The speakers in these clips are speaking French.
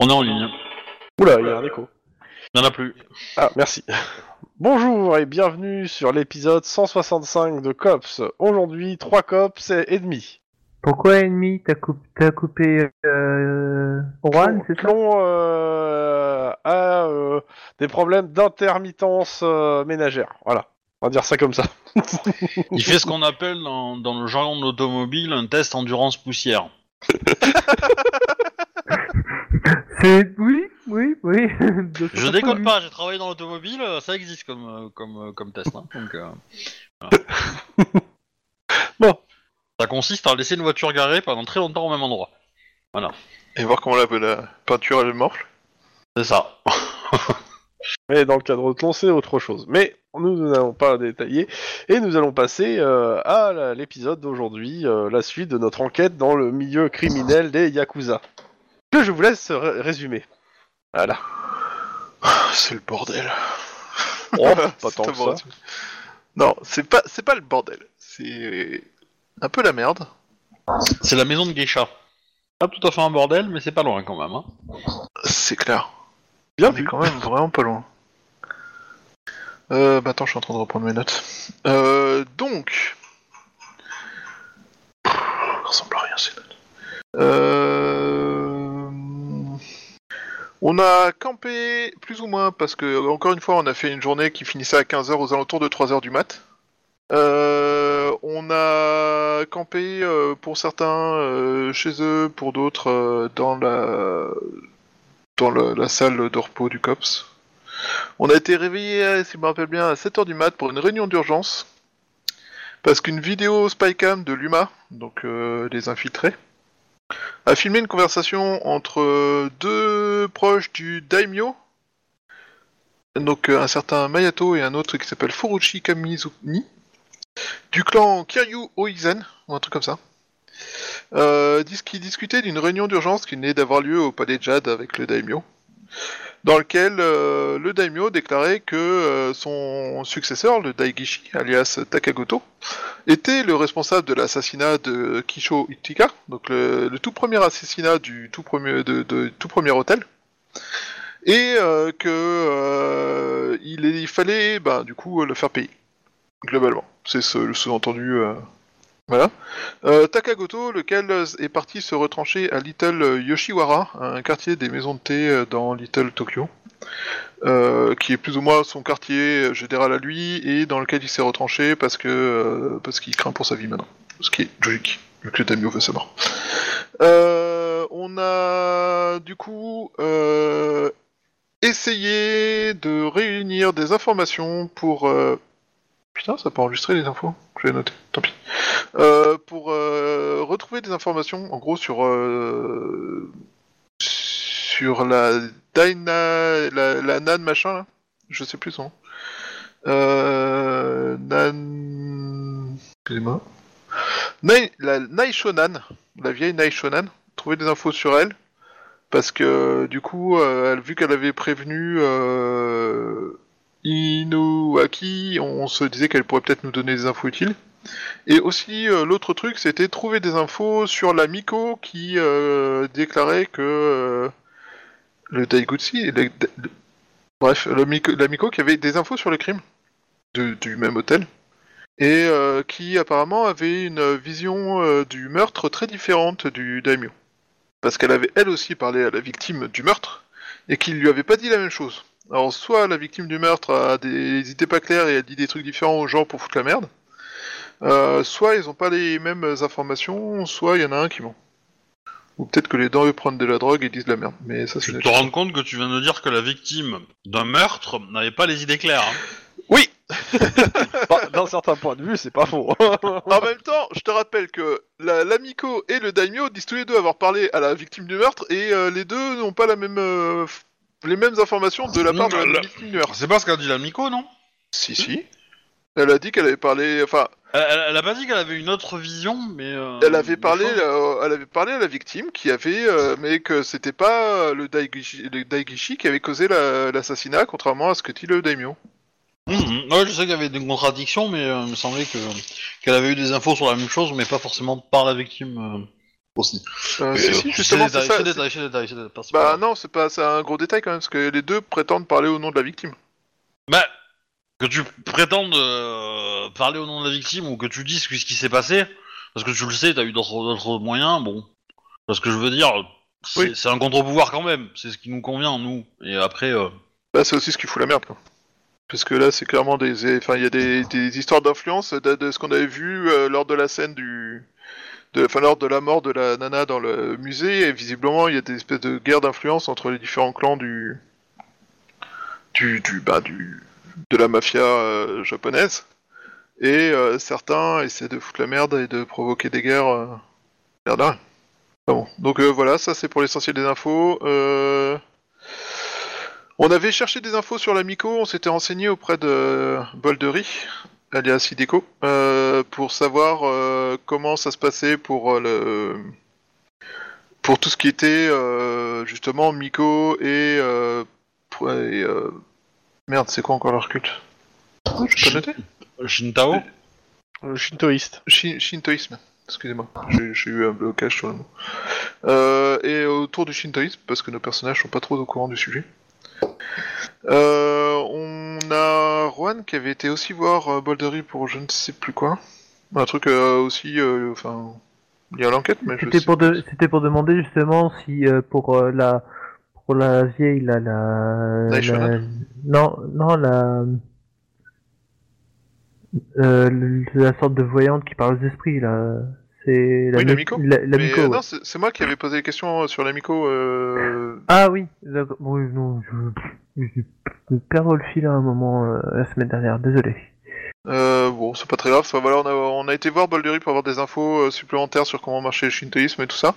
On est en ligne. hein. Oula, il y a un écho. Il n'y en a plus. Ah, merci. Bonjour et bienvenue sur l'épisode 165 de Cops. Aujourd'hui, 3 Cops et et demi. Pourquoi ennemi T'as coup- t'as coupé euh, Juan, c'est ça Clon euh, a euh, des problèmes d'intermittence euh, ménagère. Voilà. On va dire ça comme ça. Il fait ce qu'on appelle dans, dans le jargon de l'automobile un test endurance poussière. C'est oui, oui, oui. De Je toute déconne façon, pas, j'ai travaillé dans l'automobile, euh, ça existe comme, euh, comme, euh, comme test. hein, donc, euh, voilà. Bon. Ça consiste à laisser une voiture garée pendant très longtemps au même endroit. Et voir comment la, la peinture elle morfle. C'est ça. Mais dans le cadre de Clon, c'est autre chose. Mais nous nous n'allons pas détailler. Et nous allons passer euh, à la- l'épisode d'aujourd'hui, euh, la suite de notre enquête dans le milieu criminel des Yakuza. Que je vous laisse ré- résumer. Voilà. Ah, C'est le bordel. Oh, pas C'est tant un que ça. bordel. Non, c'est pas c'est pas le bordel. C'est un peu la merde. C'est la maison de Geisha. Pas tout à fait un bordel, mais c'est pas loin quand même. hein. C'est clair. Bien On est vu. quand même vraiment pas loin. Euh, bah attends, je suis en train de reprendre mes notes. Euh, donc. Pff, Ça ressemble à rien ces notes. Euh... On a campé plus ou moins parce que, encore une fois, on a fait une journée qui finissait à 15h aux alentours de 3h du mat. Euh, on a campé euh, pour certains euh, chez eux, pour d'autres euh, dans la dans le- la salle de repos du COPS. On a été réveillé, si je me rappelle bien, à 7h du mat pour une réunion d'urgence. Parce qu'une vidéo Spycam de l'UMA, donc euh, les infiltrés, a filmé une conversation entre euh, deux proches du Daimyo. Donc euh, un certain Mayato et un autre qui s'appelle Furuchi Kamizumi. Du clan Kiryu Oizen, ou un truc comme ça euh, dis- qui discutait d'une réunion d'urgence qui venait d'avoir lieu au palais de Jade avec le daimyo, dans lequel euh, le daimyo déclarait que euh, son successeur, le Daigishi, alias Takagoto, était le responsable de l'assassinat de Kisho Itika, donc le, le tout premier assassinat du tout premier, de, de- tout premier hôtel. Et euh, que euh, il, il fallait, ben, du coup, le faire payer. Globalement, c'est ce, le sous-entendu. euh, Voilà. Euh, Takagoto, lequel euh, est parti se retrancher à Little euh, Yoshiwara, un quartier des maisons de thé euh, dans Little Tokyo, euh, qui est plus ou moins son quartier euh, général à lui et dans lequel il s'est retranché parce que euh, parce qu'il craint pour sa vie maintenant. Ce qui est logique, vu que le Daimyo veut sa mort. Euh, on a du coup euh, essayé de réunir des informations pour. euh, Putain, ça peut enregistrer les infos. Je vais noter, tant pis. Euh, pour euh, retrouver des informations, en gros, sur euh, sur la Dyna, la, la Nan machin, là. je sais plus son nom. Euh, nan, excusez-moi. Nai- la Naishonan, la vieille Naishonan, trouver des infos sur elle, parce que du coup, euh, elle- vu qu'elle avait prévenu euh, Inuaki, on se disait qu'elle pourrait peut-être nous donner des infos utiles. Et aussi, euh, l'autre truc, c'était trouver des infos sur la Miko qui euh, déclarait que euh, le Daigutsu... et le- le- bref, le Miko- la Miko qui avait des infos sur le crime de- du même hôtel. Et euh, qui apparemment avait une vision euh, du meurtre très différente du Daimyo. Parce qu'elle avait elle aussi parlé à la victime du meurtre et qu'il lui avait pas dit la même chose. Alors, soit la victime du meurtre a des idées pas claires et elle dit des trucs différents aux gens pour foutre la merde. Euh, soit ils ont pas les mêmes informations, soit il y en a un qui ment. Ou peut-être que les dents eux prennent de la drogue et disent de la merde. Mais ça, c'est Tu une te rends compte que tu viens de dire que la victime d'un meurtre n'avait pas les idées claires. hein. Oui Bah, D'un certain point de vue, c'est pas faux. En même temps, je te rappelle que la- l'amico et le daimyo disent tous les deux avoir parlé à la victime du meurtre et euh, les deux n'ont pas la même, euh, f- les mêmes informations de la part de la Non, là- victime du meurtre. C'est pas ce qu'a dit la Miko, non Si, si. Elle a dit qu'elle avait parlé, enfin, elle, elle- elle a pas dit qu'elle avait une autre vision, mais. euh, elle avait des parlé, fois- euh, elle avait parlé à la victime qui avait, euh, mais que c'était pas euh, le daigishi, le Daigishi qui avait causé la- l'assassinat, contrairement à ce que dit le daimyo. Mhm. Ouais, je sais qu'il y avait des contradictions, mais euh, il me semblait que qu'elle avait eu des infos sur la même chose, mais pas forcément par la victime. euh. aussi. Euh, Et, si, euh, si, C'est justement, c'est détail, ça. c'est détail, c'est détail, c'est détail, parce que- Bah non, c'est pas c'est un gros détail quand même, parce que les deux prétendent parler au nom de la victime. Bah, que tu prétendes euh, parler au nom de la victime ou que tu dises ce qui s'est passé, parce que tu le sais, t'as eu d'autres d'autres moyens, bon. Parce que je veux dire, c'est Oui. c'est un contre-pouvoir quand même, c'est ce qui nous convient, nous. Et après, euh, Bah c'est aussi ce qui fout la merde, quoi. Parce que là, c'est clairement des... Enfin, il y a des, des histoires d'influence de, de ce qu'on avait vu euh, lors de la scène du... De, enfin, lors de la mort de la nana dans le musée, et visiblement, il y a des espèces de guerres d'influence entre les différents clans du... Du... du bah, du... De la mafia euh, japonaise. Et euh, certains essaient de foutre la merde et de provoquer des guerres... euh, merde, hein. Ah bon. Donc euh, voilà, ça c'est pour l'essentiel des infos. Euh... On avait cherché des infos sur l'Amico, on s'était renseigné auprès de Boldery, alias Ideco, pour savoir euh, comment ça se passait pour euh, le pour tout ce qui était euh, justement Miko et, euh, pour- et, euh, merde c'est quoi encore leur culte Je Euh, peux noter Shintao Le shintoïste. Shin- Shintoïsme, excusez-moi, j'ai j'ai eu un blocage sur le mot. Euh, et autour du shintoïsme, parce que nos personnages sont pas trop au courant du sujet. Euh, on a Juan qui avait été aussi voir euh, Boldery pour je ne sais plus quoi. Un truc euh, aussi, euh, enfin, lié à l'enquête, mais je C'était sais pour, de- c'était pour demander justement si euh, pour euh, la pour la vieille la la, Naishona la- non non la euh, le- la sorte de voyante qui parle aux esprits là c'est la Oui, mi- l'Amico. la- Mais, l'Amico, euh, ouais. non, c'est c'est moi qui avais posé les questions sur l'amico. Euh... ah oui d'accord. oui non je, je, je perds le fil à un moment euh, la semaine dernière désolé euh, bon, c'est pas très grave. ça, voilà, on, a, on a été voir Boldery pour avoir des infos euh, supplémentaires sur comment marchait le shintoïsme et tout ça.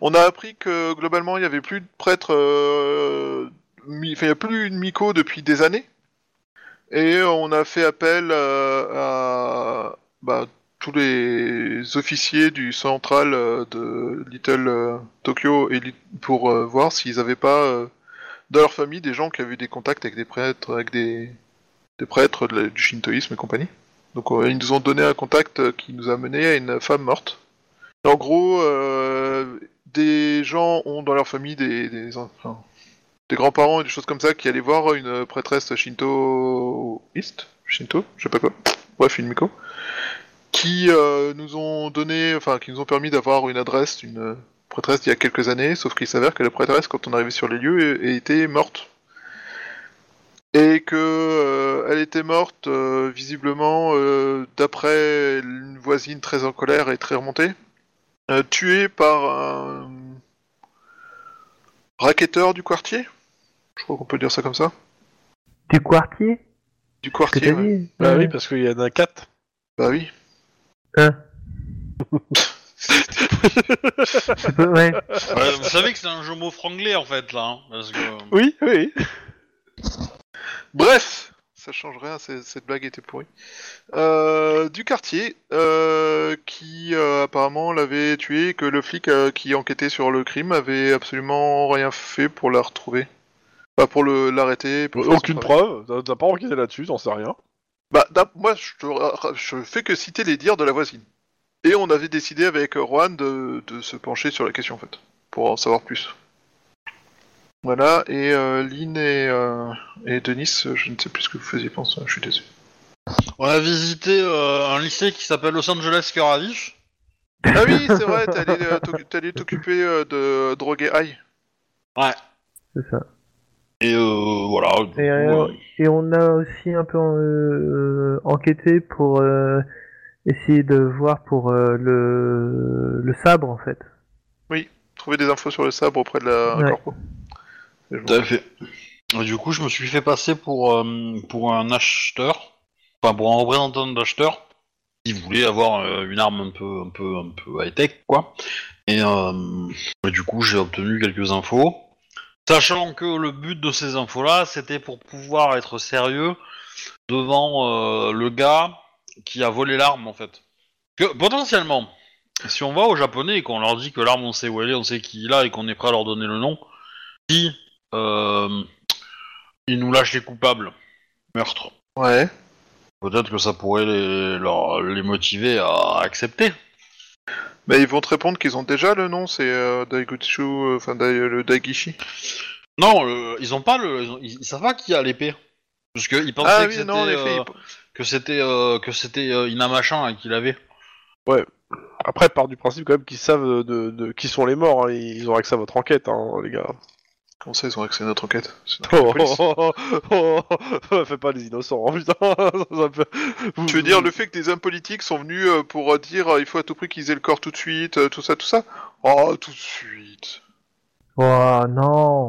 On a appris que globalement, il n'y avait plus de prêtre. euh, mi- Enfin, il n'y a plus eu de Miko depuis des années. Et euh, on a fait appel euh, à bah, tous les officiers du central euh, de Little euh, Tokyo et li- pour euh, voir s'ils n'avaient pas euh, dans leur famille des gens qui avaient eu des contacts avec des prêtres, avec des, des prêtres de la- du shintoïsme et compagnie. Donc euh, ils nous ont donné un contact euh, qui nous a mené à une femme morte. En gros, euh, des gens ont dans leur famille des, des, enfin, des grands-parents et des choses comme ça qui allaient voir une prêtresse shintoïste, shinto, je sais pas quoi, bref, une miko, qui euh, nous ont donné, enfin, qui nous ont permis d'avoir une adresse d'une euh, prêtresse d'il y a quelques années, sauf qu'il s'avère que la prêtresse, quand on arrivait sur les lieux, é- était morte. Et que euh, elle était morte euh, visiblement euh, d'après une voisine très en colère et très remontée, euh, tuée par un racketteur du quartier. Je crois qu'on peut dire ça comme ça. du quartier Du ce que quartier. t'as ouais. dit Bah Ouais. oui, parce qu'il y en a quatre. Bah oui. Hein Je peux- ouais. Ouais, Vous savez que c'est un jeu mot franglais en fait là, hein, parce que... Oui, oui. Bref, ça change rien, c'est- cette blague était pourrie. Euh, du quartier, euh, qui euh, apparemment l'avait tué, que le flic euh, qui enquêtait sur le crime avait absolument rien fait pour la retrouver. Pas pour le- l'arrêter. pour faire son Aucune travail. preuve, t'as- t'as pas enquêté là-dessus, t'en sais rien. Bah, d'ab- moi, je, te ra- je fais que citer les dires de la voisine. Et on avait décidé avec euh, Juan de, de se pencher sur la question, en fait, pour en savoir plus. Voilà, et euh, Lynn et, euh, et Denis, euh, je ne sais plus ce que vous faisiez penser, je suis désolé. On a visité euh, un lycée qui s'appelle Los Angeles Cœur à Vif. Ah oui, c'est vrai, t'es allé euh, t'oc- t'es allé t'occuper euh, de droguer High. Ouais. C'est ça. Et euh, voilà. du Et, coup, euh, euh, et on a aussi un peu euh, euh, enquêté pour euh, essayer de voir pour euh, le, le sabre en fait. Trouver des infos sur le sabre auprès de la Ouais. corpo. Et je m'en Tout à fait. Et du coup, je me suis fait passer pour, euh, pour un acheteur, enfin pour un représentant d'acheteur, qui voulait avoir euh, une arme un peu, un peu, un peu high-tech, quoi. Et, euh, et du coup, j'ai obtenu quelques infos. Sachant que le but de ces infos-là, c'était pour pouvoir être sérieux devant euh, le gars qui a volé l'arme, en fait. Que potentiellement, si on va aux Japonais et qu'on leur dit que l'arme, on sait où elle est, on sait qui il a et qu'on est prêt à leur donner le nom, qui euh, ils nous lâchent les coupables. Meurtre. Ouais. Peut-être que ça pourrait les, leur- les motiver à accepter. Mais ils vont te répondre qu'ils ont déjà le nom, c'est euh, Daigutsu, euh, enfin Dai- le Daigishi. Non, le- ils ont pas le. Ils, ont- ils- ils savent pas qui a l'épée. Parce qu'ils pensaient Ah que oui, c'était. non, en effet. euh, ils- que c'était euh, que c'était euh, Inamachin hein, qu'il avait. Après, part du principe quand même qu'ils savent de, de- de- qui sont les morts, hein, ils ont accès à votre enquête, hein, les gars. Comment ça, ils ont accès à notre enquête C'est une Oh, enquête de police. oh, oh, oh, fais pas les innocents, hein, putain. ça fait- Tu veux dire le fait que des hommes politiques sont venus euh, pour euh, dire euh, il faut à tout prix qu'ils aient le corps tout de suite, euh, tout ça, tout ça Oh, tout de suite Oh non,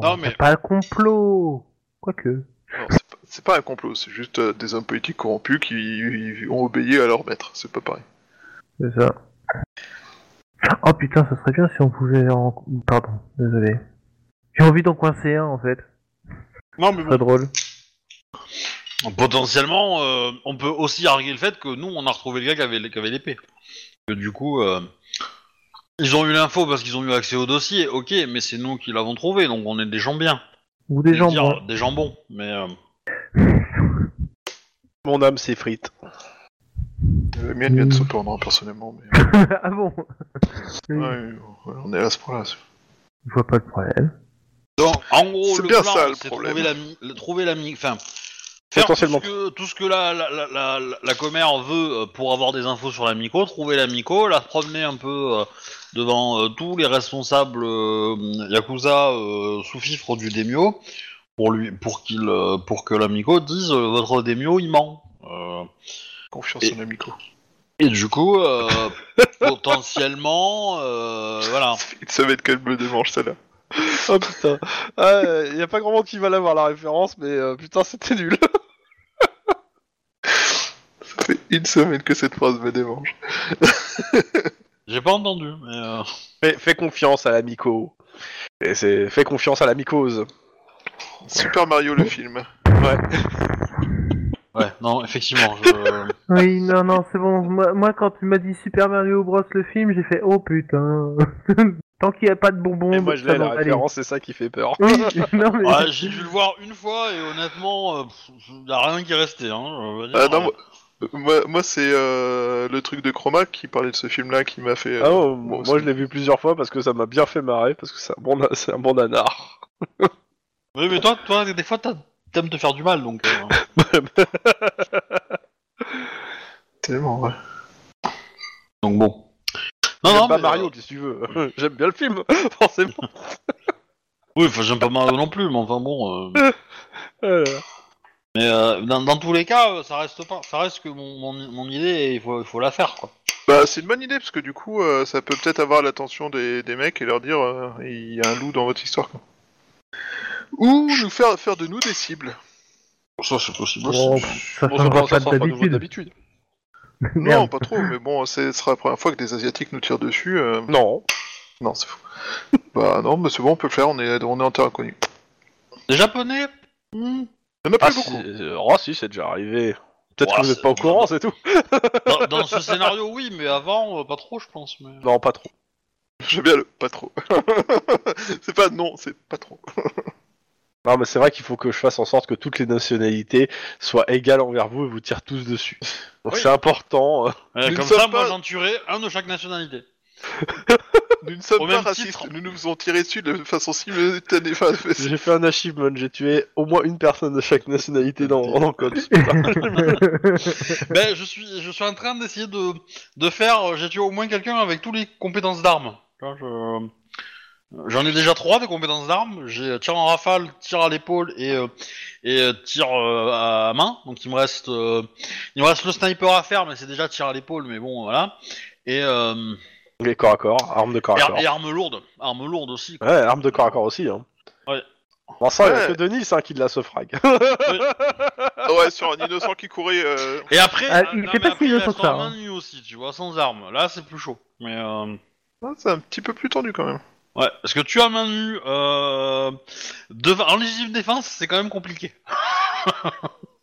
Non, non mais- pas le complot Quoique. Non, c'est pas- c'est pas un complot, c'est juste euh, des hommes politiques corrompus qui ils ont obéi à leur maître, c'est pas pareil. C'est ça. Oh putain, ça serait bien si on pouvait en... Pardon, désolé. J'ai envie d'en coincer un en fait. Non mais Très drôle. Potentiellement, euh, on peut aussi arguer le fait que nous, on a retrouvé le gars qui avait, qui avait l'épée. Que du coup, euh, ils ont eu l'info parce qu'ils ont eu accès au dossier. Ok, mais c'est nous qui l'avons trouvé, donc on est des gens bien. Ou des Je veux gens dire, bons. Des jambons. Mais euh, Mon âme s'effrite. La mienne vient de se pendre, hein, personnellement, mais ah bon Oui. ouais, ouais, on est à ce point-là. c'est- Je vois pas le problème. donc, en gros, C'est le bien plan, ça, le c'est problème. trouver la, mi- le- trouver la mi- enfin, faire tout ce Potentiellement. que, tout ce que la, la, la, la, la commère veut euh, pour avoir des infos sur la Mico, trouver la Mico, la promener un peu euh, devant euh, tous les responsables euh, Yakuza euh, sous fifre du Demio pour lui pour qu'il euh, pour que la Mico dise euh, votre Demio il ment. Euh, Confiance Et- en la micro. et du coup euh, potentiellement euh, voilà. Il savait de quel bleu de manche, celle-là. Oh putain. Ah, euh, y a pas grand monde qui va l'avoir la référence, mais euh, putain, c'était nul. Ça fait une semaine que cette phrase me démange. J'ai pas entendu mais euh, Fais, fais confiance à l'amico. Et c'est fais confiance à la mycose. Super Mario, le film. ouais, non, effectivement, je Oui, non, non, c'est bon. Moi, moi, quand tu m'as dit Super Mario Bros. le film, j'ai fait oh putain. Tant qu'il n'y a pas de bonbons, Et moi je ça l'ai la va aller. référence, c'est ça qui fait peur. Oui, non mais... Ah, Ouais, Ah, j'ai dû le voir une fois et honnêtement, euh, il n'y a rien qui est resté. Hein, je veux dire. Ah, non, moi, euh, moi, moi, c'est euh, le truc de Chroma qui parlait de ce film-là qui m'a fait. euh, Ah non, bon, moi c'est- je l'ai vu plusieurs fois parce que ça m'a bien fait marrer, parce que c'est un bon, c'est un bon nanar. Oui, mais toi, toi des fois, t'as- t'aimes te faire du mal, donc... euh, Tellement, ouais. donc bon. Non, J'aime non, pas mais, Mario, euh, qu'est-ce que tu veux J'aime bien le film, forcément. oui, enfin, j'aime pas Mario non plus, mais enfin bon... euh, Euh, mais euh, dans, dans tous les cas, euh, ça reste pas... Ça reste que mon, mon, mon idée, et il faut, il faut la faire, quoi. Bah, c'est une bonne idée parce que du coup, euh, ça peut peut-être avoir l'attention des, des mecs et leur dire euh, il y a un loup dans votre histoire. Quoi. Ou nous faire, faire de nous des cibles. Ça, c'est possible Bon, Oh, ça bon, changera ça pas sera pas nouveau d'habitude. d'habitude. Non, Merde. pas trop, mais bon, c'est- ce sera la première fois que des Asiatiques nous tirent dessus. euh, Non. Non, c'est fou. bah non, mais c'est bon, on peut le faire, on est, on est en terre inconnue. Les Japonais... hmm, Il y en a plus Ah si, beaucoup. Oh, euh, oh, si, c'est déjà arrivé. Peut-être Ouah, que vous c'est- êtes pas au courant, c'est tout. dans, dans ce scénario, oui, mais avant, euh, pas trop, je pense. Mais... Non, pas trop. J'aime bien le pas trop. c'est pas non, c'est pas trop. Non, mais c'est vrai qu'il faut que je fasse en sorte que toutes les nationalités soient égales envers vous et vous tirent tous dessus. Donc Oui. c'est important. euh. Ouais, comme Nous ne sommes ça, moi, pas- j'en tuerai un de chaque nationalité. Nous ne sommes Au pas même racistes, titre. nous nous faisons tirer dessus de façon simultanée. Enfin, J'ai fait un achievement, j'ai tué au moins une personne de chaque nationalité dans en Cops. Putain. Ben, je suis, je suis en train d'essayer de, de faire. euh, J'ai tué au moins quelqu'un avec toutes les compétences d'armes. Tu vois, je- euh, J'en ai déjà trois des compétences d'armes. J'ai euh, tir en rafale, tir à l'épaule et, euh, et euh, tir euh, à main. Donc il me reste, euh, il me reste le sniper à faire, mais c'est déjà tir à l'épaule. Mais bon, voilà. Et, euh, Les corps à corps, armes de corps et, à corps. et armes lourdes, armes lourdes aussi. quoi. Ouais, armes de corps à corps aussi. Hein. Ouais. Bon, ça, il y a Ouais. que Denis hein, qui de la saufrague. Ah ouais, sur un innocent qui courait. euh, Et après, Ah, euh, il non, fait mais pas après, il si vieux y a sur ça, sans hein. main nue aussi, tu vois, sans armes. Là, c'est plus chaud. Mais euh, ah, C'est un petit peu plus tendu quand même. ouais, parce que tu as main nue euh, devant- en légitime défense, c'est quand même compliqué.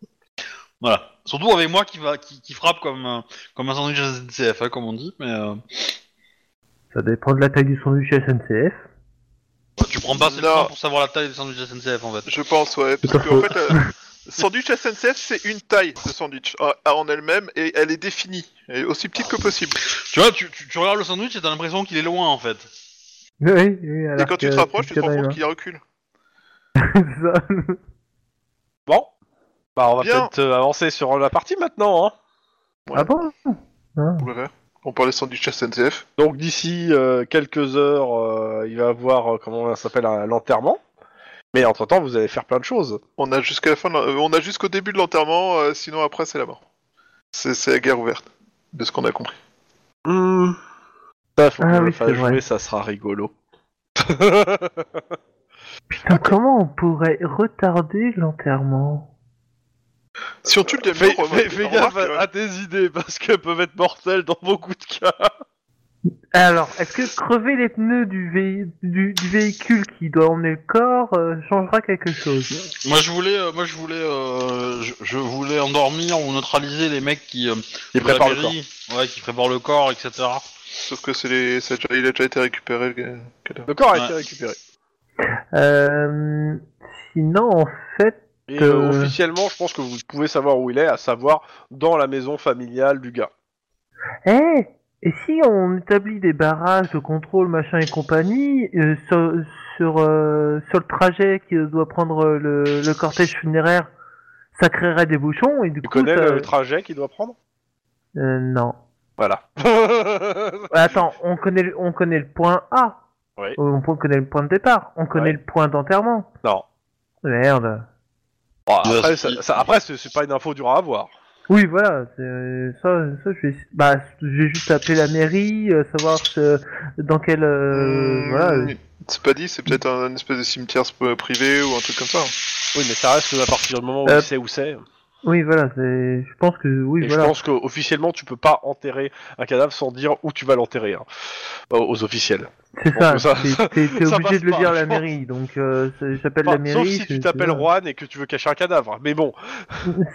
voilà. Surtout avec moi qui va qui, qui frappe comme un- comme un sandwich SNCF, hein, comme on dit. Mais euh, Ça dépend de la taille du sandwich SNCF. tu prends pas assez le Non. temps pour savoir la taille des sandwichs SNCF en fait. Je pense, ouais. Parce Tout à qu'en fait. fait, la, Sandwich SNCF, c'est une taille de sandwich euh, en elle-même et elle est définie, elle est aussi petite que possible. Tu vois, tu, tu- tu regardes le sandwich et t'as l'impression qu'il est loin en fait. Oui, oui, alors et quand tu que- te rapproches, tu te rends cadavre, compte qu'il recule. hein. C'est ça. Bon, bah on va Bien. peut-être euh, avancer sur la partie maintenant. Hein. Ouais. Ah bon Hein Oulala. On parle des sandwichs SNCF. Donc d'ici euh, quelques heures, euh, il va avoir euh, comment ça s'appelle un- l'enterrement. Mais entre temps, vous allez faire plein de choses. On a jusqu'à la fin, de l'en- euh, on a jusqu'au début de l'enterrement, euh, sinon après c'est la mort. C'est c'est la guerre ouverte, de ce qu'on a compris. Ça, faut Ah qu'on le oui, fasse c'est vrai. jouer, ça sera rigolo. Putain, comment on pourrait retarder l'enterrement Si on tue le gamin, Fais, remarque- fais- fais remarque, gaffe euh, à, à tes idées parce qu'elles peuvent être mortelles dans beaucoup de cas. Alors, est-ce que crever les pneus du, vé- du, du véhicule qui doit emmener le corps euh, changera quelque chose Moi je voulais, euh, moi je voulais, euh, je, je voulais endormir ou neutraliser les mecs qui, euh, Il de prépare la le mairie, Ouais, qui préparent le corps, etc. Sauf que c'est les... ça a déjà- il a déjà été récupéré le gars- cadavre. Le corps a Ouais. été récupéré. euh, Sinon, en fait, Et euh, Euh. officiellement, je pense que vous pouvez savoir où il est, à savoir dans la maison familiale du gars. Eh Et si on établit des barrages de contrôle, machin et compagnie, euh, sur, sur, euh, sur le trajet que doit prendre euh, le, le cortège funéraire, ça créerait des bouchons et du Tu coup... connais ça- le trajet qu'il doit prendre Euh, non. Voilà. Attends, on connaît, le- on connaît le point A. Oui. On connaît le point de départ. On connaît Ouais. le point d'enterrement. non. Merde. Bon, Il après, va- ça- il- ça- après, c'est c'est pas une info dure à avoir. Oui, voilà. c'est- Ça, ça je vais... Bah, j'ai juste appelé la mairie, euh, savoir ce- dans quel... euh, Hmm, voilà, euh, C'est pas dit, c'est peut-être un, un espèce de cimetière sp- euh, privé ou un truc comme ça. hein. Oui, mais ça reste à partir du moment où Euh. il sait où c'est. Oui, voilà. c'est- Je pense que... Oui, Et voilà. Je pense qu'officiellement, tu peux pas enterrer un cadavre sans dire où tu vas l'enterrer hein, aux- aux officiels. C'est Bon, ça, ça- t'es- t'es t'es ça obligé passe de le pas, dire à je la pense. mairie, donc euh, c'est- j'appelle Enfin, la mairie. sauf si c'est- tu t'appelles c'est- Juan et que tu veux cacher un cadavre. Mais bon,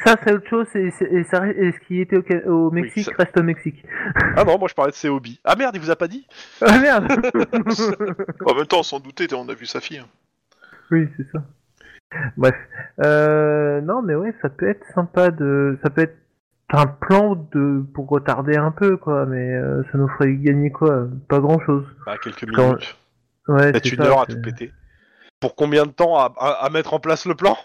Ça, c'est autre chose, et, c'est- et ça- et ce qui était au, Ca- au Mexique ça- reste au Mexique. ah non, moi je parlais de ses hobbies. Ah merde, il vous a pas dit Ah merde En même temps, on s'en doutait, on a vu sa fille. hein. Oui, c'est ça. Bref. Euh, non, mais ouais, ça peut être sympa de. Ça peut être un plan de pour retarder un peu, quoi, mais euh, ça nous ferait gagner quoi Pas grand chose. Bah, quelques Quand- minutes. Ouais, Peut-être c'est une ça, heure à c'est- tout péter. Pour combien de temps à, à- à mettre en place le plan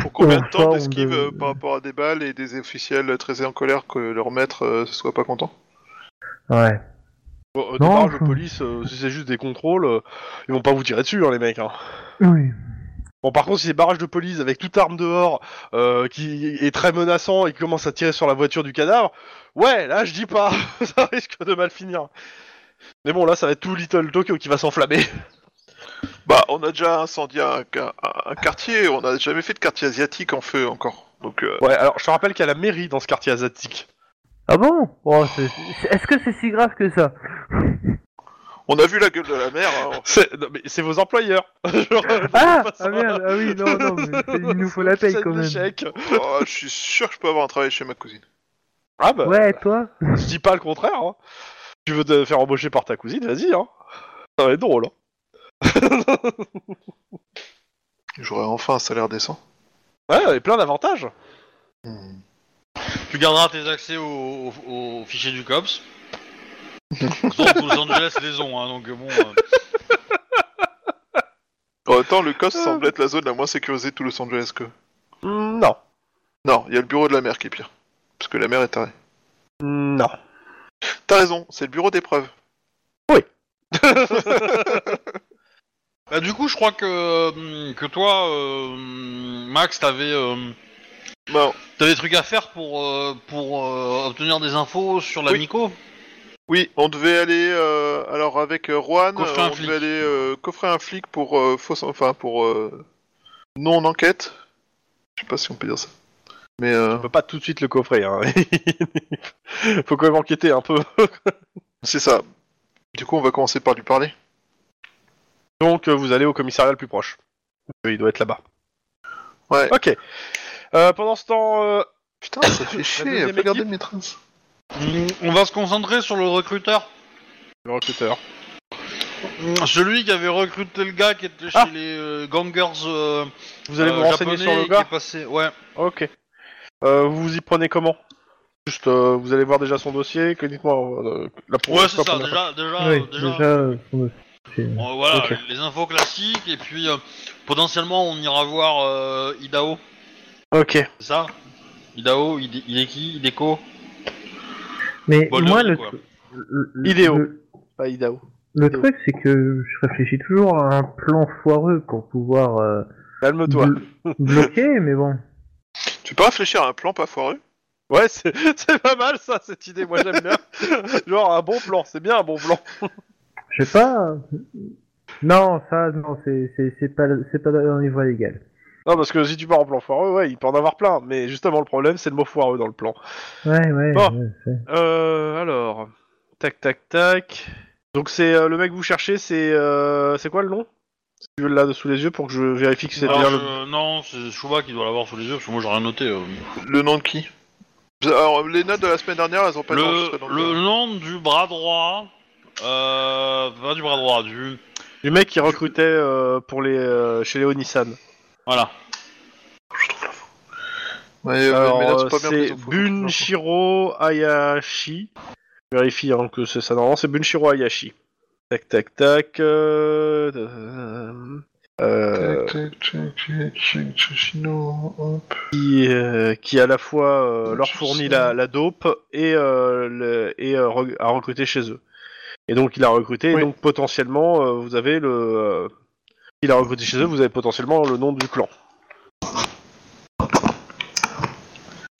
Pour combien de Enfin, temps on d'esquive dev- euh, par rapport à des balles et des officiels très en colère que leur maître euh, soit pas content Ouais. Bon, Au Non, départ, je- le euh, police, euh, si c'est juste des contrôles, euh, ils vont pas vous tirer dessus, hein, les mecs. hein. Oui. Bon, par contre, si c'est barrage de police avec toute arme dehors euh, qui est très menaçant et qui commence à tirer sur la voiture du cadavre, ouais, là, je dis pas, ça risque de mal finir. Mais bon, là, ça va être tout Little Tokyo qui va s'enflammer. Bah, on a déjà incendié un, un- un quartier, on n'a jamais fait de quartier asiatique en feu encore. Donc, euh, Ouais, alors je te rappelle qu'il y a la mairie dans ce quartier asiatique. Ah bon Oh, c'est- c'est- Est-ce que c'est si grave que ça on a vu la gueule de la mer. hein. C'est non, mais c'est vos employeurs. Genre, Ah, pas ça. ah merde, ah oui, non, non, mais c'est- il nous faut la paye scène quand même. d'échec. Oh, je suis sûr que je peux avoir un travail chez ma cousine. Ah bah, Ouais, toi je dis pas le contraire. hein. Tu veux te faire embaucher par ta cousine, vas-y. Hein. Ça va être drôle. hein. J'aurais enfin un salaire décent. Ouais, et plein d'avantages. Hmm. Tu garderas tes accès au, au- au fichier du COPS. Sauf que Los Angeles les ont, hein, donc bon. euh, En même temps, le COS semble être la zone la moins sécurisée de tout Los Angeles que. Hmm, Non. Non, il y a le bureau de la mer qui est pire. Parce que la mer est tarée. Hmm, Non. T'as raison, c'est le bureau d'épreuve. Bah du coup, je crois que que toi, euh, Max, t'avais euh, Non. t'avais des trucs à faire pour euh, pour euh, obtenir des infos sur la Oui. Nico. Oui, on devait aller euh, alors avec euh, Juan, Coffrer euh, un on flic. devait aller euh, coffrer un flic pour euh, fausse enfin pour euh, non enquête. Je sais pas si on peut dire ça. Mais euh, On peut pas tout de suite le coffrer. Hein. Faut quand même enquêter un peu. c'est ça. Du coup, on va commencer par lui parler. Donc euh, vous allez au commissariat le plus proche. Euh, Il doit être là-bas. Ouais. Ok. Euh, pendant ce temps, euh, Putain, ça fait chier, deuxième regardez équipe. mes traces. Mm, On va se concentrer sur le recruteur. le recruteur. Celui qui avait recruté le gars qui était chez Mm. Ah. les euh, gangers. euh, Vous allez euh, vous renseigner japonais sur le qui gars est passé- Ouais. Ok. Euh, vous vous y prenez comment Juste, euh, vous allez voir déjà son dossier, que dites-moi euh, la Ouais, la c'est ça. première Déjà, fois. déjà, oui, euh, déjà, euh, ouais. euh, voilà, Ok. les infos classiques. Et puis, euh, potentiellement, on ira voir euh, Idao. Ok. C'est ça Idao, Ide- Hideki, Hideko Mais Bon, moi, le- le, quoi. tru- le- le- Idéo. le- Pas Idao. Le Idéo. truc, c'est que je réfléchis toujours à un plan foireux pour pouvoir euh, Calme-toi. bl- bloquer, mais bon. Tu peux réfléchir à un plan pas foireux Ouais, c'est c'est pas mal ça, cette idée, moi j'aime bien. Genre un bon plan, c'est bien un bon plan. Je sais pas. Non, ça, non, c'est c'est- c'est pas, c'est pas dans les voies légales. Non, parce que si tu pars en plan foireux, ouais, il peut en avoir plein. Mais justement, le problème, c'est le mot foireux dans le plan. Ouais, ouais. Bon. ouais, c'est- Euh, alors. Tac, tac, tac. Donc c'est euh, le mec que vous cherchez, c'est. euh, c'est quoi le nom Si tu veux là sous les yeux pour que je vérifie que c'est Alors, bien je- le. Non, c'est Chouba qui doit l'avoir sous les yeux, parce que moi, j'ai rien noté. euh. Le nom de qui Alors, les notes de la semaine dernière, elles ont pas été Le, enregistrées, donc, le euh, nom du bras droit... Euh, pas du bras droit, du... Du mec qui recrutait euh, pour les, euh, chez Léo Nissan. Voilà. ouais, euh, Alors, mes notes sont euh, pas bien prises c'est au fond, donc, je Bunshiro Hayashi. Je vérifie hein, que c'est ça. Normalement, c'est Bunshiro Hayashi. Tac, tac, tac. euh, euh, euh, Tac, tac, tac, tac, Chino, hop. qui, euh, qui à la fois euh, leur Je fournit Bah, sais. la, la dope et, euh, le- et euh, re- a recruté chez eux. Et donc il a recruté, Oui. et donc potentiellement euh, vous avez le. euh, il a recruté chez eux, vous avez potentiellement le nom du clan.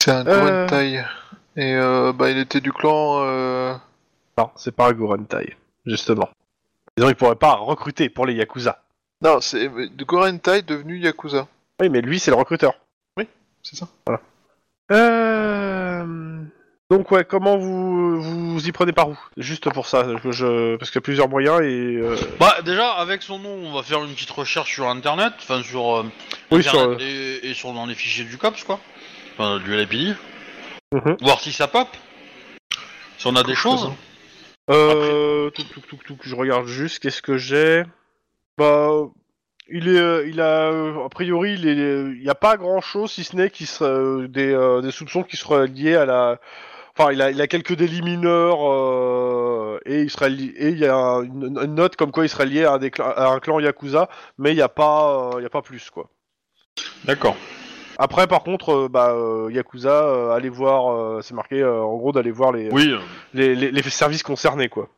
C'est un Euh. Gorentai. Et euh, bah, il était du clan. euh, Non, c'est pas un Gorentai, justement. Et donc il pourrait pas recruter pour les Yakuza. Non, c'est euh, de Gorentai devenu Yakuza. Oui, mais lui c'est le recruteur. C'est ça Euh... Donc ouais, comment vous vous y prenez par où Juste pour ça, que je... parce qu'il y a plusieurs moyens et... euh, Bah déjà avec son nom on va faire une petite recherche sur internet, enfin sur, euh, Oui, sur... Internet et, et sur dans les fichiers du COPS quoi, enfin du LAPD, Mhm. voir si ça pop, si on a des choses. Euh, touc, touc, touc, touc, je regarde juste, qu'est-ce que j'ai Bah, il est, euh, il a, euh, a priori, il est- il n'y a pas grand-chose, si ce n'est qu'il se- euh, des, euh, des soupçons qui seraient liés à la... Enfin, il a, il a quelques délits mineurs, euh, et, il serait li- et il y a un- une, une note comme quoi il serait lié à, un des cla- à un clan Yakuza, mais il n'y a, pas, euh, il y a pas plus, quoi. D'accord. Après, par contre, euh, bah, euh, Yakuza, euh, allez voir, euh, c'est marqué, euh, en gros, d'aller voir les, Oui. euh, les, les- les services concernés, quoi.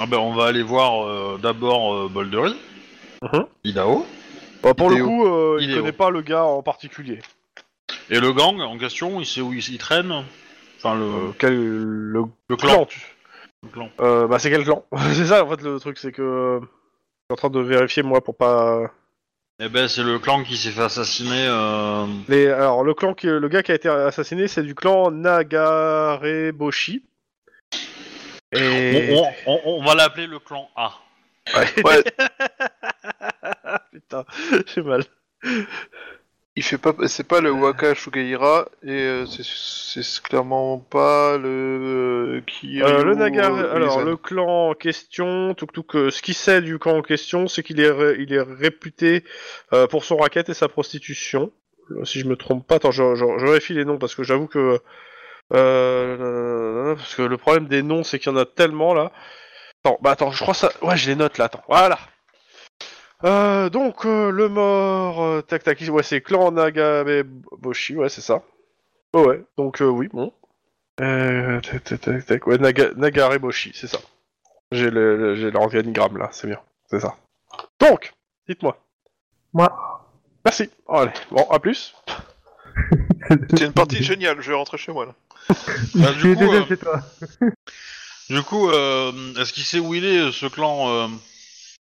Ah ben on va aller voir euh, d'abord euh, Boldery, Mhm. Idaho Bah, pour le Idéo. coup, euh, il Idéo. connaît pas le gars en particulier. et le gang en question, il sait où il, il traîne, enfin le, Euh, quel- le le clan. clan Le clan. Euh, Bah c'est quel clan C'est ça en fait le truc, c'est que euh, je suis en train de vérifier moi pour pas. Eh ben c'est le clan qui s'est fait assassiner. euh, Les alors le clan qui, le gars qui a été assassiné, c'est du clan Nagareboshi. Et on, on- on- on va l'appeler le clan A. Ouais, putain, j'ai mal. il fait pas. C'est pas Euh. le Waka Shugaira, et euh, c'est- c'est clairement pas le. Qui Euh, le Naga, alors le clan en question, tout, tout que ce qu'il sait du clan en question, c'est qu'il est, ré- il est réputé euh, pour son racket et sa prostitution. Euh, Si je me trompe pas, attends, je, je, je vérifie les noms parce que j'avoue que euh, parce que le problème des noms, c'est qu'il y en a tellement là. Attends, bah attends, je crois ça. Ouais, je les note là. Attends, voilà. Euh, donc euh, le mort, euh, tac tac, ouais, c'est clan Nagabe Boshi, ouais, c'est ça. Ouais, ouais, donc euh, oui, bon. Euh, tac, tac, tac, tac. Ouais, Naga, Nagareboshi, c'est ça. J'ai le, le- j'ai l'organigramme là, c'est bien, c'est ça. Donc, dites-moi. Bah, Moi. Merci. Oh, allez, bon, à plus. C'est une partie géniale, je vais rentrer chez moi là. Bah, du Tu es coup, déjà euh, chez toi. Du coup, euh, est-ce qu'il sait où il est euh, ce clan euh,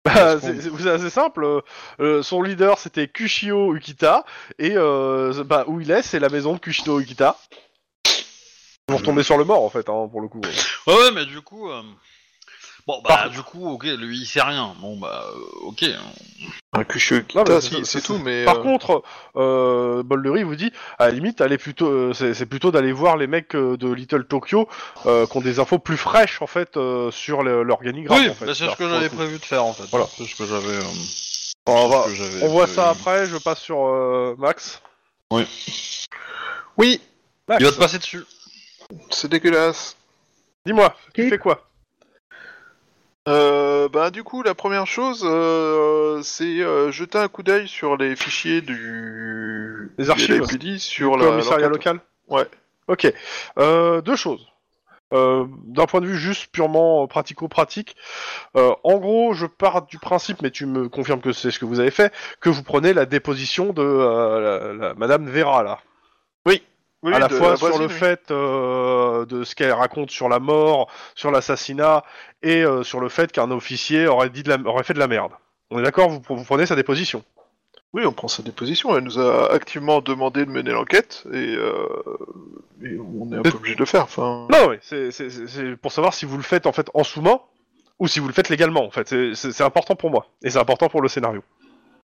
Bah, qu'on- c'est c'est- c'est assez simple. euh, euh, son leader, c'était Kushio Ukita, et euh, bah, où il est, c'est la maison de Kushio Ukita. Vous retombez sur le mort en fait, hein, pour le coup. Ouais, ouais, mais du coup, euh, Bon, bah, du coup, ok, lui, il sait rien. Bon, bah, euh, ok. Un Non, mais Kushikita, c'est- Ah, si, c'est c'est- tout, mais. Par euh, contre, euh, Boldery vous dit, à la limite, allez plutôt, euh, c'est c'est plutôt d'aller voir les mecs euh, de Little Tokyo euh, qui ont des infos plus fraîches en fait euh, sur le- l'organigramme. Oui, en fait. bah, c'est ce Alors, que pour le j'avais coup. prévu de faire, en fait. Voilà. C'est ce que j'avais... euh, On, va- ce que j'avais on voit prévu. ça après. Je passe sur euh, Max. Oui, Max, Il va te passer dessus. c'est dégueulasse. dis-moi, tu Qui- fais quoi Euh, bah, du coup, la première chose, euh, c'est euh, jeter un coup d'œil sur les fichiers du. Les archives. des LAPD sur la. Commissariat l'enquête. local. Ouais. Ok. Euh, deux choses. Euh, D'un point de vue juste purement euh, pratico-pratique, euh, en gros, je pars du principe, mais tu me confirmes que c'est ce que vous avez fait, que vous prenez la déposition de euh, la- la- Madame Vera là. Oui, à la de fois sur voisine, le oui. fait euh, de ce qu'elle raconte sur la mort, sur l'assassinat et euh, sur le fait qu'un officier aurait, dit de la- aurait fait de la merde. On est d'accord, vous, pre- vous prenez sa déposition. Oui, on prend sa déposition. Elle nous a activement demandé de mener l'enquête et, euh, et on est un peu obligé de le faire. Enfin, Non, mais c'est c'est- c'est- c'est pour savoir si vous le faites en fait en sous-main ou si vous le faites légalement. En fait, C'est- c'est c'est important pour moi et c'est important pour le scénario.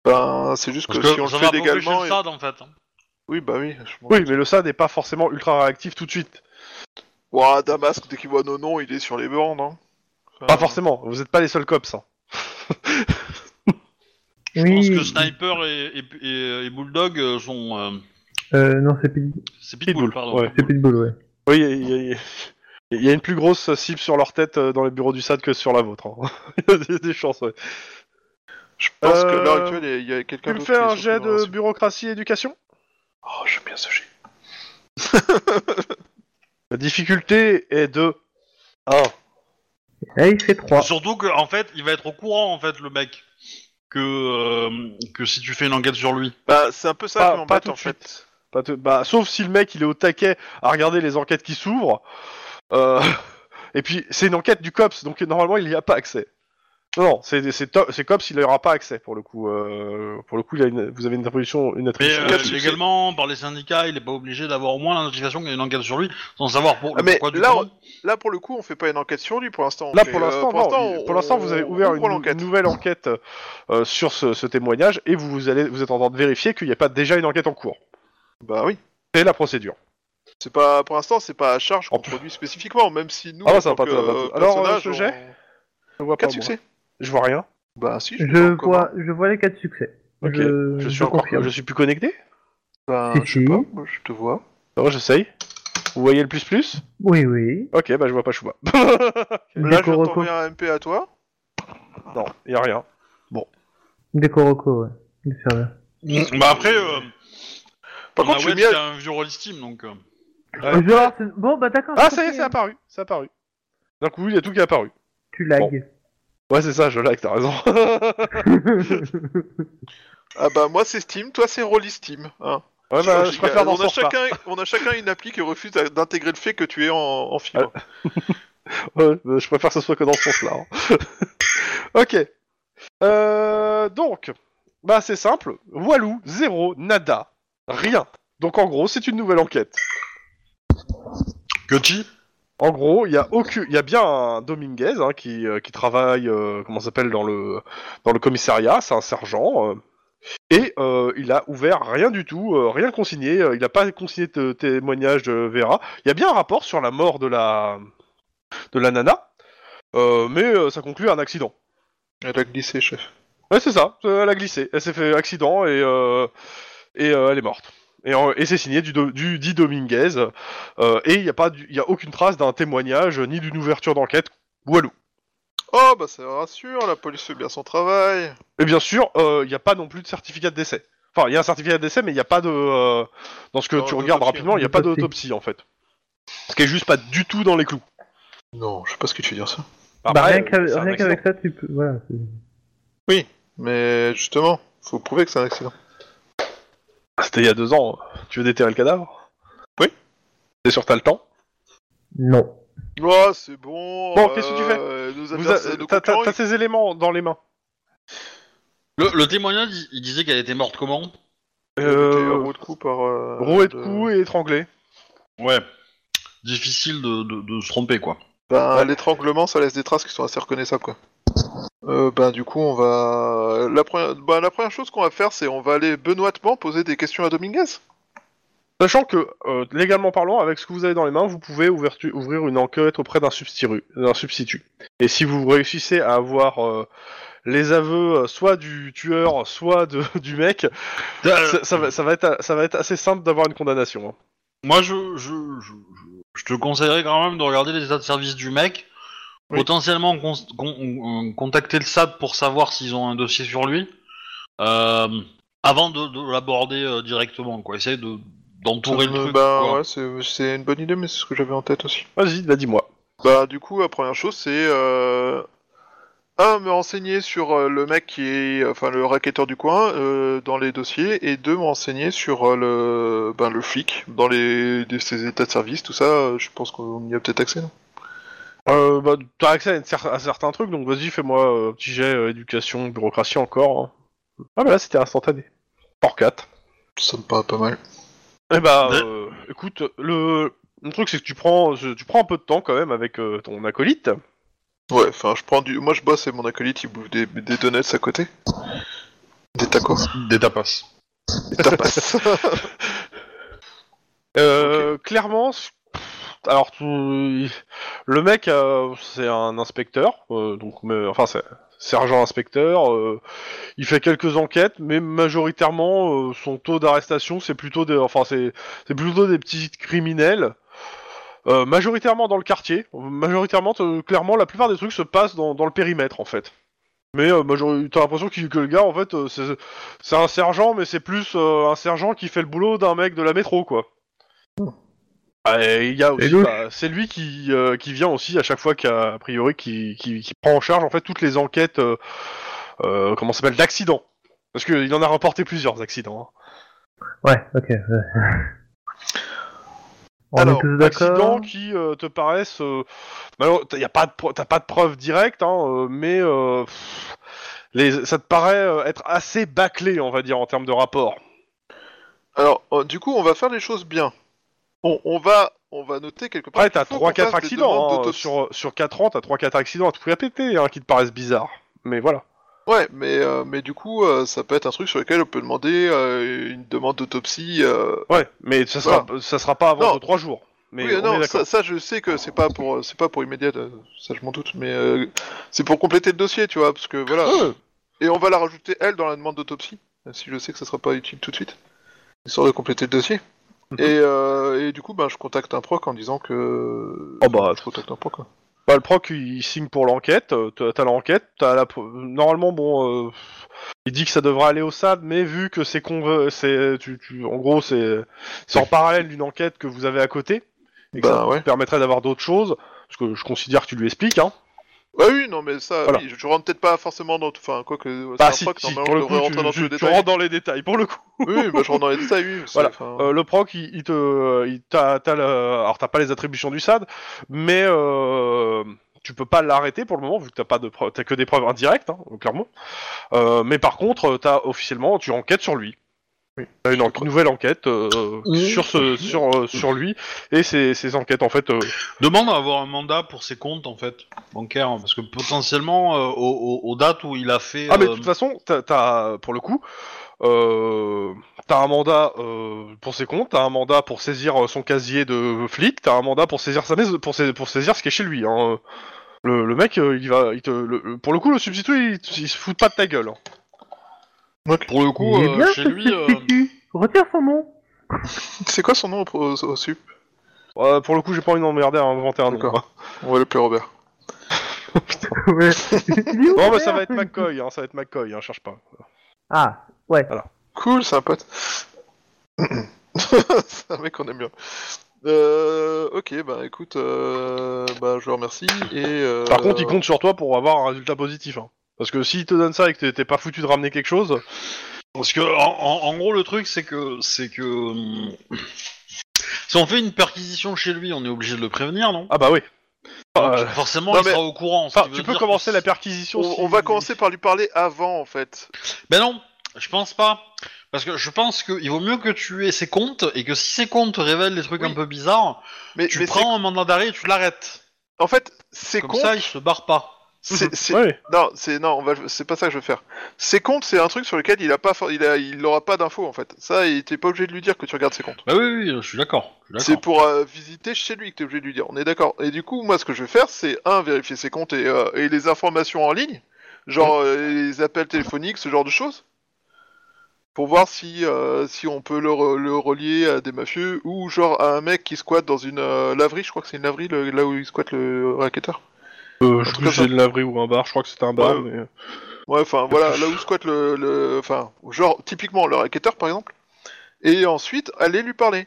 ben, c'est juste que, Parce que si on le ça fait m'a pas empêché légalement, le et- SAD, en fait. hein. oui, bah oui. Je m'en- Oui, mais le SAD n'est pas forcément ultra réactif tout de suite. Ouah, Damas, dès qu'il voit nos noms, il est sur les bandes. Hein. Enfin, Pas forcément. Vous n'êtes pas les seuls cops. hein. Je pense Oui, que Sniper et, et- et- et Bulldog euh, sont... euh, euh, non, c'est Pitbull, C'est Pitbull, Pitbull, pardon. ouais. c'est Pitbull, ouais. Oui, il y, a- il y a- il y a une plus grosse cible sur leur tête euh, dans les bureaux du SAD que sur la vôtre. hein. Il y a des chances. ouais. Je pense que Euh, à l'heure actuelle, il y a- il y a, quelqu'un Tu me d'autre. fais qui est un sur jet le de relation. bureaucratie éducation Oh, j'aime bien ce jet. La difficulté est de 1. Ah, il fait 3. Surtout qu'en en fait, il va être au courant, en fait, le mec, que, euh, que si tu fais une enquête sur lui. Bah, c'est un peu ça Pas- qui pas m'embête tout en de fait. Pas te- bah, sauf si le mec il est au taquet à regarder les enquêtes qui s'ouvrent. Euh, Et puis c'est une enquête du COPS, donc normalement il n'y a pas accès. Non, non, c'est c'est to- c'est COPS, il n'y aura pas accès pour le coup. euh, Pour le coup, il a une- vous avez une attribution. Une Mais attribution. euh, Quatre succès. légalement, par les syndicats, il est pas obligé d'avoir au moins la notification qu'il y a une enquête sur lui, sans savoir pour, Ah, mais pourquoi du là, comment. Là, pour le coup, on fait pas une enquête sur lui pour l'instant. on Là fait, pour euh, l'instant, non, il- pour l'instant on- vous avez ouvert on une, ouvre l'enquête. nou- nouvelle enquête euh, sur ce, ce témoignage et vous, vous allez vous êtes en train de vérifier qu'il n'y a pas déjà une enquête en cours. Bah oui. C'est la procédure. C'est pas pour l'instant, c'est pas à charge En contre lui spécifiquement, même si nous. Ah bah, en ça va tant pas- que, ça va euh, pas- Alors, euh, personnage, ce on- jet Je vois Quatre moi. succès. Je vois rien. Bah si. Je, le vois, je vois les 4 succès. Ok, Je, Je suis je encore, confirme. je suis plus connecté. Bah, Si, je si. sais pas, moi, je te vois. Non, j'essaye. Vous voyez le plus plus Oui, oui. Ok, bah je vois pas Chouba. Là, je Déco vais Rocco. t'envoyer un MP à toi. non, y a rien. Déco Rocco, ouais. Il est serveur. Bah après, euh, Par on a contre, je suis Wedge mis à- qui a un vieux rôle Steam, donc... euh, Ouais. Genre, c'est- bon, bah d'accord. Ah, j'ai ça y est, compris, c'est hein. apparu. C'est apparu. D'un coup, il y a tout qui est apparu. Tu lags. Ouais, c'est ça, je lag, t'as raison. Ah bah moi c'est Steam, toi c'est Rolly Steam. Hein. ouais, bah, je préfère on, dans a ce sens chacun, on a chacun une appli qui refuse d'intégrer le fait que tu es en, en fibre. Ouais, bah, je préfère que ce soit que dans ce sens-là. hein. ok. Euh, donc, bah c'est simple. Walou, zéro, nada, rien. Donc en gros, c'est une nouvelle enquête. Gotti En gros, il y a aucune, il y a bien un Dominguez hein, qui, euh, qui travaille, euh, comment ça s'appelle dans le dans le commissariat, c'est un sergent. euh, et euh, il a ouvert rien du tout, euh, rien consigné. euh, il n'a pas consigné de témoignage de Vera. Il y a bien un rapport sur la mort de la de la nana, euh, mais euh, ça conclut à un accident. Elle a glissé, chef. Ouais, c'est ça. euh, Elle a glissé. Elle s'est fait accident et euh, et euh, elle est morte. Et, en- et c'est signé du, do- du dit Dominguez. euh, et il n'y a pas, du- il y a aucune trace d'un témoignage euh, ni d'une ouverture d'enquête. Walou. Oh bah ça rassure, la police fait bien son travail. Et bien sûr, euh, il n'y a pas non plus de certificat de décès. Enfin, il y a un certificat de décès, mais il n'y a pas de euh, dans ce que Non, tu regardes d'autopsie, rapidement, il n'y a pas d'autopsie. d'autopsie en fait. Ce qui est juste pas du tout dans les clous. Non, je sais pas ce que tu veux dire ça. bah, Après, rien qu'à- c'est un rien accident. qu'avec ça, tu peux. Voilà. c'est- Mais justement, faut prouver que c'est un accident. C'était il y a deux ans. Tu veux déterrer le cadavre Oui. T'es sûr que t'as le temps Non. Oh c'est bon. euh, Bon, qu'est-ce que tu fais tu fais Vous a- T'as t'as- t'as ces éléments dans les mains. le, le témoignage, il, il disait qu'elle était morte comment Euh, de coups par. Euh, Roué de de- coups et étranglé. Ouais. Difficile de, de- de se tromper, quoi. Ben, l'étranglement, ça laisse des traces qui sont assez reconnaissables, quoi. Euh, ben, du coup, on va. La première, ben, la première chose qu'on va faire, c'est on va aller benoîtement poser des questions à Dominguez. Sachant que, euh, légalement parlant, avec ce que vous avez dans les mains, vous pouvez ouvertu- ouvrir une enquête auprès d'un substitut, d'un substitut. Et si vous réussissez à avoir euh, les aveux euh, soit du tueur, soit de- du mec, Euh. ça, ça va, ça va être, a- ça va être assez simple d'avoir une condamnation. hein. Moi, je, je, je, je- je te conseillerais quand même de regarder les états de service du mec. Oui. Potentiellement con- con- euh, contacter le SAD pour savoir s'ils ont un dossier sur lui. euh, avant de, de l'aborder euh, directement, quoi. Essayer de d'entourer le Euh, truc. ben, quoi. ouais, c'est- c'est une bonne idée, mais c'est ce que j'avais en tête aussi. Vas-y, bah, dis-moi. Bah du coup, la première chose, c'est euh... un me renseigner sur euh, le mec qui est, enfin le racketteur du coin euh, dans les dossiers, et deux me renseigner sur euh, le, ben, le flic dans les de ses états de service, tout ça. euh, Je pense qu'on y a peut-être accès. Non Euh, bah, t'as accès à, une cer- à certains trucs, donc vas-y, fais-moi euh, un petit jet euh, éducation, bureaucratie encore. hein. Ah bah là, c'était instantané. Par 4. ça me paraît pas mal. Eh bah, Ouais. euh, écoute, le, le truc c'est que tu prends, je- tu prends un peu de temps quand même avec euh, ton acolyte. Ouais, enfin je prends du, moi je bosse et mon acolyte il bouffe des, des donuts à côté, des tacos, Des tapas. des tapas. Euh, Clairement, c- alors tu- le mec euh, c'est un inspecteur, euh, donc mais- enfin c'est sergent inspecteur. euh, il fait quelques enquêtes, mais majoritairement euh, son taux d'arrestation c'est plutôt des, enfin c'est c'est plutôt des petits criminels. euh, majoritairement dans le quartier, majoritairement, euh, clairement, la plupart des trucs se passent dans, dans le périmètre en fait. Mais euh, majori- t'as l'impression qu'il- que le gars en fait euh, c'est c'est un sergent, mais c'est plus euh, un sergent qui fait le boulot d'un mec de la métro quoi. Ah, et il y a aussi, Et donc- bah, c'est lui qui, euh, qui vient aussi à chaque fois qu'a a priori qui, qui, qui prend en charge en fait toutes les enquêtes euh, euh, comment ça s'appelle d'accidents parce qu'il en a remporté plusieurs accidents. hein. Ouais, ok. ouais. On Alors, est tous Accidents d'accord. qui euh, te paraissent euh, malheureux- t'as y a pas de pro- t'as pas de preuves directes hein, euh, mais euh, pff, les, ça te paraît euh, être assez bâclé on va dire en termes de rapport. Alors euh, du coup, on va faire les choses bien. On, on va, on va noter quelque part. Après t'as qu'il faut 3 qu'on fasse 4 des demandes accidents hein, d'autopsie. sur sur 4 ans t'as 3 4 accidents à tout répéter hein, qui te paraissent bizarres mais voilà. Ouais, mais, euh, mais du coup, euh, ça peut être un truc sur lequel on peut demander euh, une demande d'autopsie. euh, Ouais, mais ça sera, ça sera pas Non. avant 3 jours. Mais Oui, on est non, d'accord. ça, ça, je sais que c'est pas pour c'est pas pour immédiat, euh, ça je m'en doute, mais euh, c'est pour compléter le dossier, tu vois, parce que voilà. Ouais, ouais. Et on va la rajouter elle dans la demande d'autopsie, même si je sais que ça sera pas utile tout de suite, histoire de compléter le dossier. Mhm. Et, euh, et du coup, ben, je contacte un proc en disant que. Oh, bah, je contacte un proc. Quoi. Bah, le proc, il signe pour l'enquête. euh, t'as- T'as l'enquête. T'as la... pro- Normalement, bon, euh, il dit que ça devra aller au SAD, mais vu que c'est con... c'est, tu, tu- en gros, c'est, c'est en parallèle d'une enquête que vous avez à côté, et que Bah, ça ouais. te permettrait d'avoir d'autres choses, parce que je considère que tu lui expliques, hein. Bah oui, non, mais ça, Voilà. oui, je, je rentre peut-être pas forcément dans. Enfin, quoi que. c'est Bah, un si, proc, si, normalement, pour le je coup, devrais tu, rentrer dans tu- tous tu les détails. rentres dans les détails, pour le coup. Oui, oui, bah, je rentre dans les détails, oui. c'est- Voilà. enfin, Euh, le proc, il, il te, euh, il t'a, t'as le- alors t'as pas les attributions du SAD, mais euh, tu peux pas l'arrêter pour le moment vu que t'as pas de, preu- t'as que des preuves indirectes, hein, clairement. Euh, mais par contre, euh, t'as officiellement, tu enquêtes sur lui. T'as une, en- une nouvelle enquête euh, Oui. sur ce, sur, euh, sur lui et ses, ses enquêtes en fait. euh, Demande à avoir un mandat pour ses comptes, en fait, bancaires. hein, Parce que potentiellement, euh, aux, aux- aux dates où il a fait. Ah mais de euh, toute façon, t'as, t'as- pour le coup, euh, t'as un mandat euh, pour ses comptes, t'as un mandat pour saisir euh, son casier de flic, t'as un mandat pour saisir sa maison, pour, sais- pour saisir ce qui est chez lui. hein. Le, le mec, euh, il va, il te, le- le- pour le coup, le substitut, il, t- il se fout pas de ta gueule. hein. Pour le coup, Il est euh, bien chez ce lui. euh, substitut. Retire son nom. C'est quoi son nom au, au- au sup Euh, pour le coup, j'ai pas envie d'emmerder à inventer un nom. D'accord. hein. On va l'appeler Robert. Ouais. Il est où, Non, mais bah, ça va Robert être McCoy, hein, ça va être McCoy, hein, cherche pas. Ah, Cool, c'est un pote. c'est un mec qu'on aime bien. Euh, ok, bah écoute, euh, bah, je le remercie. Et, euh, Par contre, il compte sur toi pour avoir un résultat positif. hein. Parce que s'il te donne ça et que t'es- t'es pas foutu de ramener quelque chose, Parce que, en, en- en gros, le truc, c'est que. C'est que. hum, Si on fait une perquisition chez lui, on est obligé de le prévenir, non ah bah oui. Donc, Euh, Forcément, non, il mais- sera au courant. ce enfin, qui tu veut peux dire commencer que- la perquisition. On, si- on va commencer par lui parler avant, en fait. Ben non, je pense pas. Parce que je pense qu'il vaut mieux que tu aies ses comptes et que si ses comptes révèlent des trucs Oui. un peu bizarres, Mais, tu mais c'est- prends un mandat d'arrêt et tu l'arrêtes. En fait, c'est Comme con. ça, il se barre pas. c'est- c'est- Ouais. Non, c'est non, on va- c'est pas ça que je veux faire. Ses comptes, c'est un truc sur lequel il a pas, for- il a, il aura pas d'infos en fait. Ça, il t'es pas obligé de lui dire que tu regardes ses comptes. Bah oui, oui, je suis d'accord. je suis C'est d'accord. pour euh, visiter chez lui que t'es obligé de lui dire. On est d'accord. Et du coup, moi, ce que je vais faire, c'est un vérifier ses comptes et, euh, et les informations en ligne, genre euh, les appels téléphoniques, ce genre de choses, pour voir si euh, si on peut le, re- le relier à des mafieux ou genre à un mec qui squatte dans une euh, laverie. Je crois que c'est une laverie le- là où il squatte le racketteur. Euh, En je sais tout cas, plus si ça- c'est de laverie ou un bar, je crois que c'était un bar. Ouais. mais- euh. Ouais, enfin voilà, là où squatte le, le- Enfin, genre, typiquement le racketeur par exemple. Et ensuite, aller lui parler.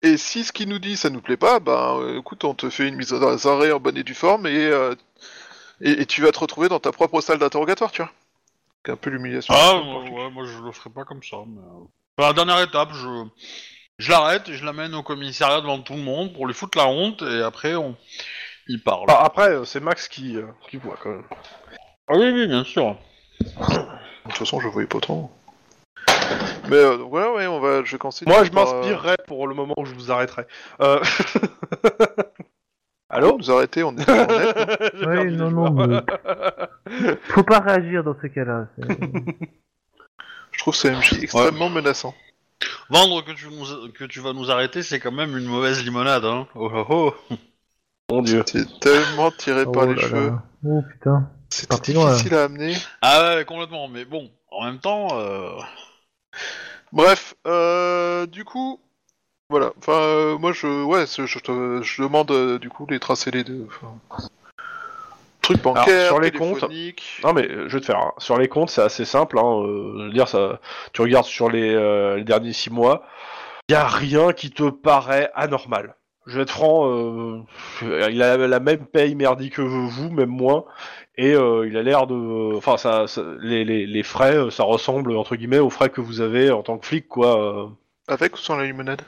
Et si ce qu'il nous dit ça nous plaît pas, ben euh, écoute, on te fait une mise à arrêt en bonne et due forme et, euh, et, et tu vas te retrouver dans ta propre salle d'interrogatoire, tu vois. C'est un peu l'humiliation. Ah, moi, ouais, moi je le ferai pas comme ça. Mais... euh. Enfin, la dernière étape, je, je l'arrête et je l'amène au commissariat devant tout le monde pour lui foutre la honte et après on... il parle. Bah, après, euh, c'est Max qui, euh, qui voit quand même. Ah oui, oui, bien sûr. De toute façon, je voyais pas trop. Mais euh, donc, voilà, ouais, on va, je conseille. Moi, je par, euh, m'inspirerai pour le moment où je vous arrêterai. Euh... Allô Nous arrêter, on est toujours en net. J'ai Ouais, perdu le non, non, joueur. mais- Faut pas réagir dans ces cas-là. c'est- Je trouve ce MJ extrêmement menaçant. Vendre que tu, nous- que tu vas nous arrêter, c'est quand même une mauvaise limonade. Hein. Oh, oh, oh. Mon dieu. C'est tellement tiré par Oh les là cheveux. là. Oh putain. C'était parti loin, là. difficile à amener. Ah ouais, complètement, mais bon, en même temps, euh, Bref, euh, du coup, voilà. Enfin, euh, moi, je, ouais, c'est- je, te- je demande euh, du coup les tracés les deux. enfin. Truc bancaire, sur les comptes- téléphonique. Non mais euh, je vais te faire. hein. Sur les comptes, c'est assez simple. Hein. euh, je veux dire, ça, tu regardes sur les, euh, les derniers six mois, il y a rien qui te paraît anormal. Je vais être franc, euh, il a la même paye merdique que vous, même moins, et euh, il a l'air de. Enfin, ça, ça- les, les, les frais, euh, ça ressemble entre guillemets aux frais que vous avez en tant que flic, quoi. euh. Avec ou sans la limonade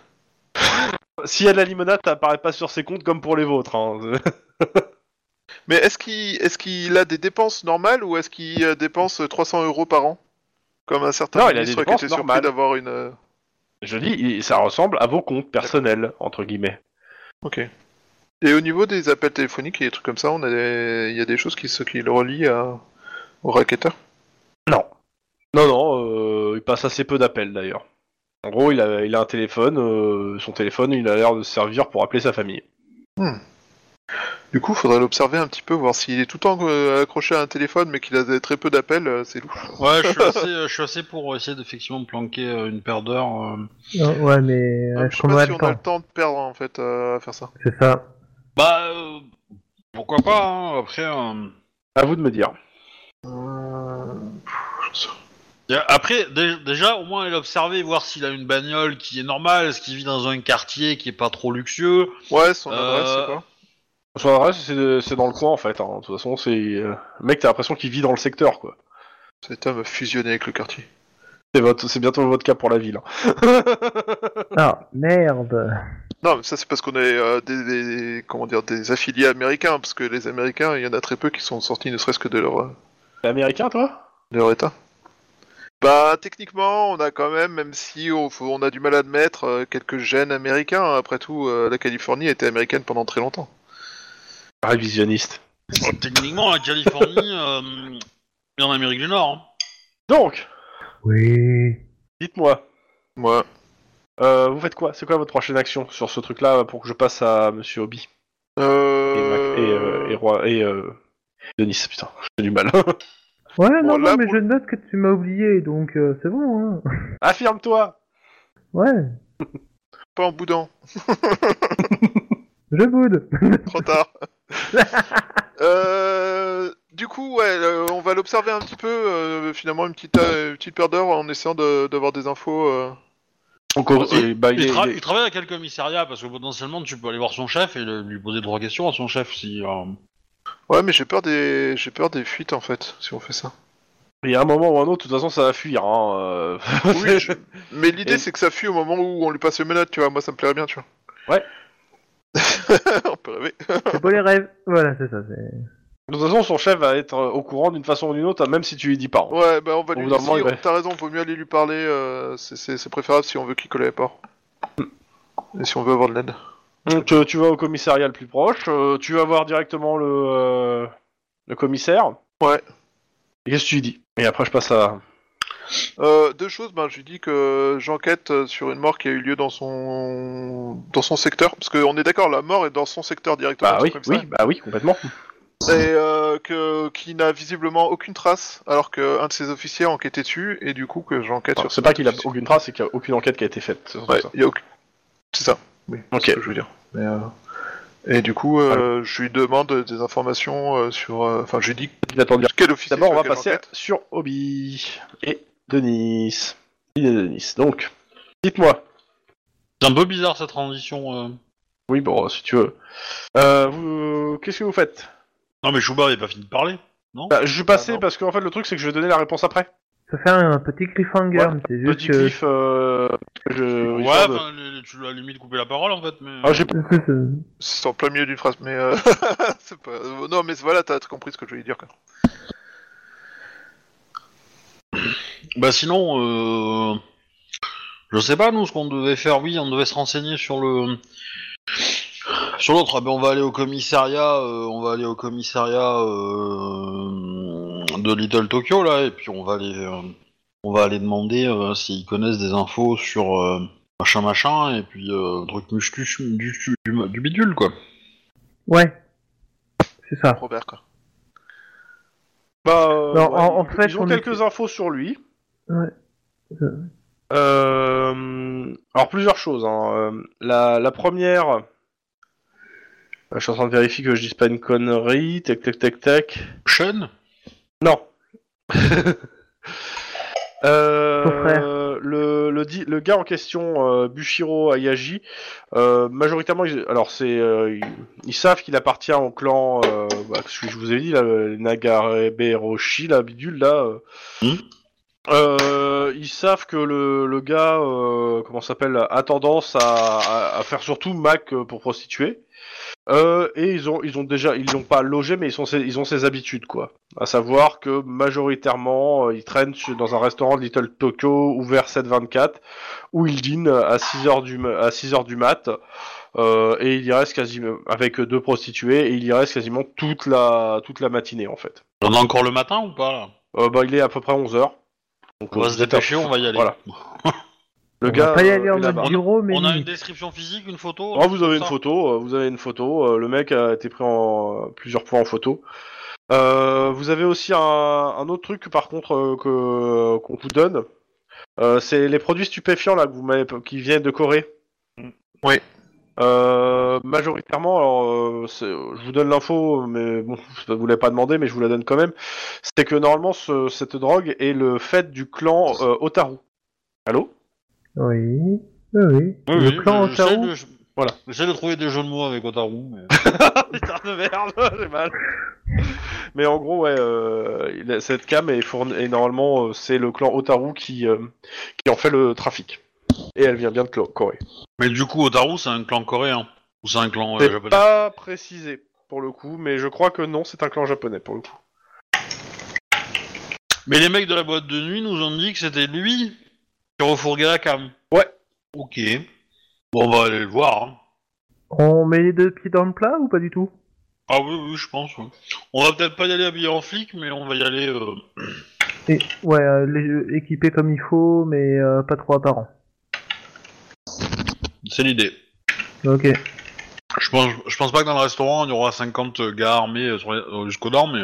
S'il y a de la limonade, ça apparaît pas sur ses comptes comme pour les vôtres. Hein. Mais est-ce qu'il est qu'il a des dépenses normales ou est-ce qu'il euh, dépense 300 euros par an Comme un certain Non, il a des ministre qui dépenses était normales. surpris d'avoir une. euh, Je dis, il- ça ressemble à vos comptes personnels, entre guillemets. Ok. Et au niveau des appels téléphoniques et des trucs comme ça, on a des- il y a des choses qui, se- qui le relient à... au racketeur Non, non, euh, il passe assez peu d'appels d'ailleurs. En gros, il a, il a un téléphone, euh, son téléphone, il a l'air de se servir pour appeler sa famille. Du coup, faudrait l'observer un petit peu, voir s'il est tout le temps euh, accroché à un téléphone, mais qu'il a très peu d'appels, euh, c'est louche. ouais, je suis assez, euh, je suis assez pour essayer d'effectivement de planquer euh, une paire d'heures. euh. Non, ouais, mais Ah, euh, je je sais qu'on pas a si le on a le temps. temps de perdre en fait euh, à faire ça. C'est ça. Bah, euh, pourquoi pas, hein, après... euh, À vous de me dire. Euh, Et Euh, Après, dé- déjà, au moins, elle observer, voir s'il a une bagnole qui est normale, est-ce qu'il vit dans un quartier qui est pas trop luxueux. Ouais, son Euh, adresse, c'est quoi Son adresse, c'est c'est dans le coin en fait. hein. De toute façon, c'est. euh, Le mec, t'as l'impression qu'il vit dans le secteur quoi. Cet homme a fusionné avec le quartier. C'est votre- c'est bientôt votre cas pour la ville. hein. Ah, merde. Non, mais ça c'est parce qu'on est euh, des, des- comment dire des affiliés américains, parce que les Américains, il y en a très peu qui sont sortis ne serait-ce que de leur euh, T'es américain toi de leur état. Bah techniquement, on a quand même, même si on, faut- on a du mal à admettre euh, quelques gènes américains. Après tout, euh, la Californie était américaine pendant très longtemps. Révisionniste. Euh, Techniquement, la Californie, euh, est en Amérique du Nord. hein. Donc, Oui. dites-moi, Moi, euh, vous faites quoi C'est quoi votre prochaine action sur ce truc là pour que je passe à Monsieur Hobby et, euh... Mac- et, euh, et Roi et euh, Denis Putain, j'ai du mal. Ouais, Bon, non, là, non, mais pour- je note que tu m'as oublié, donc euh, c'est bon. Hein. Affirme-toi. Ouais, pas en boudin. je boude. Trop tard. Euh, du coup, ouais, euh, on va l'observer un petit peu, euh, finalement, une petite, euh, une petite paire d'heures en essayant de- d'avoir des infos. euh. Encore. et, bah, Il, est- tra- est- il travaille à quel commissariat Parce que potentiellement, tu peux aller voir son chef et le- lui poser trois questions à son chef si. euh, Ouais, mais j'ai peur des j'ai peur des fuites en fait, si on fait ça. Il y a un moment ou un autre, de toute façon, ça va fuir. Hein. euh. Oui, je- mais l'idée Et- c'est que ça fuit au moment où on lui passe le menottes, tu vois. Moi, ça me plairait bien, tu vois. Ouais. on peut rêver. C'est pas les rêves. Voilà, c'est ça. c'est- De toute façon, son chef va être euh, au courant d'une façon ou d'une autre, même si tu lui dis pas. hein. Ouais, bah on va Au lui. bout d'un si, moment, il va- T'as raison, vaut mieux aller lui Hmm. parler. euh, c'est- c'est c'est préférable si on veut qu'il colle à l'apport. Et si on veut avoir de l'aide. Donc euh, tu vas au commissariat le plus proche, euh, tu vas voir directement le, euh, le commissaire. Ouais. Et Qu'est-ce que tu lui dis Et après je passe à... Euh, deux choses, ben, je lui dis que j'enquête euh, sur une mort qui a eu lieu dans son dans son secteur, parce qu'on est d'accord, la mort est dans son secteur directement. Bah un oui, truc comme oui, bah oui, complètement. ça. Et euh, que qui n'a visiblement aucune trace, alors qu'un de ses officiers a enquêté dessus, et du coup que j'enquête Enfin, sur. c'est pas qu'il a aucune trace, c'est qu'il n'y a aucune enquête qui a été faite. c'est surtout Ouais, ça. y a aucune- C'est ça. Oui, c'est Ok. ce que je veux dire. Mais, euh, Et du coup, euh, je lui demande des informations euh, sur. euh, Enfin, je lui dis Il attend bien. quel officier. D'abord, on sur va lequel passer à- j'enquête. sur Obi et Denis. Il et Denis. Donc, dites-moi. C'est un peu bizarre cette transition. euh. Oui, bon, si tu veux. Euh, vous- Qu'est-ce que vous faites Non mais Chouba il a pas fini de parler. Bah, Je vais Ah, passer non. parce qu'en fait, le truc, c'est que je vais donner la réponse après. Ça fait un petit cliffhanger, Ouais, mais c'est Petit juste que... cliff. euh, je- ouais, histoire de- bah, enfin, le- le- tu l'as à la limite coupé la parole en fait, mais. Ah, j'ai- euh, C'est en plein milieu d'une phrase, mais euh, c'est pas. euh, Non, mais voilà, t'as t'as compris ce que je voulais dire. Quoi. Bah sinon, euh... je sais pas nous ce qu'on devait faire. Oui, on devait se renseigner sur le sur l'autre. Ah, ben, on va aller au commissariat, euh, on va aller au commissariat euh, de Little Tokyo là, et puis on va aller euh, on va aller demander euh, s'ils connaissent des infos sur euh, machin machin, et puis euh, truc muscu du, du, du bidule quoi. Ouais, c'est ça. Robert, quoi. Bah, euh, Non, en- ils- en fait, ils ont on quelques infos sur lui. Ouais. Euh, alors plusieurs choses. hein. Euh, La, la première, euh, je suis en train de vérifier que je dise pas une connerie. Tac tac tac tac. Sean Non. Euh, Ton frère. le, le, di- le gars en question, euh, Bushiro Ayaji, euh, majoritairement, ils, alors c'est, euh, ils, ils savent qu'il appartient au clan, euh, bah, ce que je vous ai dit, là, le Nagareberoshi, la bidule, là. euh. Hmm. Euh, ils savent que le, le gars, euh, comment ça s'appelle, a tendance à, à- à faire surtout Mac euh, pour prostituer. Euh, et ils ont, ils ont déjà, ils l'ont pas logé, mais ils, sont, ses- ils ont ses habitudes, quoi à savoir que majoritairement euh, ils traînent su- dans un restaurant de Little Tokyo ouvert 7-24 où ils dînent à 6h du, ma- à 6 heures du mat euh, et il y reste quasiment avec deux prostituées et il y reste quasiment toute la, toute la matinée en fait. On a encore le matin ou pas là Euh, bah, il est à peu près 11h. On euh, va se dépêcher, on va y aller. Voilà. Le on gars va pas y euh, aller en est mode là-bas. bureau, mais... On a une description physique, une photo. Oh, vous avez une Ça. photo, euh, vous avez une photo. euh, Le mec a été pris en euh, plusieurs points en photo. Euh, vous avez aussi un, un autre truc par contre euh, que qu'on vous donne. Euh, c'est les produits stupéfiants là que vous m'avez qui viennent de Corée. Oui. Euh, majoritairement, alors euh, c'est- je vous donne l'info, mais bon, je vous l'ai pas demandé, mais je vous la donne quand même. C'est que normalement, ce- cette drogue est le fait du clan euh, Otaru. Allô Oui, oui, oui. Oui, le oui, clan je- j'essaie Otaru de- je- Voilà. J'essaie de trouver des jeux de mots avec Otaru. Mais... Putain de merde, j'ai mal. Mais en gros, ouais, euh, il a- cette cam est fournie et normalement euh, c'est le clan Otaru qui, euh, qui en fait le trafic. Et elle vient bien de Clo- Corée. mais du coup, Otaru, c'est un clan coréen ou c'est un clan euh, C'est japonais pas précisé pour le coup, mais je crois que non, c'est un clan japonais pour le coup. Mais les mecs de la boîte de nuit nous ont dit que c'était lui qui refourguait la cam. Ouais. Ok. Bon, on va aller le voir. hein. On met les deux pieds dans le plat ou pas du tout Ah oui, oui, je pense. ouais. On va peut-être pas y aller habillé en flic, mais on va y aller. euh, Et, Ouais, euh, les- équipés comme il faut, mais euh, pas trop apparent. C'est l'idée. Ok. Je pense, je pense pas que dans le restaurant, il y aura 50 gars armés euh, sur les- euh, jusqu'aux dents, mais.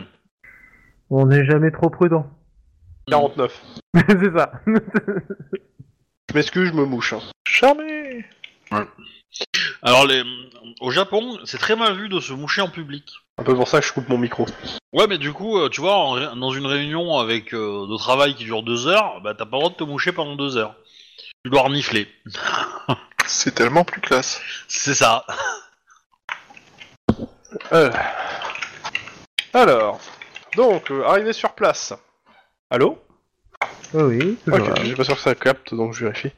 On n'est jamais trop prudent. 49. c'est ça. Je m'excuse, je me mouche. hein. Charmé Alors, les... au Japon, c'est très mal vu de se moucher en public. Un peu pour ça que je coupe mon micro. Ouais, mais du coup, euh, tu vois, en ré- dans une réunion avec euh, de travail qui dure deux heures, bah t'as pas le droit de te moucher pendant deux heures. Tu dois renifler. C'est tellement plus classe. C'est ça. Euh. Alors, donc, euh, arrivé sur place. Allô Oui, oui, Ok, toujours là. je suis pas sûr que ça capte, donc je vérifie.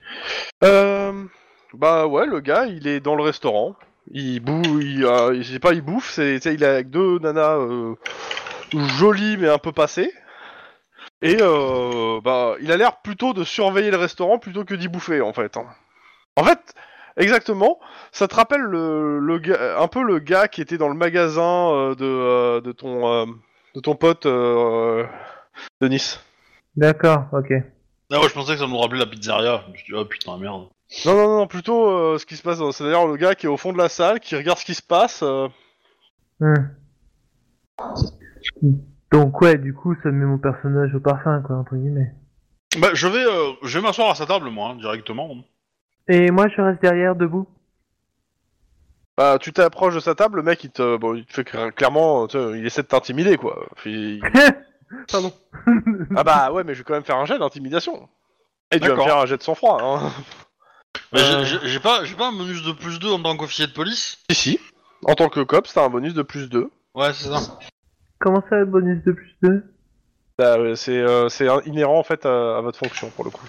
Euh, bah ouais, le gars, il est dans le restaurant. Il bouffe, il, euh, je sais pas, il bouffe, c'est, tu sais, il est avec deux nanas euh, jolies mais un peu passées. Et euh, bah, il a l'air plutôt de surveiller le restaurant plutôt que d'y bouffer, en fait. hein. En fait, Exactement. Ça te rappelle le, le gars- un peu le gars qui était dans le magasin euh, de, euh, de ton, euh, de ton pote euh, Denis. D'accord, ok. Ah ouais, je pensais que ça nous rappelait la pizzeria. Je me suis dit, oh putain, merde. Non, non, non, plutôt euh, ce qui se passe. dans- C'est d'ailleurs le gars qui est au fond de la salle, qui regarde ce qui se passe. euh, Hmm. Donc ouais, du coup, ça met mon personnage au parfum, quoi, entre guillemets. Bah, je vais, euh, je vais m'asseoir à sa table, moi, hein, directement. Et moi, je reste derrière, debout. Bah, tu t'approches de sa table, le mec il te, bon, il te fait cl- clairement, euh, tu vois, il essaie de t'intimider quoi. Puis- Pardon. ah bah ouais, mais je vais quand même faire un jet d'intimidation. Et tu vas me D'accord. faire un jet de sang-froid. Hein. Mais j'ai- Euh. j'ai j'ai pas, j'ai pas un bonus de plus 2 en tant qu'officier de police Ici, en tant que cop, t'as un bonus de plus 2. Ouais, c'est ça. Comment ça, bonus de plus 2 Bah, euh, c'est euh, c'est un- inhérent en fait à, à votre fonction pour le coup.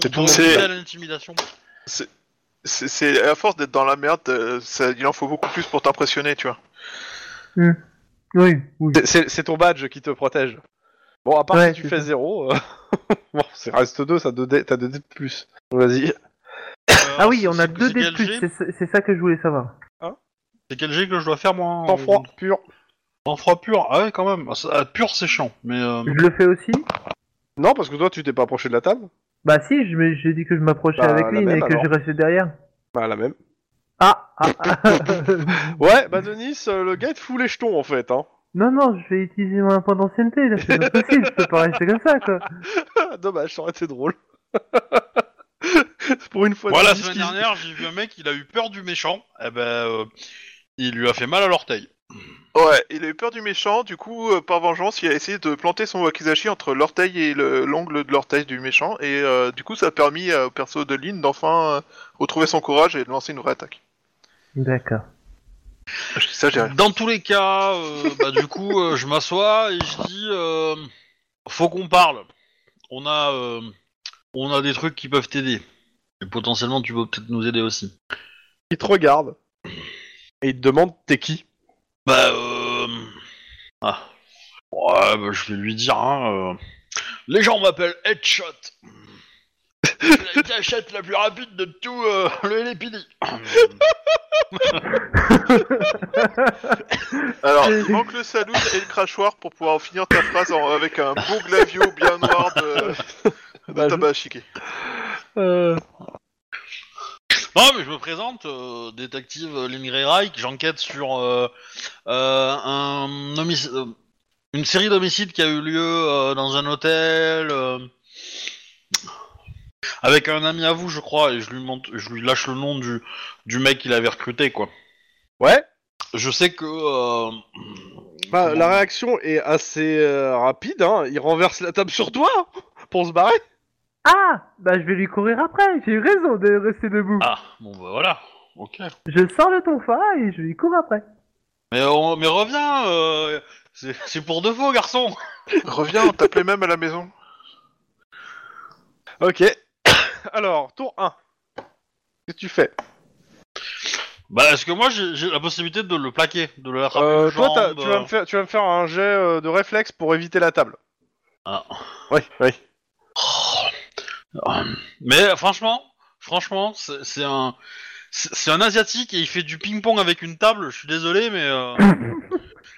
C'est ton- c'est- l'intimidation. C'est- C'est à force d'être dans la merde, euh, ça- il en faut beaucoup plus pour t'impressionner, tu vois. Oui, oui. C'est- C'est c'est ton badge qui te protège. Bon, à part Ouais, si tu c'est fais 0, bon, c'est reste 2, t'as 2 dés t'as deux dés de plus. Vas-y. Ah oui, on euh, a C'est- deux c'est dés de quel plus, jet c'est ça- c'est ça que je voulais savoir. C'est quel jet que je dois faire, moi Oh, en- Sans froid, pur. En froid pur Ah ouais, quand même. Ah, ça- ah, pur, c'est chiant. Mais euh, Je le fais aussi Non, parce que toi, tu t'es pas approché de la table. Bah si, je me- j'ai dit que je m'approchais Bah, avec la lui, même, mais que alors. je restais derrière. Bah, la même. Ah, ah, ah. Ouais, bah, Denis, euh, le gars te fout les jetons en fait. Hein. Non, non, je vais utiliser un point d'ancienneté, là, c'est pas possible, je peux pas rester comme ça, quoi. Ah, Dommage, ça aurait été drôle. pour une fois. voilà, la Denis semaine qui- dernière, j'ai vu un mec, il a eu peur du méchant. Eh ben, euh, il lui a fait mal à l'orteil. Ouais, il a eu peur du méchant, du coup, euh, par vengeance, il a essayé de planter son wakizashi entre l'orteil et le- l'ongle de l'orteil du méchant, et euh, du coup, ça a permis euh, au perso de Lynn d'enfin euh, retrouver son courage et de lancer une vraie attaque. D'accord. Je dis ça, j'ai rien. Dans tous les cas, euh, bah, du coup, euh, je m'assois et je dis euh, faut qu'on parle. On a, euh, on a des trucs qui peuvent t'aider. Et potentiellement, tu peux peut-être nous aider aussi. Il te regarde. Et il te demande t'es qui Bah, euh... ah. Ouais, bah, je vais lui dire, hein. euh, Les gens m'appellent Headshot. C'est la cachette la plus rapide de tout euh, le LPD. Alors, il manque le salut et le crachoir pour pouvoir finir ta phrase en- avec un beau glavio bien noir de, de Bah, je- tabac à chiquer. euh... Non, mais je me présente, euh, détective Lingray Reich, j'enquête sur euh, euh, un homic- euh, une série d'homicides qui a eu lieu euh, dans un hôtel, euh, avec un ami à vous, je crois, et je lui, monte, je lui lâche le nom du, du mec qu'il avait recruté, quoi. Ouais. Je sais que... euh, Bah, comment- la réaction est assez euh, rapide. Hein. Il renverse la table sur toi pour se barrer. Ah Bah je vais lui courir après, j'ai eu raison de rester debout. Ah, bon bah voilà, ok. Je sors le tonfa et je lui cours après. Mais, on- mais reviens, euh, c'est c'est pour de faux, garçon Reviens, on t'appelait même à la maison. Ok. Alors, tour 1. Qu'est-ce que tu fais Bah, est-ce que moi j'ai j'ai la possibilité de le plaquer, de le rattraper Euh, aux Toi, t'as- jambes, tu vas, me euh, faire, tu vas me faire un jet euh, de réflexe pour éviter la table. Ah. Oui, oui. Mais euh, franchement, franchement, c'est c'est un, c'est c'est un asiatique et il fait du ping-pong avec une table. Je suis désolé, mais euh,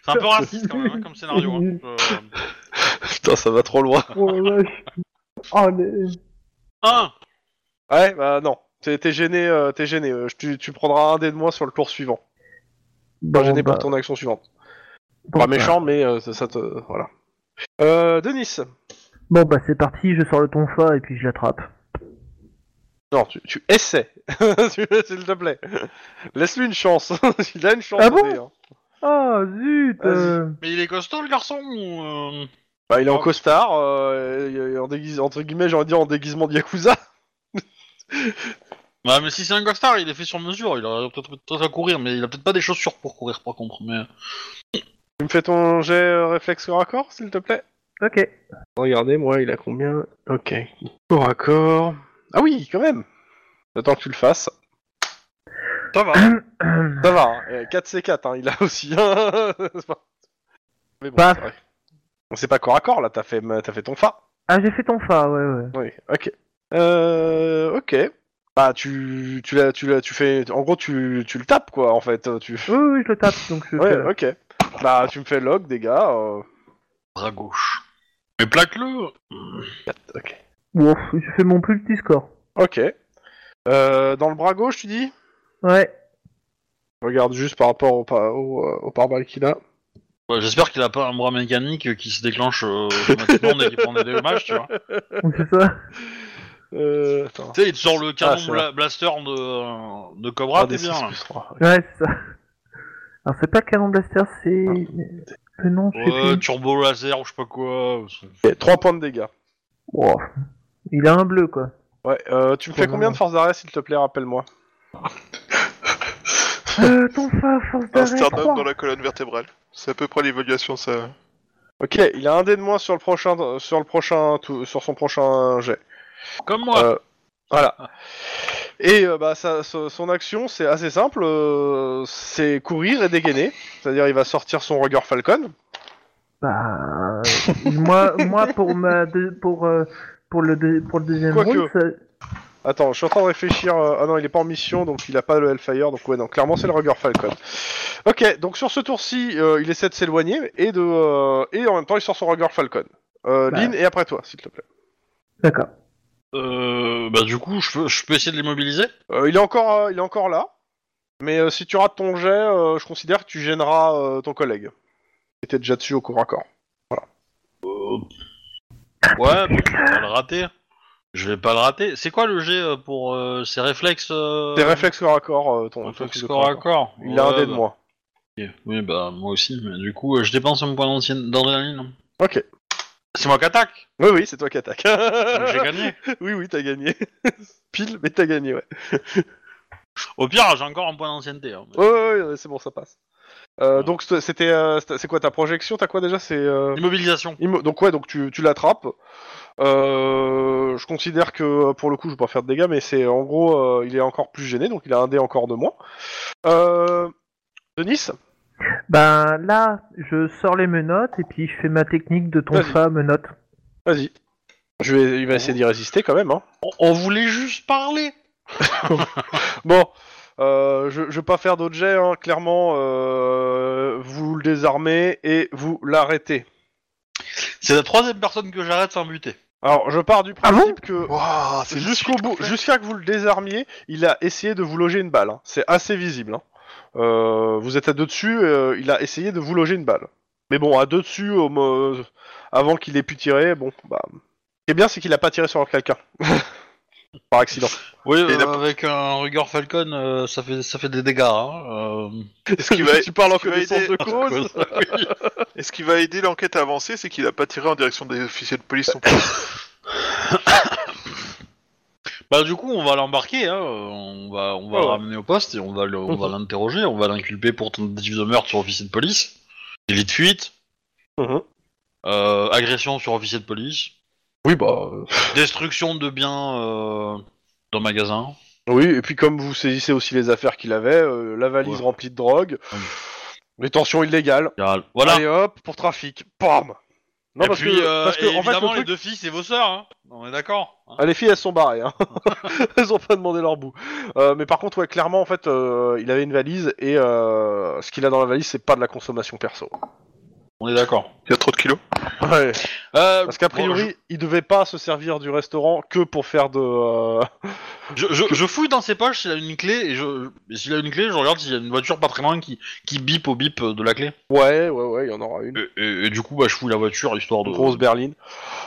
c'est un peu raciste quand même hein, comme scénario. hein. Euh, Putain, ça va trop loin. Oh la vache. Oh, le- un, Ouais, bah non. T'es t'es gêné, euh, t'es gêné. Euh, je- tu, tu prendras un dé de moi sur le tour suivant. Pas Bon, gêné bah, pour ton action suivante. bon, Pas bah. méchant, mais euh, ça, ça te. Voilà. Euh, Denis. Bon bah c'est parti, je sors le tonfa et puis je l'attrape. Non, tu, tu essaies. Tu- S'il te plaît. Laisse-lui une chance. Il a une chance. Ah au bon dé, hein. Oh zut Vas-y. euh, mais il est costaud le garçon. ou, euh, Bah, il est en Ah. costard. euh, et- et en déguise, entre guillemets, j'ai envie de dire en déguisement de Yakuza. Bah, mais si c'est un gostar, il est fait sur mesure. Il a peut-être peut-être à courir, mais il a peut-être pas des chaussures pour courir par contre. Mais Tu me fais ton jet euh, réflexe corps à corps, s'il te plaît. Ok. Regardez, moi, il a combien Ok. Corps à corps. Ah oui, quand même J'attends que tu le fasses. ça va. Ça va, hein. Euh, 4C4, hein, il a aussi. hein. C'est pas- Mais bon, Bah. c'est vrai. C'est pas corps à corps, là, t'as fait, t'as fait ton fa. Ah j'ai fait tonfa, ouais ouais. Oui, ok. Euh, ok. Bah, tu, tu, l'as- tu, l'as- tu fais. En gros, tu, tu le tapes, quoi, en fait. euh, Tu... Oui, oui, je le tape, donc je Ouais, fais- ok. Bah, tu me fais log, dégâts. euh, Bras gauche. Mais plaque-le Ok. Bon, je fais mon plus petit score. Ok. Euh, dans le bras gauche, tu dis Ouais. Regarde juste par rapport au, pa- au, euh, au pare-balles qu'il a. Ouais, J'espère qu'il a pas un bras mécanique qui se déclenche euh, automatiquement dès qu'il prend des dommages, tu vois. Donc c'est ça. Euh, attends. Tu sais, il te sort le canon Ah, c'est Ah, bla- blaster de, de Cobra, Ah, t'es 1d6 bien. là. plus 3. Ouais, c'est ça. Alors c'est pas Canon Blaster, c'est... Le nom, je sais Ouais, plus. turbo laser ou je sais pas quoi. ou son- 3 points de dégâts. Oh. Il a un bleu, quoi. Ouais, euh, tu me fais Trois combien points. de force d'arrêt, s'il te plaît, rappelle-moi Euh, ton fa- force Un d'arrêt sternum 3. dans la colonne vertébrale. C'est à peu près l'évaluation, ça. Ok, il a un dé de moins sur le prochain, sur le prochain, tou- sur son prochain jet. Comme moi. Euh, voilà. Et euh, bah, sa- so- son action, c'est assez simple, euh, c'est courir et dégainer. C'est-à-dire, il va sortir son Roger Falcon. Bah, euh, moi, moi pour ma deux- pour euh, pour le deux- pour le deuxième Quoique. round, ça- Attends, je suis en train de réfléchir. euh, ah non, il est pas en mission, donc il a pas le Hellfire. Donc ouais, non, clairement, c'est le Roger Falcon. Ok, donc sur ce tour-ci, euh, il essaie de s'éloigner et de euh, et en même temps, il sort son Roger Falcon. Euh, Bah. Lynn, et après toi, s'il te plaît. d'accord. Euh, bah du coup, je peux, je peux essayer de l'immobiliser Euh, il est encore, euh, il est encore là. Mais euh, si tu rates ton jet, euh, je considère que tu gêneras euh, ton collègue. Il était déjà dessus au corps à corps. Ouais, bon, je vais pas le rater. Je vais pas le rater. C'est quoi le G pour euh, ses réflexes euh, Tes réflexes corps à corps, euh, ton, ton réflexes truc de corps à corps Il a un Ouais, dé de bah, moins. ok. Oui, bah moi aussi. Mais du coup, euh, je dépense un point d'ancien- d'adrénaline. Ok. C'est moi qui attaque Oui, oui, c'est toi qui attaque. donc J'ai gagné oui, oui, t'as gagné. Pile, mais t'as gagné, ouais. Au pire, j'ai encore un point d'ancienneté. hein. Ouais, ouais, ouais, c'est bon, ça passe. Euh, Ouais. Donc, c'était- c'était, euh, c'était- c'est quoi ta projection T'as quoi déjà C'est euh, Immobilisation. immo- donc ouais, donc tu, tu l'attrapes. Euh, je considère que pour le coup, je vais pas faire de dégâts, mais c'est en gros, euh, il est encore plus gêné, donc il a un dé encore de moins. Euh, Denis, Ben là, je sors les menottes et puis je fais ma technique de ton Vas-y. fa menottes. vas-y. Je vais, il va essayer d'y résister quand même. Hein. On, on voulait juste parler. Bon, euh, je, je vais pas faire d'autres jets, hein, clairement. euh, vous le désarmez et vous l'arrêtez. C'est la troisième personne que j'arrête sans buter. Alors, je pars du Ah bon principe que Waouh, c'est juste jusqu'au bout, jusqu'à que vous le désarmiez, il a essayé de vous loger une balle. hein. C'est assez visible. hein. Euh, vous êtes à deux dessus, euh, il a essayé de vous loger une balle. Mais bon, à deux dessus, au mo- euh, avant qu'il ait pu tirer, bon, bah. Ce qui est bien, c'est qu'il a pas tiré sur quelqu'un. Par accident. Oui, Et la- euh, avec un Rugger Falcon, euh, ça, fait, ça fait des dégâts. Hein. euh. Est-ce qu'il va- tu parles en qu'il va connaissance aider- de Ah, cause Et ce qui va aider l'enquête à avancer, c'est qu'il a pas tiré en direction des officiers de police non plus. Bah du coup, on va l'embarquer, hein, euh, on va, on va Ouais, le ouais. ramener au poste et on va le- on va l'interroger, on va l'inculper pour tentative de meurtre sur officier de police, délit de fuite, Mhm. euh, agression sur officier de police, Oui, bah. euh, destruction de biens euh, dans le magasin. Oui, et puis comme vous saisissez aussi les affaires qu'il avait, euh, la valise Ouais. remplie de drogue, Oui. les tensions illégales, Voilà. allez hop, pour trafic, bam Non, et parce, puis, que, euh, parce que, et en fait, évidemment, le les truc, deux filles, c'est vos sœurs. hein. On est d'accord. hein. ah, les filles, elles sont barrées, hein. elles ont pas demandé leur bout. Euh, mais par contre, ouais, clairement, en fait, euh, il avait une valise, et euh, ce qu'il a dans la valise, c'est pas de la consommation perso. On est d'accord. Il y a trop de kilos. Ouais. Euh, Parce qu'a bon, priori, il devait pas se servir du restaurant que pour faire de... euh, je, je- je- je fouille dans ses poches s'il a une clé et je et s'il a une clé, je regarde s'il y a une voiture pas très loin qui qui bip au bip euh, de la clé. Ouais, ouais, ouais, il y en aura une. Et, et- et du coup, bah, je fouille la voiture histoire de. Une grosse berline.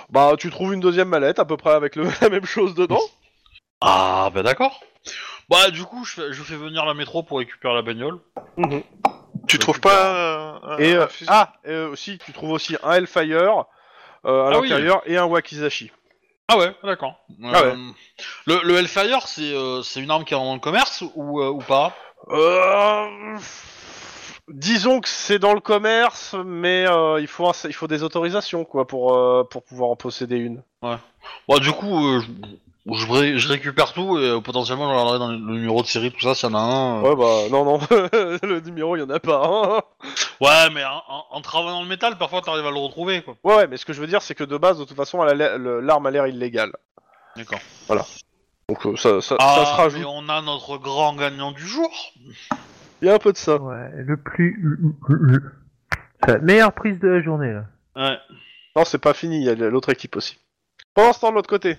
Bah, tu trouves une deuxième mallette, à peu près avec le, la même chose dedans. Ah bah d'accord. Bah du coup, je fais, je fais venir la métro pour récupérer la bagnole. Tu Ouais, trouves tu pas un, un- Et un euh, fusil ah, et, euh, aussi, tu trouves aussi un Hellfire euh, à Ah oui. l'intérieur et un Wakizashi. Ah ouais, d'accord. Euh, Ah ouais. Le, le Hellfire, c'est euh, c'est une arme qui est dans le commerce ou euh, ou pas Euh, Disons que c'est dans le commerce, mais euh, il faut un- il faut des autorisations quoi pour euh, pour pouvoir en posséder une. Bon, du coup, euh, je, je ré- je récupère tout et euh, potentiellement je regarderai dans le le numéro de série, tout ça, s'il y en a un. euh. Ouais bah non non, le numéro il y en a pas. hein. Ouais, mais en, en- en travaillant dans le métal, parfois t'arrives à le retrouver, quoi. Ouais ouais, mais ce que je veux dire c'est que de base de toute façon elle a l'air- le- l'arme a l'air illégale. D'accord. Donc euh, ça, ça, ça se rajoute. Ah, mais on a notre grand gagnant du jour. Il y a un peu de ça. Ouais, le plus. C'est la meilleure prise de la journée, là. Ouais. Non, c'est pas fini, il y a l'autre équipe aussi. Pendant ce temps, de l'autre côté.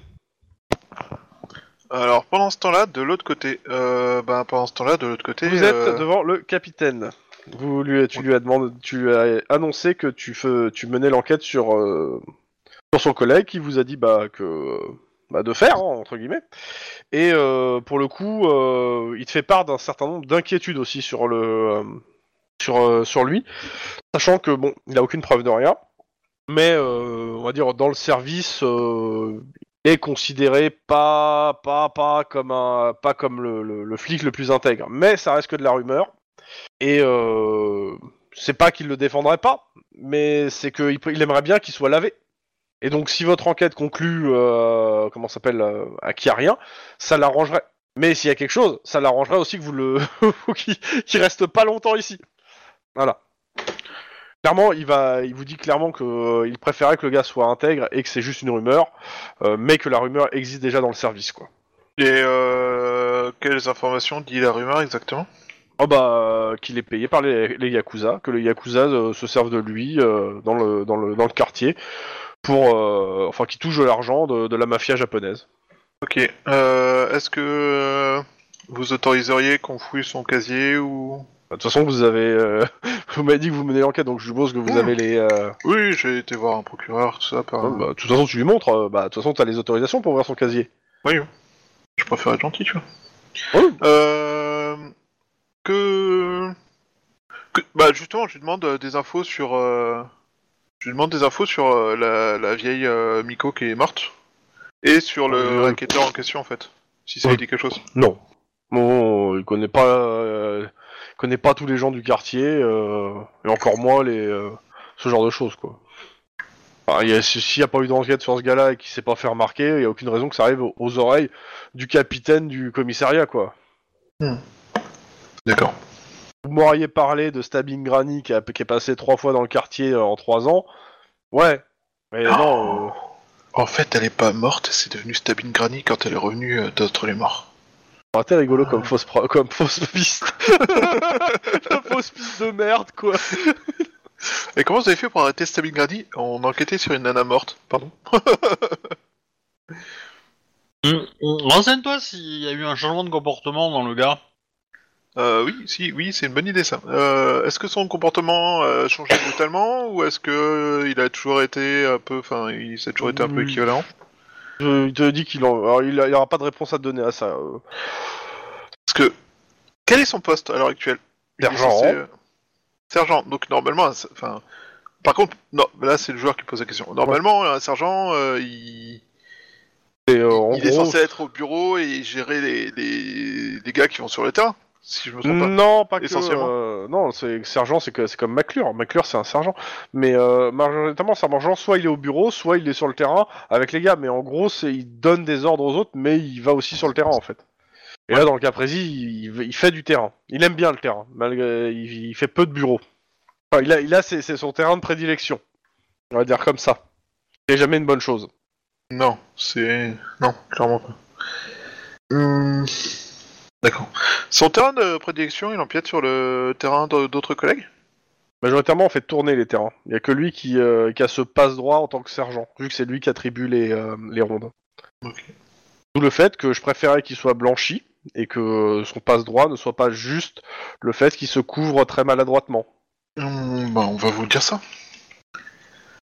Alors pendant ce temps-là, de l'autre côté, euh, ben pendant ce temps-là, de l'autre côté, Vous euh, êtes devant le capitaine. Vous lui, tu lui as demandé, tu lui as annoncé que tu, fais, tu menais l'enquête sur, euh, sur son collègue qui vous a dit bah, que euh, bah, de faire hein, entre guillemets. Et euh, pour le coup, euh, il te fait part d'un certain nombre d'inquiétudes aussi sur le euh, sur euh, sur lui, sachant que bon, il a aucune preuve de rien, mais euh, on va dire dans le service. euh, il est considéré pas pas pas comme un pas comme le, le- le flic le plus intègre mais ça reste que de la rumeur et euh, c'est pas qu'il le défendrait pas, mais c'est qu'il il aimerait bien qu'il soit lavé. Et donc, si votre enquête conclut, euh, comment ça s'appelle, euh, à qui a rien, ça l'arrangerait. Mais s'il y a quelque chose, ça l'arrangerait aussi que vous le, qu'il qu'il reste pas longtemps ici. Voilà. Clairement, il va, il vous dit clairement que euh, il préférait que le gars soit intègre et que c'est juste une rumeur, euh, mais que la rumeur existe déjà dans le service, quoi. et euh, quelles informations dit la rumeur exactement Oh bah euh, qu'il est payé par les, les yakuza, que les yakuza euh, se servent de lui euh, dans, le, dans le dans le quartier pour euh, enfin qui touche de l'argent de, de la mafia japonaise. Ok. Euh, Est-ce que euh, vous autoriseriez qu'on fouille son casier ou Bah, De toute façon vous avez euh, vous m'avez dit que vous menez l'enquête donc je suppose que vous Mmh. avez les euh, Oui, j'ai été voir un procureur, tout ça. Par... bah, de toute façon tu lui montres euh, bah de toute façon t'as les autorisations pour ouvrir son casier. Je préfère être gentil, tu vois. Oui. Euh, que... que- Bah justement, je lui demande euh, des infos sur... euh, Je lui demande des infos sur euh, la, la vieille euh, Miko qui est morte. Et sur le Euh, racketteur en question, en fait. Si ça lui oui. dit quelque chose. Non. Bon, il connaît pas euh, il connaît pas tous les gens du quartier euh, et encore moins les euh, ce genre de choses quoi. Enfin, il y a- si- S'il n'y a pas eu d'enquête sur ce gars-là et qu'il s'est pas fait remarquer, il n'y a aucune raison que ça arrive aux oreilles du capitaine du commissariat, quoi. D'accord. Vous m'auriez parlé de Stabbing Granny qui, a- qui est passé trois fois dans le quartier euh, en trois ans. Ouais. Mais Ah. non. euh, En fait, elle est pas morte, c'est devenu Stabine Granny quand elle est revenue euh, d'entre les morts. Ah, t'es rigolo comme fausse, pro- comme fausse piste. La fausse piste de merde, quoi. Et comment vous avez fait pour arrêter Stabine Granny On enquêtait sur une nana morte, pardon. Mm, Hum, hum, Renseigne-toi s'il y a eu un changement de comportement dans le gars. Euh, oui, si, oui, c'est une bonne idée ça. Euh, est-ce que son comportement euh, a changé brutalement ou est-ce que euh, il a toujours été un peu, enfin, il s'est toujours été un peu Oui. équivalent Je- il te dit qu'il en... alors, il, a- il aura pas de réponse à te donner à ça. euh. Parce que quel est son poste à l'heure actuelle Il est Sergent. censé, euh, Sergent. Donc normalement, un se- enfin, par contre, non, là c'est le joueur qui pose la question. Normalement, un sergent, euh, il, Et, euh, en il est gros, censé être au bureau et gérer les, les, les gars qui vont sur le terrain, si je me trompe pas. Non, pas que. Essentiellement. euh, non, c'est sergent, c'est que- c'est comme McClure. McClure, c'est un sergent. Mais euh, majoritairement, c'est un sergent. Soit il est au bureau, soit il est sur le terrain avec les gars. Mais en gros, c'est il donne des ordres aux autres, mais il va aussi sur le terrain en fait. Et là, dans le cas précis, il, il fait du terrain. Il aime bien le terrain, malgré il, il fait peu de bureau. Enfin, il a, il a ses- c'est son terrain de prédilection. On va dire comme ça. C'est jamais une bonne chose. Non, c'est. Non, clairement pas. Hum, D'accord. Son terrain de prédilection, il empiète sur le terrain de- d'autres collègues Majoritairement, on fait tourner les terrains. Il n'y a que lui qui, euh, qui a ce passe-droit en tant que sergent, vu que c'est lui qui attribue les, euh, les rondes. Ok. D'où le fait que je préférais qu'il soit blanchi et que son passe-droit ne soit pas juste le fait qu'il se couvre très maladroitement. Hum, bah, on va vous dire ça.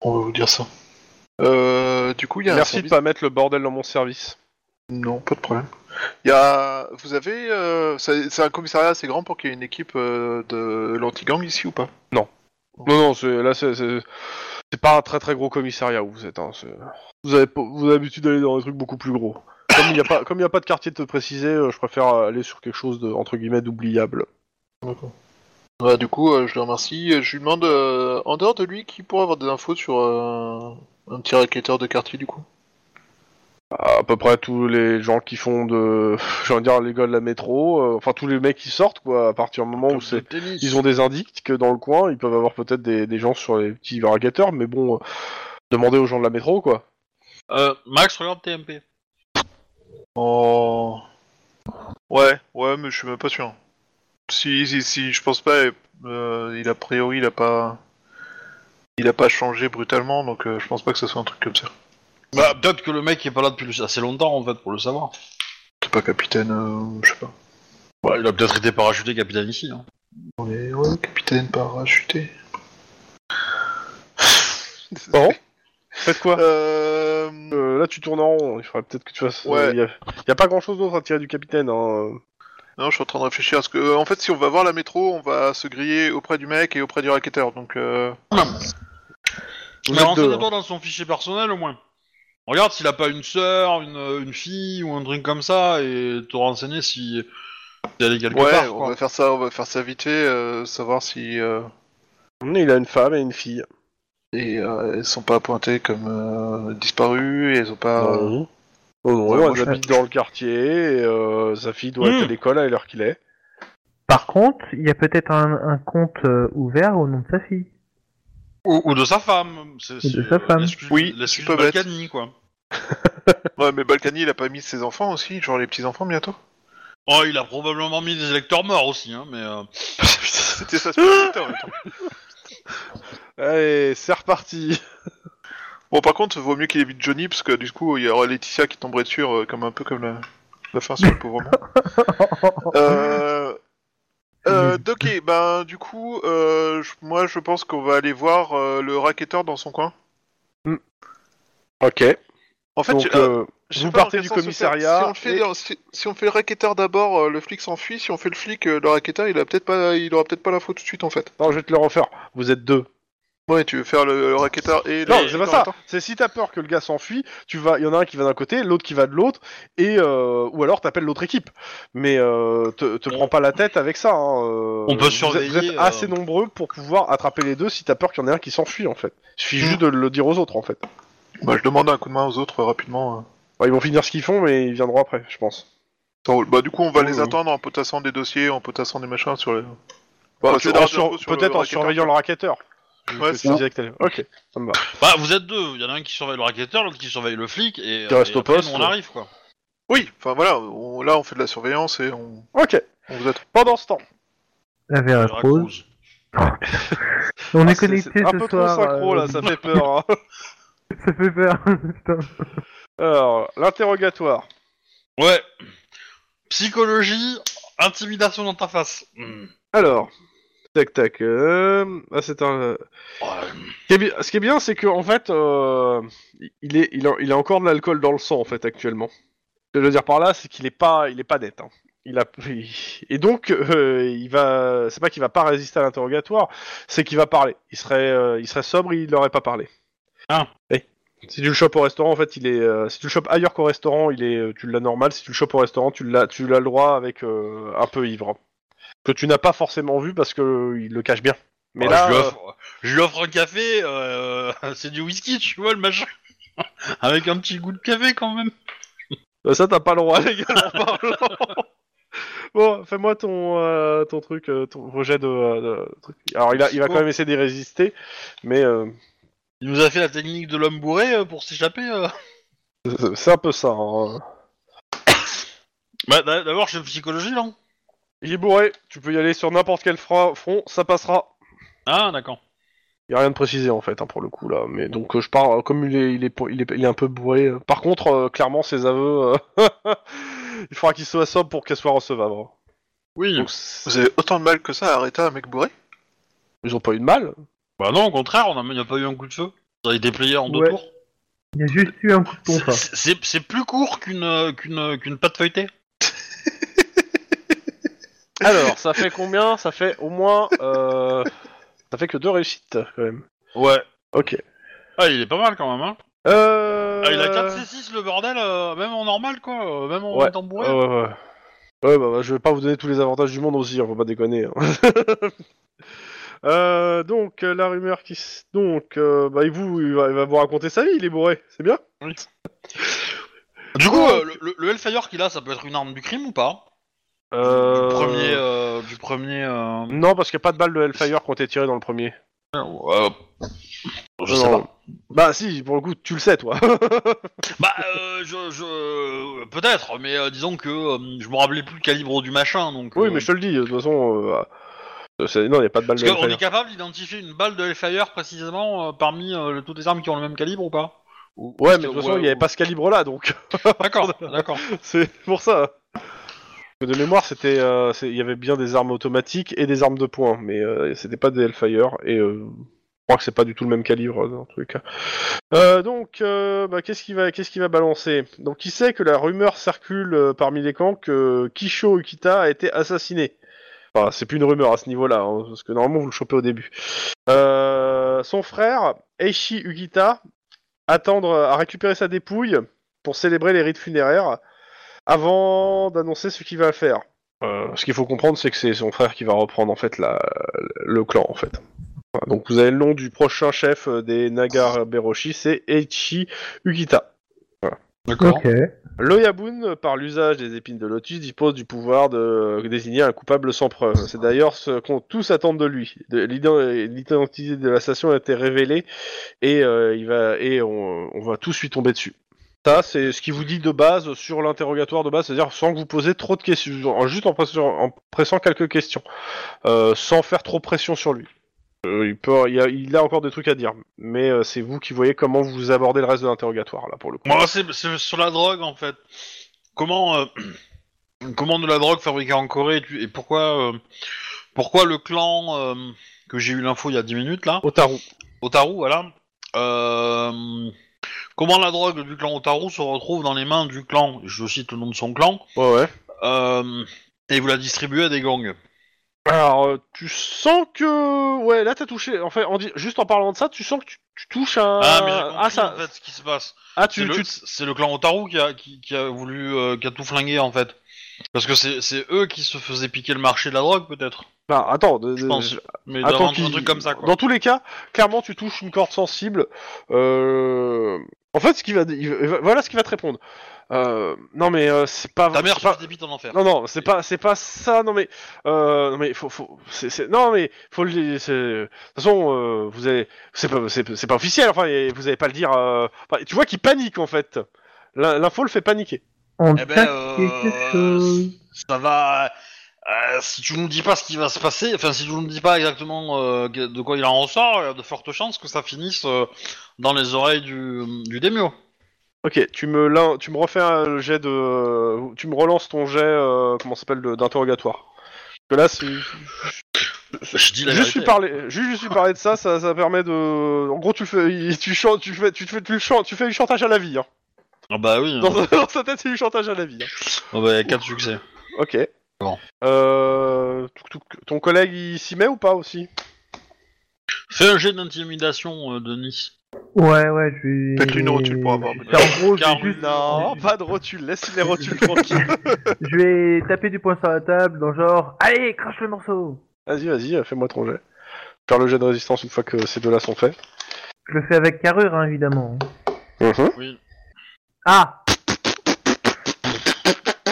On va vous dire ça. Euh, du coup, il y a un Merci de service- pas mettre le bordel dans mon service. Non, pas de problème. Il y a. Vous avez. euh, C'est c'est un commissariat assez grand pour qu'il y ait une équipe euh, de l'anti-gang ici ou pas Non, non, c'est- là, c'est- c'est c'est pas un très très gros commissariat où vous êtes. hein, c'est- vous, avez, pas- vous avez l'habitude d'aller dans des trucs beaucoup plus gros. Comme il n'y a, pas- comme il y a pas de quartier de te préciser, euh, je préfère aller sur quelque chose de, entre guillemets, d'oubliable. D'accord. Ouais, du coup, euh, je le remercie. Euh, Je lui demande, euh, en dehors de lui, qui pourrait avoir des infos sur euh, un petit racketteur de quartier, du coup à peu près tous les gens qui font de, j'ai envie de dire les gars de la métro, euh, enfin tous les mecs qui sortent quoi, à partir du moment où c'est, ils ont des indices que dans le coin, ils peuvent avoir peut-être des, des gens sur les petits racketeurs, mais bon, euh, demandez aux gens de la métro quoi. Euh, Max, regarde TMP. Oh. Ouais, ouais, mais je suis même pas sûr. Si, si, si, je pense pas. euh, il a priori, il a pas, il a pas changé brutalement, donc euh, je pense pas que ce soit un truc comme ça. Bah, peut-être que le mec est pas là depuis le- assez longtemps en fait pour le savoir. C'est pas capitaine, euh, je sais pas. Bah, il a peut-être été parachuté capitaine ici. hein. Ouais, ouais, capitaine parachuté. Bon. Faites quoi Euh, Euh, Là, tu tournes en rond. Il faudrait peut-être que tu fasses. Il Ouais. y, a... y a pas grand-chose d'autre à tirer du capitaine. Hein. Non, je suis en train de réfléchir à ce que. euh, en fait, si on va voir la métro, on va se griller auprès du mec et auprès du racketteur. Donc, euh, Mais Vous êtes deux, hein. renseigne-toi dans son fichier personnel au moins. Regarde s'il a pas une sœur, une, euh, une fille ou un truc comme ça et te renseigner si si elle est quelque ouais, part. on Quoi. va faire ça, on va faire ça vite fait, euh, savoir si euh, Il a une femme et une fille. et, euh, elles sont pas pointées comme euh, disparues, et elles ont pas. euh, Non. Oh non, Ouais, elle moi, je- habite dans le quartier. et, euh, sa fille doit Hmm. être à l'école à l'heure qu'il est. Par contre, il y a peut-être un, un compte euh, ouvert au nom de sa fille. Ou, ou de sa femme. C'est, Ou de c'est sa femme. l'excuse- Oui, l'excuse c'est pas bête. Balkany, quoi. Ouais, mais Balkany, il a pas mis ses enfants aussi, genre les petits enfants bientôt. Oh, il a probablement mis des électeurs morts aussi, hein, mais. euh, C'était ça, c'est en même temps. Allez, c'est reparti. Bon, par contre, vaut mieux qu'il évite Johnny, parce que du coup, il y aura Laetitia qui tomberait dessus, euh, comme un peu comme la, la fin sur le pauvre monde. Euh, euh, Doc, et ben du coup, euh, je- moi je pense qu'on va aller voir euh, le racketteur dans son coin. Ok. En fait, Donc, j'ai- euh, euh, je sais vous pas dans partez quel du sens le faire. commissariat Si on, le fait, et- dans- si, si on fait le racketteur d'abord, euh, le flic s'enfuit. Si on fait le flic, euh, le racketteur, il a peut-être pas, il aura peut-être pas l'info tout de suite en fait. non, je vais te le refaire. Vous êtes deux. Ouais, tu veux faire le, le racketteur et le Non, et c'est pas en ça. même temps C'est si t'as peur que le gars s'enfuit, tu vas, il y en a un qui va d'un côté, l'autre qui va de l'autre, et euh, ou alors t'appelles l'autre équipe. Mais euh, te, te On- prends pas la tête avec ça. hein, euh, On peut vous êtes- Vous surveiller, êtes euh, assez nombreux pour pouvoir attraper les deux si t'as peur qu'il y en ait un qui s'enfuit en fait. Il suffit Mm. juste de le dire aux autres en fait. Bah, je demande un coup de main aux autres euh, rapidement. euh. Bon, ils vont finir ce qu'ils font, mais ils viendront après, je pense. Ça roule. Bah, du coup, on va Oui, les oui. attendre en potassant des dossiers, en potassant des machins sur les. Bah, Enfin, tu- c'est en dans- sur- sur le Peut-être en racketteur. surveillant le racketteur. vu Ouais, que c'est tu ça. disais que t'allais- Ok, ça me va. Bah, vous êtes deux. Il y en a un qui surveille le racketteur, l'autre qui surveille le flic, et. euh, Qui reste et au après, poste, nous, on ouais. arrive, quoi. Oui, enfin voilà, on- là on fait de la surveillance et on, Ok. on vous attend. Pendant ce temps, La verre Le rose. raccrouse. On Ah, est c'est- connecté c'est un ce peu trop soir. synchro euh, là, ça fait peur. hein. ça fait peur. putain. Alors, l'interrogatoire. Ouais. Psychologie, intimidation dans ta face. Hmm. Alors, tac tac. euh, ah, c'est un. Ouais. Ce qui est bi- ce qui est bien, c'est que en fait, euh, il est, il a, il a encore de l'alcool dans le sang en fait actuellement. Ce que je veux dire par là, c'est qu'il est pas, il est pas net. hein. Il a, et donc, euh, il va, c'est pas qu'il va pas résister à l'interrogatoire, c'est qu'il va parler. Il serait, euh, il serait sobre, il n'aurait pas parlé. Ah. Oui. Si tu le chopes au restaurant, en fait, il est. euh, si tu le chopes ailleurs qu'au restaurant, il est, euh, tu l'as normal. Si tu le chopes au restaurant, tu l'as, tu l'as le droit avec euh, un peu ivre. Que tu n'as pas forcément vu parce que euh, il le cache bien. Mais Ouais, là, Ah, je, lui euh, offre, je lui offre un café, euh, c'est du whisky, tu vois, le machin. Avec un petit goût de café quand même. Euh, Ça, t'as pas le droit, les gars, en parlant. Bon, fais-moi ton, euh, ton truc, euh, ton rejet de, euh, de truc. Alors, il, a, il va quand même essayer d'y résister, mais euh, Il nous a fait la technique de l'homme bourré euh, pour s'échapper. euh. c'est un peu ça. hein. Bah, d'a- d'abord, je fais psychologie, là. Il est bourré, tu peux y aller sur n'importe quel fra- front, ça passera. Ah, d'accord. Il y a rien de précisé en fait hein, pour le coup là, mais donc euh, je pars euh, comme il est, il est pour- il est- il est un peu bourré. euh. Par contre, euh, clairement ses aveux, euh, il faudra qu'il soit sobre pour qu'elle soit recevable. hein. Oui. Donc, c'est- Vous avez autant de mal que ça à arrêter un mec bourré ils ont pas eu de mal. Bah non, au contraire, on a, il n'y a pas eu un coup de feu. Ça a été plié en deux Ouais. tours. Il y a juste eu un coup de C'est- pompe. hein. C'est c'est plus court qu'une euh, qu'une euh, qu'une pâte feuilletée. Alors, ça fait combien Ça fait au moins. euh, Ça fait que deux réussites quand même. Ouais. Ok. Ah, il est pas mal quand même. Hein. Euh... Ah, il a 4 C6 le bordel, euh, même en normal quoi, euh, même en Ouais. étant bourré. Ouais, ouais, ouais. Ouais, bah, bah, je vais pas vous donner tous les avantages du monde aussi, on va pas déconner. hein. Euh, donc, euh, la rumeur qui. s- Donc, euh, bah, et vous, il va, il va vous raconter sa vie, il est bourré, c'est bien Du coup, Oh. euh, le, le- le Hellfire qu'il a, ça peut être une arme du crime ou pas euh... Du premier. euh, du premier euh, Non, parce qu'il n'y a pas de balle de Hellfire qui ont été tirées dans le premier. euh, je Non, sais non. pas. Bah si, pour le coup, tu le sais, toi. Bah, euh, je, je... peut-être, mais euh, disons que euh, je me rappelais plus le calibre du machin, donc. oui, euh, mais je te le dis, de toute façon... euh, euh, c'est- non, il a pas de balle Parce de qu'on est l'affaire. capable d'identifier une balle de Hellfire précisément euh, parmi euh, le- toutes les armes qui ont le même calibre ou pas Ou- parce Ouais, mais de que- toute façon, ouais, il n'y avait ou- pas ce calibre-là, donc... D'accord, d'accord. C'est pour ça. De mémoire, c'était, euh, c'est- il y avait bien des armes automatiques et des armes de poing, mais euh, c'était pas des Hellfire et euh, je crois que c'est pas du tout le même calibre euh, dans tous les cas. Euh, donc, euh, bah, qu'est-ce qui va, qu'est-ce qui va balancer Donc, il sait que la rumeur circule euh, parmi les camps que Kisho Ukita a été assassiné. Enfin, c'est plus une rumeur à ce niveau-là, hein, parce que normalement vous le chopez au début. Euh, son frère Eishi Ukita attendre à récupérer sa dépouille pour célébrer les rites funéraires avant d'annoncer ce qu'il va faire. Euh, ce qu'il faut comprendre, c'est que c'est son frère qui va reprendre en fait la, le clan en fait. Voilà, donc vous avez le nom du prochain chef euh, des Nagar Beroshi, c'est Eichi Ugita. D'accord. Ok. Le Yabun, par l'usage des épines de lotus, dispose du pouvoir de désigner un coupable sans preuve. C'est d'ailleurs ce qu'on tous attend de lui. De- l'ident- L'identité de l'assassin a été révélée et, euh, il va, et on, on va tous lui tomber dessus. Ça, c'est ce qu'il vous dit de base sur l'interrogatoire de base, c'est-à-dire sans que vous posez trop de questions, en- juste en pressant, en pressant quelques questions, euh, sans faire trop pression sur lui. Euh, il, peut, il, a, il a encore des trucs à dire, mais euh, c'est vous qui voyez comment vous abordez le reste de l'interrogatoire, là, pour le coup. Moi, c'est c'est sur la drogue en fait. Comment, euh, comment de la drogue fabriquée en Corée et, tu- et pourquoi, euh, pourquoi le clan euh, que j'ai eu l'info il y a 10 minutes là, Otaru. Otaru, voilà. euh, comment la drogue du clan Otaru se retrouve dans les mains du clan, je cite le nom de son clan, Ouais, ouais. euh, et vous la distribuez à des Euh, gangs. Alors, euh, tu sens que. Ouais, là, t'as touché. En fait, en di- juste en parlant de ça, tu sens que tu, tu touches un. Ah, mais j'ai compris ah, ça... en fait ce qui se passe. ah, C'est tu. le, tu- c'est le clan Otaru qui a, qui, qui a voulu, euh, qui a tout flingué en fait. Parce que c'est c'est eux qui se faisaient piquer le marché de la drogue peut-être, Bah, attends, de- je de- pense. Mais attends d'avoir un qu'il- truc comme ça quoi. Dans tous les cas, clairement, tu touches une corde sensible. Euh... En fait, ce qui va... il va- voilà ce qu'il va te répondre. Euh... Non, mais euh, c'est pas. Ta mère c'est pas- passe des bites en enfer. Non, non, c'est pas, c'est pas ça. Non, mais, euh, non, mais faut, faut, c'est, c'est- non, mais faut le dire. c'est- De toute façon, euh, vous avez, c'est pas, c'est, c'est pas officiel. Enfin, et vous avez pas le dire. euh, enfin, tu vois qu'il panique en fait. L'in- L'info le fait paniquer. On Eh ben, tient euh, quelque chose. Ça va. euh, si tu nous dis pas ce qui va se passer, enfin si tu nous dis pas exactement euh, que- de quoi il en ressort, il y a de fortes chances que ça finisse euh, dans les oreilles du, du démio. Ok, tu me, l'in- tu me refais un jet de, tu me relances ton jet, euh, comment ça s'appelle, de- d'interrogatoire. Parce que là, c'est- Je dis la juste vérité. lui parler, juste, juste lui parler de ça, ça, ça permet de, en gros, tu fais, tu chantes, tu fais, tu fais, tu le chantes, tu fais du chantage à la vie. hein. Ah bah oui, Dans, dans sa tête, c'est du chantage à la vie. hein. ah bah, il y a 4 succès. Ok. Bon. Euh, touc, touc, ton collègue, il s'y met ou pas aussi Fais un jet d'intimidation, euh, Denis. Ouais, ouais, je vais. Faites-lui une rotule pour avoir- C'est En gros, je vais, Carole, juste- Non, pas de rotule, laisse les rotules tranquilles. je vais taper du poing sur la table, dans genre, allez, crache le morceau. Vas-y, vas-y, euh, fais-moi ton jet. Faire le jet de résistance une fois que ces deux-là sont faits. Je le fais avec carrure, hein, évidemment. Oui. Ah,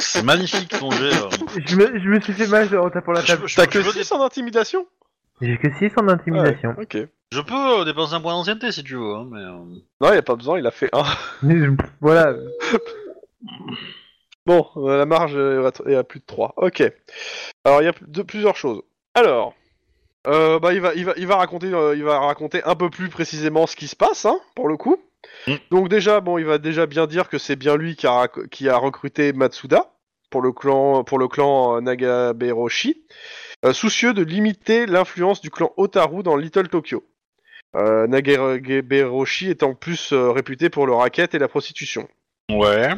C'est magnifique ton jet. là. je me, je me suis fait mal en tapant la Je, table. je- T'as je que peux, dé- 6 en intimidation J'ai que 6 en intimidation. Ok. je peux, euh, dépenser un point d'ancienneté si tu veux. hein, mais, euh, Non, il a pas besoin, il a fait 1. Mais je- Voilà. Bon, euh, la marge euh, est à plus de 3. Ok. Alors, il y a de, plusieurs choses. Alors, euh, bah, il, va, il, va, il, va raconter, euh, il va raconter un peu plus précisément ce qui se passe, hein, pour le coup. Mm. Donc déjà, bon, il va déjà bien dire que c'est bien lui qui a, rac- qui a recruté Matsuda pour le clan, pour le clan euh, Nagaberoshi, euh, soucieux de limiter l'influence du clan Otaru dans Little Tokyo. Euh, Nagaberoshi étant plus euh, réputé pour le racket et la prostitution. Ouais.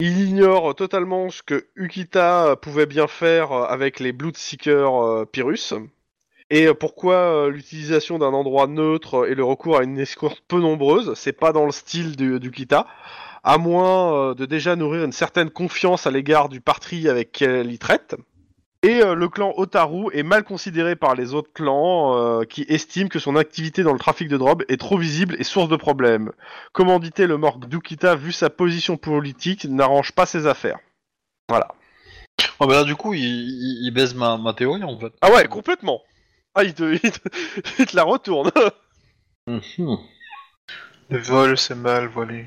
Il ignore totalement ce que Ukita pouvait bien faire euh, avec les Bloodseekers euh, Pyrrhus, et pourquoi euh, l'utilisation d'un endroit neutre et le recours à une escorte peu nombreuse, c'est pas dans le style du- d'Ukita, à moins euh, de déjà nourrir une certaine confiance à l'égard du parti avec lequel il traite. Et euh, le clan Otaru est mal considéré par les autres clans euh, qui estiment que son activité dans le trafic de drogue est trop visible et source de problèmes commanditer le mort d'Ukita vu sa position politique n'arrange pas ses affaires. Voilà. Oh, bah là, du coup, il, il- il baise ma, ma théorie en fait. Ah ouais, complètement. Ah, il te, il te, il te la retourne. Mhm. Le vol, c'est mal volé.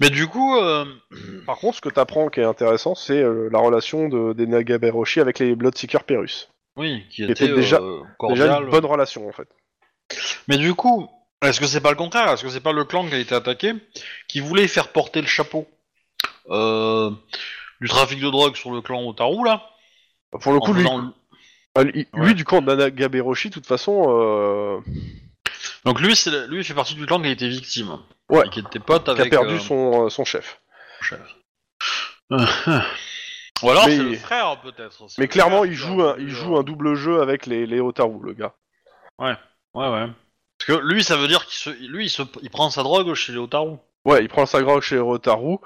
Mais du coup, euh, Par contre, ce que t'apprends qui est intéressant, c'est euh, la relation de, des Nagaberoshi avec les Bloodseeker Perus. oui, qui était était déjà- euh, Déjà cordial. une bonne relation en fait. Mais du coup, est-ce que c'est pas le contraire Est-ce que c'est pas le clan qui a été attaqué qui voulait faire porter le chapeau euh, du trafic de drogue sur le clan Otaru là Bah, Pour le En coup, lui, faisant le- euh, lui, Ouais. du coup, Nagaberoshi, de toute façon, euh, Donc lui, c'est le- lui, il fait partie du clan qui a été victime. Ouais. Et qui était pote qui a avec. perdu euh, son, euh, son chef. Ou alors Mais- c'est le frère peut-être. c'est Mais le clairement, frère il qui joue, a un, il voulu, joue euh, un double jeu avec les, les Otaru, le gars. Ouais, ouais. Parce que lui, ça veut dire qu'il se... lui, il, se... il prend sa drogue chez les Otaru. Ouais, il prend sa grogue chez les Otaru.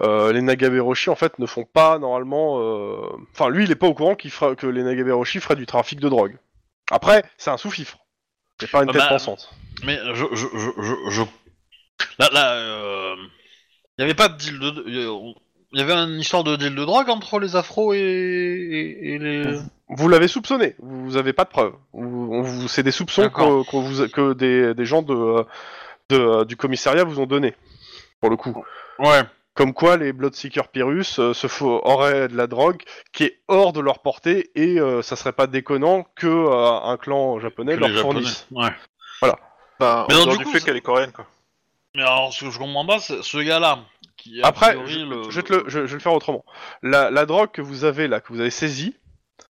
Euh, les Nagaberoshi, en fait, ne font pas normalement. euh, Enfin, lui, il est pas au courant qu'il fera... que les Nagaberoshi feraient du trafic de drogue. Après, c'est un sous-fifre. C'est pas une Ah tête bah, pensante. Mais je. je, je, je, je- Là, là. euh, Il y avait pas de deal de. Il y avait une histoire de deal de drogue entre les afros et, et- et les. Vous l'avez soupçonné. Vous avez pas de preuves. Vous- on vous- C'est des soupçons D'accord. que, qu'on vous- que des, des gens de, euh, de, euh, du commissariat vous ont donné. Pour le coup. Ouais. Comme quoi les Bloodseeker Pyrrhus euh, se fo- auraient de la drogue qui est hors de leur portée et euh, ça serait pas déconnant que euh, un clan japonais leur fournisse. Ouais. Bah, Mais en donc, dehors du du, coup, fait ça- qu'elle est coréenne, quoi. Mais alors, ce que je comprends pas, c'est ce gars-là. qui, a Après, priori, je, le- je vais te le, je- je vais le faire autrement. La, la drogue que vous avez là, que vous avez saisie,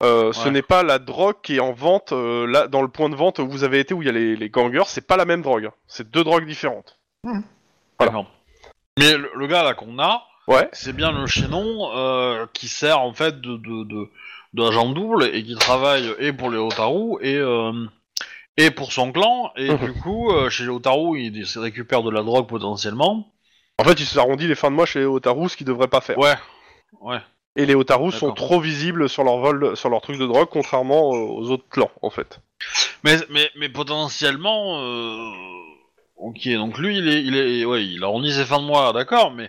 euh, ce Ouais. n'est pas la drogue qui est en vente euh, là dans le point de vente où vous avez été où il y a les, les gangers. C'est pas la même drogue. hein. C'est deux drogues différentes. voilà. D'accord. Mais le, le gars là qu'on a, Ouais. c'est bien le chaînon euh, qui sert en fait de, de, de- d'agent double et qui travaille et pour les Otaru et, euh, et pour son clan. Et Mhm. du coup, euh, chez les Otaru, il, il récupère de la drogue potentiellement. En fait, ils se arrondissent les fins de mois chez les Otaru, ce qu'ils devraient pas faire. Ouais, ouais. Et les Otaru sont D'accord. trop visibles sur leur vol, sur leur truc de drogue, contrairement aux- aux autres clans en fait. Mais, mais, mais potentiellement. euh, Ok, donc lui, il est, il est, ouais, il arrondit ses fins de mois, d'accord, mais.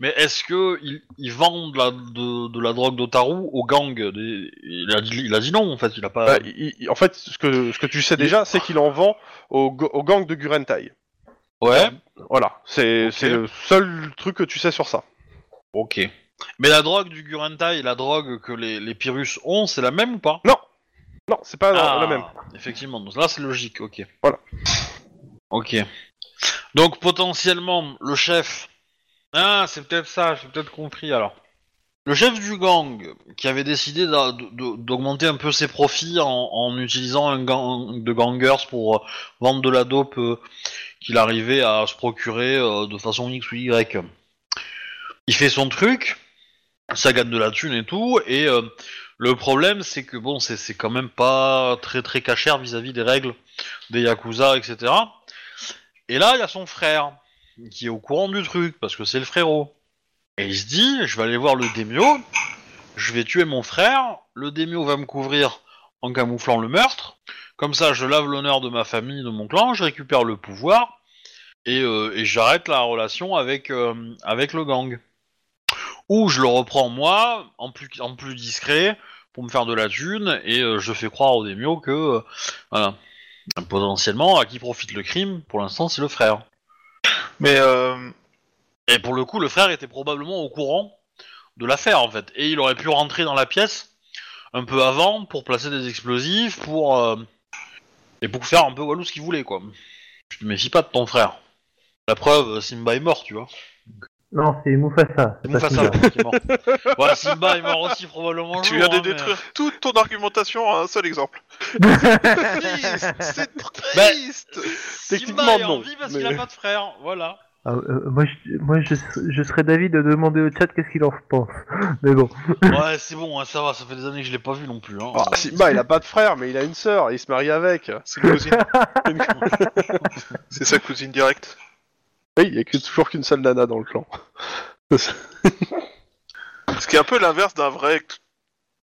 Mais est-ce que il, il vend de la, de, de la drogue d'Otaru au gang des- il, a dit, il a dit non en fait, il a pas. Bah, il- il- en fait, ce que, ce que tu sais déjà, c'est qu'il en vend au, go- au gang de Gurentai. Ouais. Voilà, c'est Ok. c'est le seul truc que tu sais sur ça. Ok. Mais la drogue du Gurentai et la drogue que les, les Pyrrhus ont, c'est la même ou pas Non, c'est pas Ah. la- la même. Effectivement, donc là c'est logique, ok. Voilà. Ok. Donc potentiellement, le chef. Ah, c'est peut-être ça, j'ai peut-être compris alors. Le chef du gang qui avait décidé d'a- de- de- d'augmenter un peu ses profits en, en utilisant un gang de gangers pour euh, vendre de la dope euh, qu'il arrivait à se procurer euh, de façon X ou Y. Il fait son truc, ça gagne de la thune et tout, et euh, le problème, c'est que bon, c'est c'est quand même pas très très cachère vis-à-vis des règles des Yakuza, etc. Et là, il y a son frère qui est au courant du truc parce que c'est le frérot. Et il se dit, je vais aller voir le Demio, je vais tuer mon frère, le Demio va me couvrir en camouflant le meurtre, comme ça je lave l'honneur de ma famille, de mon clan, je récupère le pouvoir et, euh, et j'arrête la relation avec, euh, avec le gang. Ou je le reprends moi, en plus, en plus discret, pour me faire de la thune et euh, je fais croire au Demio que euh, voilà potentiellement à qui profite le crime pour l'instant c'est le frère Mais euh, et pour le coup le frère était probablement au courant de l'affaire en fait et il aurait pu rentrer dans la pièce un peu avant pour placer des explosifs pour euh, et pour faire un peu walou ce qu'il voulait quoi je te méfie pas de ton frère la preuve euh, Simba est mort tu vois Non, c'est Mufasa. c'est pas Mufasa Simba. qui est mort voilà Simba est mort aussi probablement un tu jour, viens de hein, mais- détruire toute ton argumentation en un seul exemple. Triste, c'est Bah, triste. Simba est Techniquement, en non, vie parce mais- qu'il a pas de frère voilà Ah, euh, moi, je, moi je, je serais d'avis de demander au chat qu'est-ce qu'il en pense. Mais bon. Ouais, c'est bon, hein, ça va, ça fait des années que je l'ai pas vu non plus. Hein. Ah, Simba, il a pas de frère, mais il a une sœur, et il se marie avec. C'est une cousine. c'est sa cousine directe. Oui, il y a que- toujours qu'une seule nana dans le clan. Ce qui est un peu l'inverse d'un vrai t-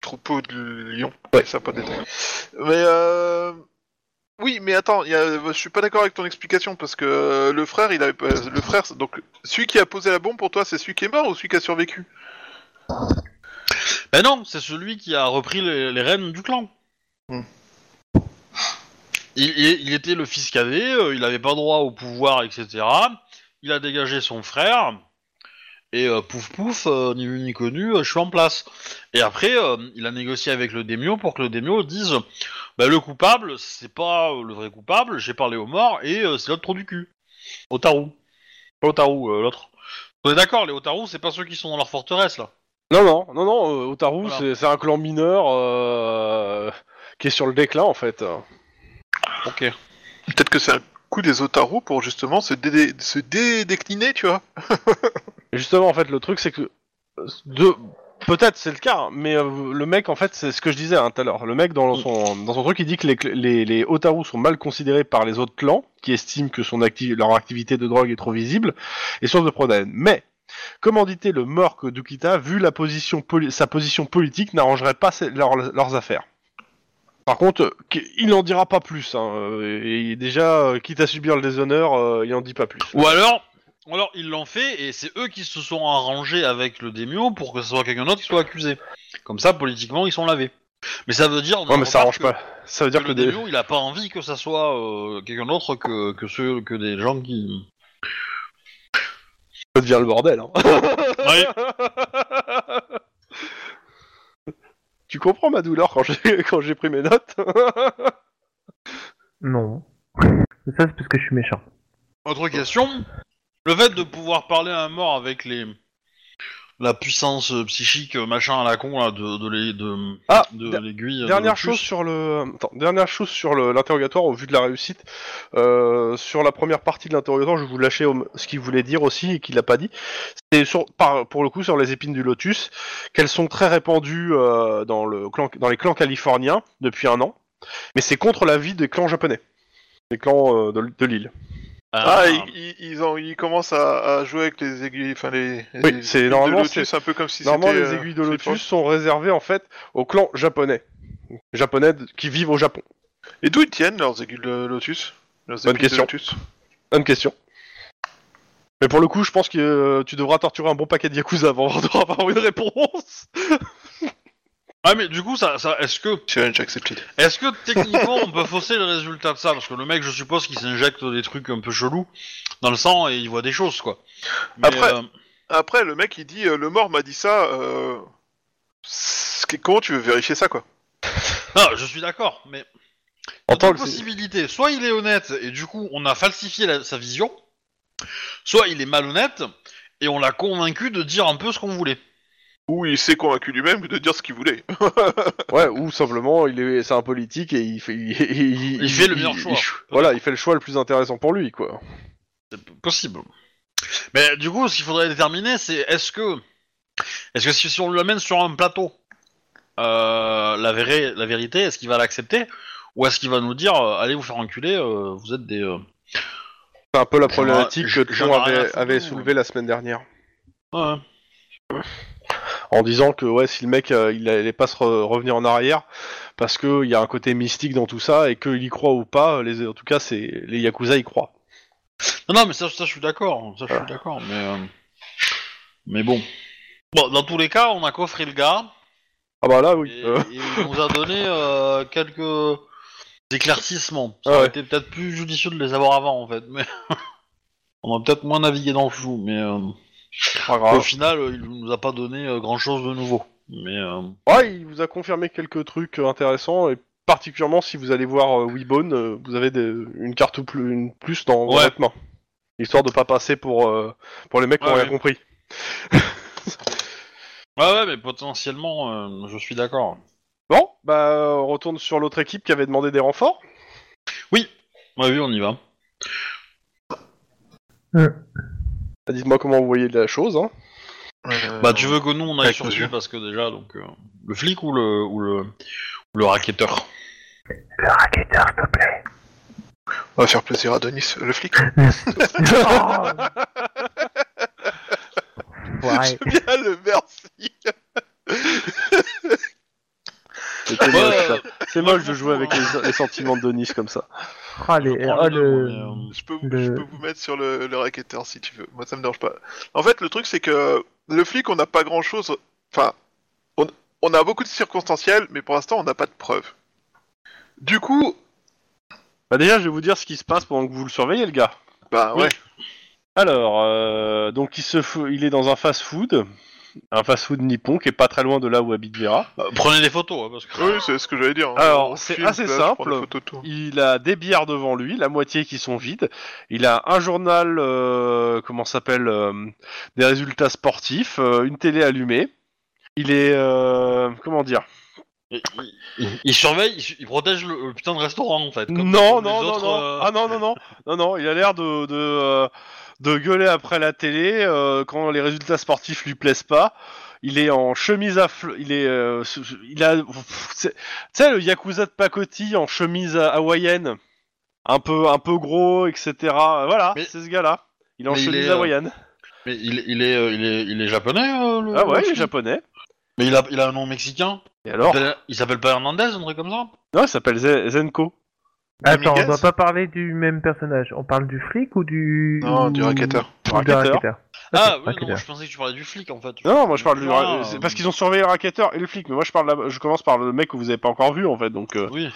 troupeau de lions. Ouais. Ça, pas d'être. Mais euh... oui, mais attends, il y a- je suis pas d'accord avec ton explication parce que euh, le frère, il avait pas- le frère, c'est- donc celui qui a posé la bombe pour toi, c'est celui qui est mort ou celui qui a survécu Ben non, c'est celui qui a repris les, les rênes du clan. Hmm. il, il- il était le fils cadet, euh, il n'avait pas droit au pouvoir, etc. Il a dégagé son frère, et euh, pouf pouf, euh, ni vu ni connu, euh, je suis en place. Et après, euh, il a négocié avec le Démio pour que le Démio dise bah, le coupable, c'est pas euh, le vrai coupable, j'ai parlé aux morts, et euh, c'est l'autre trou du cul. Otaru. Pas Otaru, euh, l'autre. On est d'accord, les Otaru, c'est pas ceux qui sont dans leur forteresse, là. Non, non, non, non, euh, Otaru, Voilà. c'est- c'est un clan mineur euh, qui est sur le déclin, en fait. Ok. Peut-être que c'est un coup des Otaru pour justement se, dé- se dédécliner, tu vois. Et justement, en fait, le truc, c'est que... euh, De... Peut-être c'est le cas, mais euh, le mec, en fait, c'est ce que je disais hein, tout à l'heure. Le mec, Mm. dans son, dans son truc, il dit que les, cl- les, les Otaru sont mal considérés par les autres clans, qui estiment que son acti- leur activité de drogue est trop visible, et source de problème. Mais, commanditer le mort que d'Ukita, vu la position poli- sa position politique, n'arrangerait pas ses- leur- leurs affaires. Par contre, euh, qu- il n'en dira pas plus. hein, euh, et déjà, euh, quitte à subir le déshonneur, euh, il n'en dit pas plus. Ou alors, ou alors ils l'ont fait et c'est eux qui se sont arrangés avec le démio pour que ce soit quelqu'un d'autre qui soit accusé. Comme ça, politiquement, ils sont lavés. Mais ça veut dire. Non, mais ça remarque arrange que- pas. Ça veut dire que que, le des- démio, il a pas envie que ça soit euh, quelqu'un d'autre que, que ceux que des gens qui. Ça devient le bordel. Hein. Ouais. tu comprends ma douleur quand j'ai quand j'ai pris mes notes Non. Mais ça, c'est parce que je suis méchant. Autre question. Le fait de pouvoir parler à un mort avec les la puissance euh, psychique euh, machin à la con là de de les- de Ah, de der- l'aiguille. de Dernière l'opus. chose sur le attends, dernière chose sur le- l'interrogatoire au vu de la réussite Euh, sur la première partie de l'interrogatoire je vais vous lâcher au- ce qu'il voulait dire aussi et qu'il n'a pas dit c'était sur par- pour le coup sur les épines du lotus qu'elles sont très répandues euh, dans le clan dans les clans californiens depuis un an mais c'est contre l'avis des clans japonais des clans euh, de, l- de l'île Ah, Ah, ils, ils- ils ont, ils commencent à, à jouer avec les aiguilles, enfin les. les Oui, c'est- aiguilles normalement, de lotus, un peu comme si Normalement, c'était, les euh, aiguilles de Street lotus sont réservées en fait aux clans japonais, japonais de- qui vivent au Japon. Fighter. Et d'où ils tiennent leurs aiguilles de lotus Leurs Bonne aiguilles de question. lotus Bonne question. Mais pour le coup, je pense que euh, tu devras torturer un bon paquet de yakuza avant d'avoir une réponse. Ah, mais du coup ça, ça est-ce que Challenge accepted. Est-ce que techniquement on peut fausser le résultat de ça Parce que le mec, je suppose qu'il s'injecte des trucs un peu chelous dans le sang et il voit des choses quoi. Mais, Après- euh, Après, le mec il dit euh, le mort m'a dit ça. Euh... c'est- Comment tu veux vérifier ça quoi ah, je suis d'accord, mais En il y a tant deux que possibilités. Soit il est honnête et du coup on a falsifié la- sa vision, soit il est malhonnête et on l'a convaincu de dire un peu ce qu'on voulait. Ou il s'est convaincu lui-même de dire ce qu'il voulait. ouais, ou simplement il est, c'est un politique et il fait, il, Il fait le meilleur il- choix. il- voilà, il fait le choix le plus intéressant pour lui, quoi. C'est p- possible. Mais du coup, ce qu'il faudrait déterminer, c'est est-ce que, est-ce que si, si on lui amène sur un plateau euh, la, véré- la vérité, est-ce qu'il va l'accepter ou est-ce qu'il va nous dire euh, allez vous faire enculer, euh, vous êtes des. euh, C'est un peu la J'en ai- problématique que j'en ai rien Tlon à avait, foutre, avait ouais. soulevée la semaine dernière. Ouais. en disant que ouais si le mec euh, il allait pas se re- revenir en arrière parce que il y a un côté mystique dans tout ça et qu'il y croit ou pas les en tout cas c'est les yakuza y croient Non, non, mais ça, ça, je suis d'accord, ça je suis d'accord, mais euh, mais bon. Bon, dans tous les cas, on a coffré le gars ah bah là oui et, euh, et il nous a donné euh, quelques éclaircissements. Ça Ah aurait ouais. été peut-être plus judicieux de les avoir avant en fait, mais on a peut-être moins navigué dans le flou, mais. euh, pas Au grave. final, euh, il nous a pas donné grand chose de nouveau. Mais euh, Ouais, Ah, il vous a confirmé quelques trucs euh, intéressants et particulièrement si vous allez voir euh, Weebone euh, vous avez des- une carte ou plus une plus dans dans Ouais. votre main histoire de pas passer pour euh, pour les mecs qui ont Ouais, rien ouais. compris ah ouais, ouais, mais potentiellement, euh, je suis d'accord. bon bah euh, on retourne sur l'autre équipe qui avait demandé des renforts Ouais, oui, on y va. Bah, dites-moi comment vous voyez la chose hein. Bah, tu veux que nous on aille avec sur nos lui yeux. parce que déjà, donc euh, le flic ou le ou le ou le racketteur. Le racketteur, s'il te plaît. On va faire plaisir à Denis, le flic. Oh ouais. Bien le merci. C'était Ouais, moche, ça. C'est moi, moche je de m'en jouer fous, avec hein. les, les sentiments de Denis comme ça. Oh, les- Je prends oh, les deux, le- mais, euh, Je peux, vous, Le- je peux vous mettre sur le, le racketeur si tu veux. Moi, ça me dérange pas. En fait, le truc, c'est que le flic, on n'a pas grand chose. Enfin, on, on a beaucoup de circonstanciels, mais pour l'instant, on n'a pas de preuves. Du coup, Bah déjà, je vais vous dire ce qui se passe pendant que vous le surveillez, le gars. Bah Oui. ouais. Alors, euh, donc il, se fou- il est dans un fast-food, un fast-food nippon qui est pas très loin de là où habite Vera. Euh, prenez des photos, hein, parce que. Oui, c'est ce que j'allais dire. hein. Ah. Alors, On c'est filme, assez là, je prends simple. des photos de tout. Il a des bières devant lui, la moitié qui sont vides. Il a un journal, euh, comment ça s'appelle, euh, des résultats sportifs, euh, une télé allumée. Il est, euh, comment dire Il, il- il surveille, il, il protège le, le putain de restaurant en fait. comme- Non, comme les non, non, autres, non. euh, Ah non, non, non, non, non. Il a l'air de de, euh, de gueuler après la télé euh, quand les résultats sportifs lui plaisent pas. Il est en chemise à fl- il est euh, ce- ce- il a pff, c'est- tu sais le yakuza de pacotille en chemise ha- hawaïenne, un peu un peu gros, etc. Voilà, Mais- c'est ce gars-là. Il est en mais il chemise est, euh, hawaïenne. Mais il, il est, euh, il, est, il est japonais euh, le- Ah le ouais, il est fils japonais. Mais il a, il a un nom mexicain Et alors Il a- Il s'appelle pas Hernandez, un truc comme ça Non, il s'appelle Ze- Zenko. Attends, on Dominguez doit pas parler du même personnage. On parle du flic ou du. Non, Hmm. du ou- racketeur. ou du Racketeur. racketeur. Ah Ok, oui, non, racketeur. je pensais que tu parlais du flic en fait. Non, non, moi je parle du Ah, ra- c'est parce qu'ils ont surveillé le racketteur et le flic, mais moi je parle là- je commence par le mec que vous avez pas encore vu en fait, donc euh, Oui.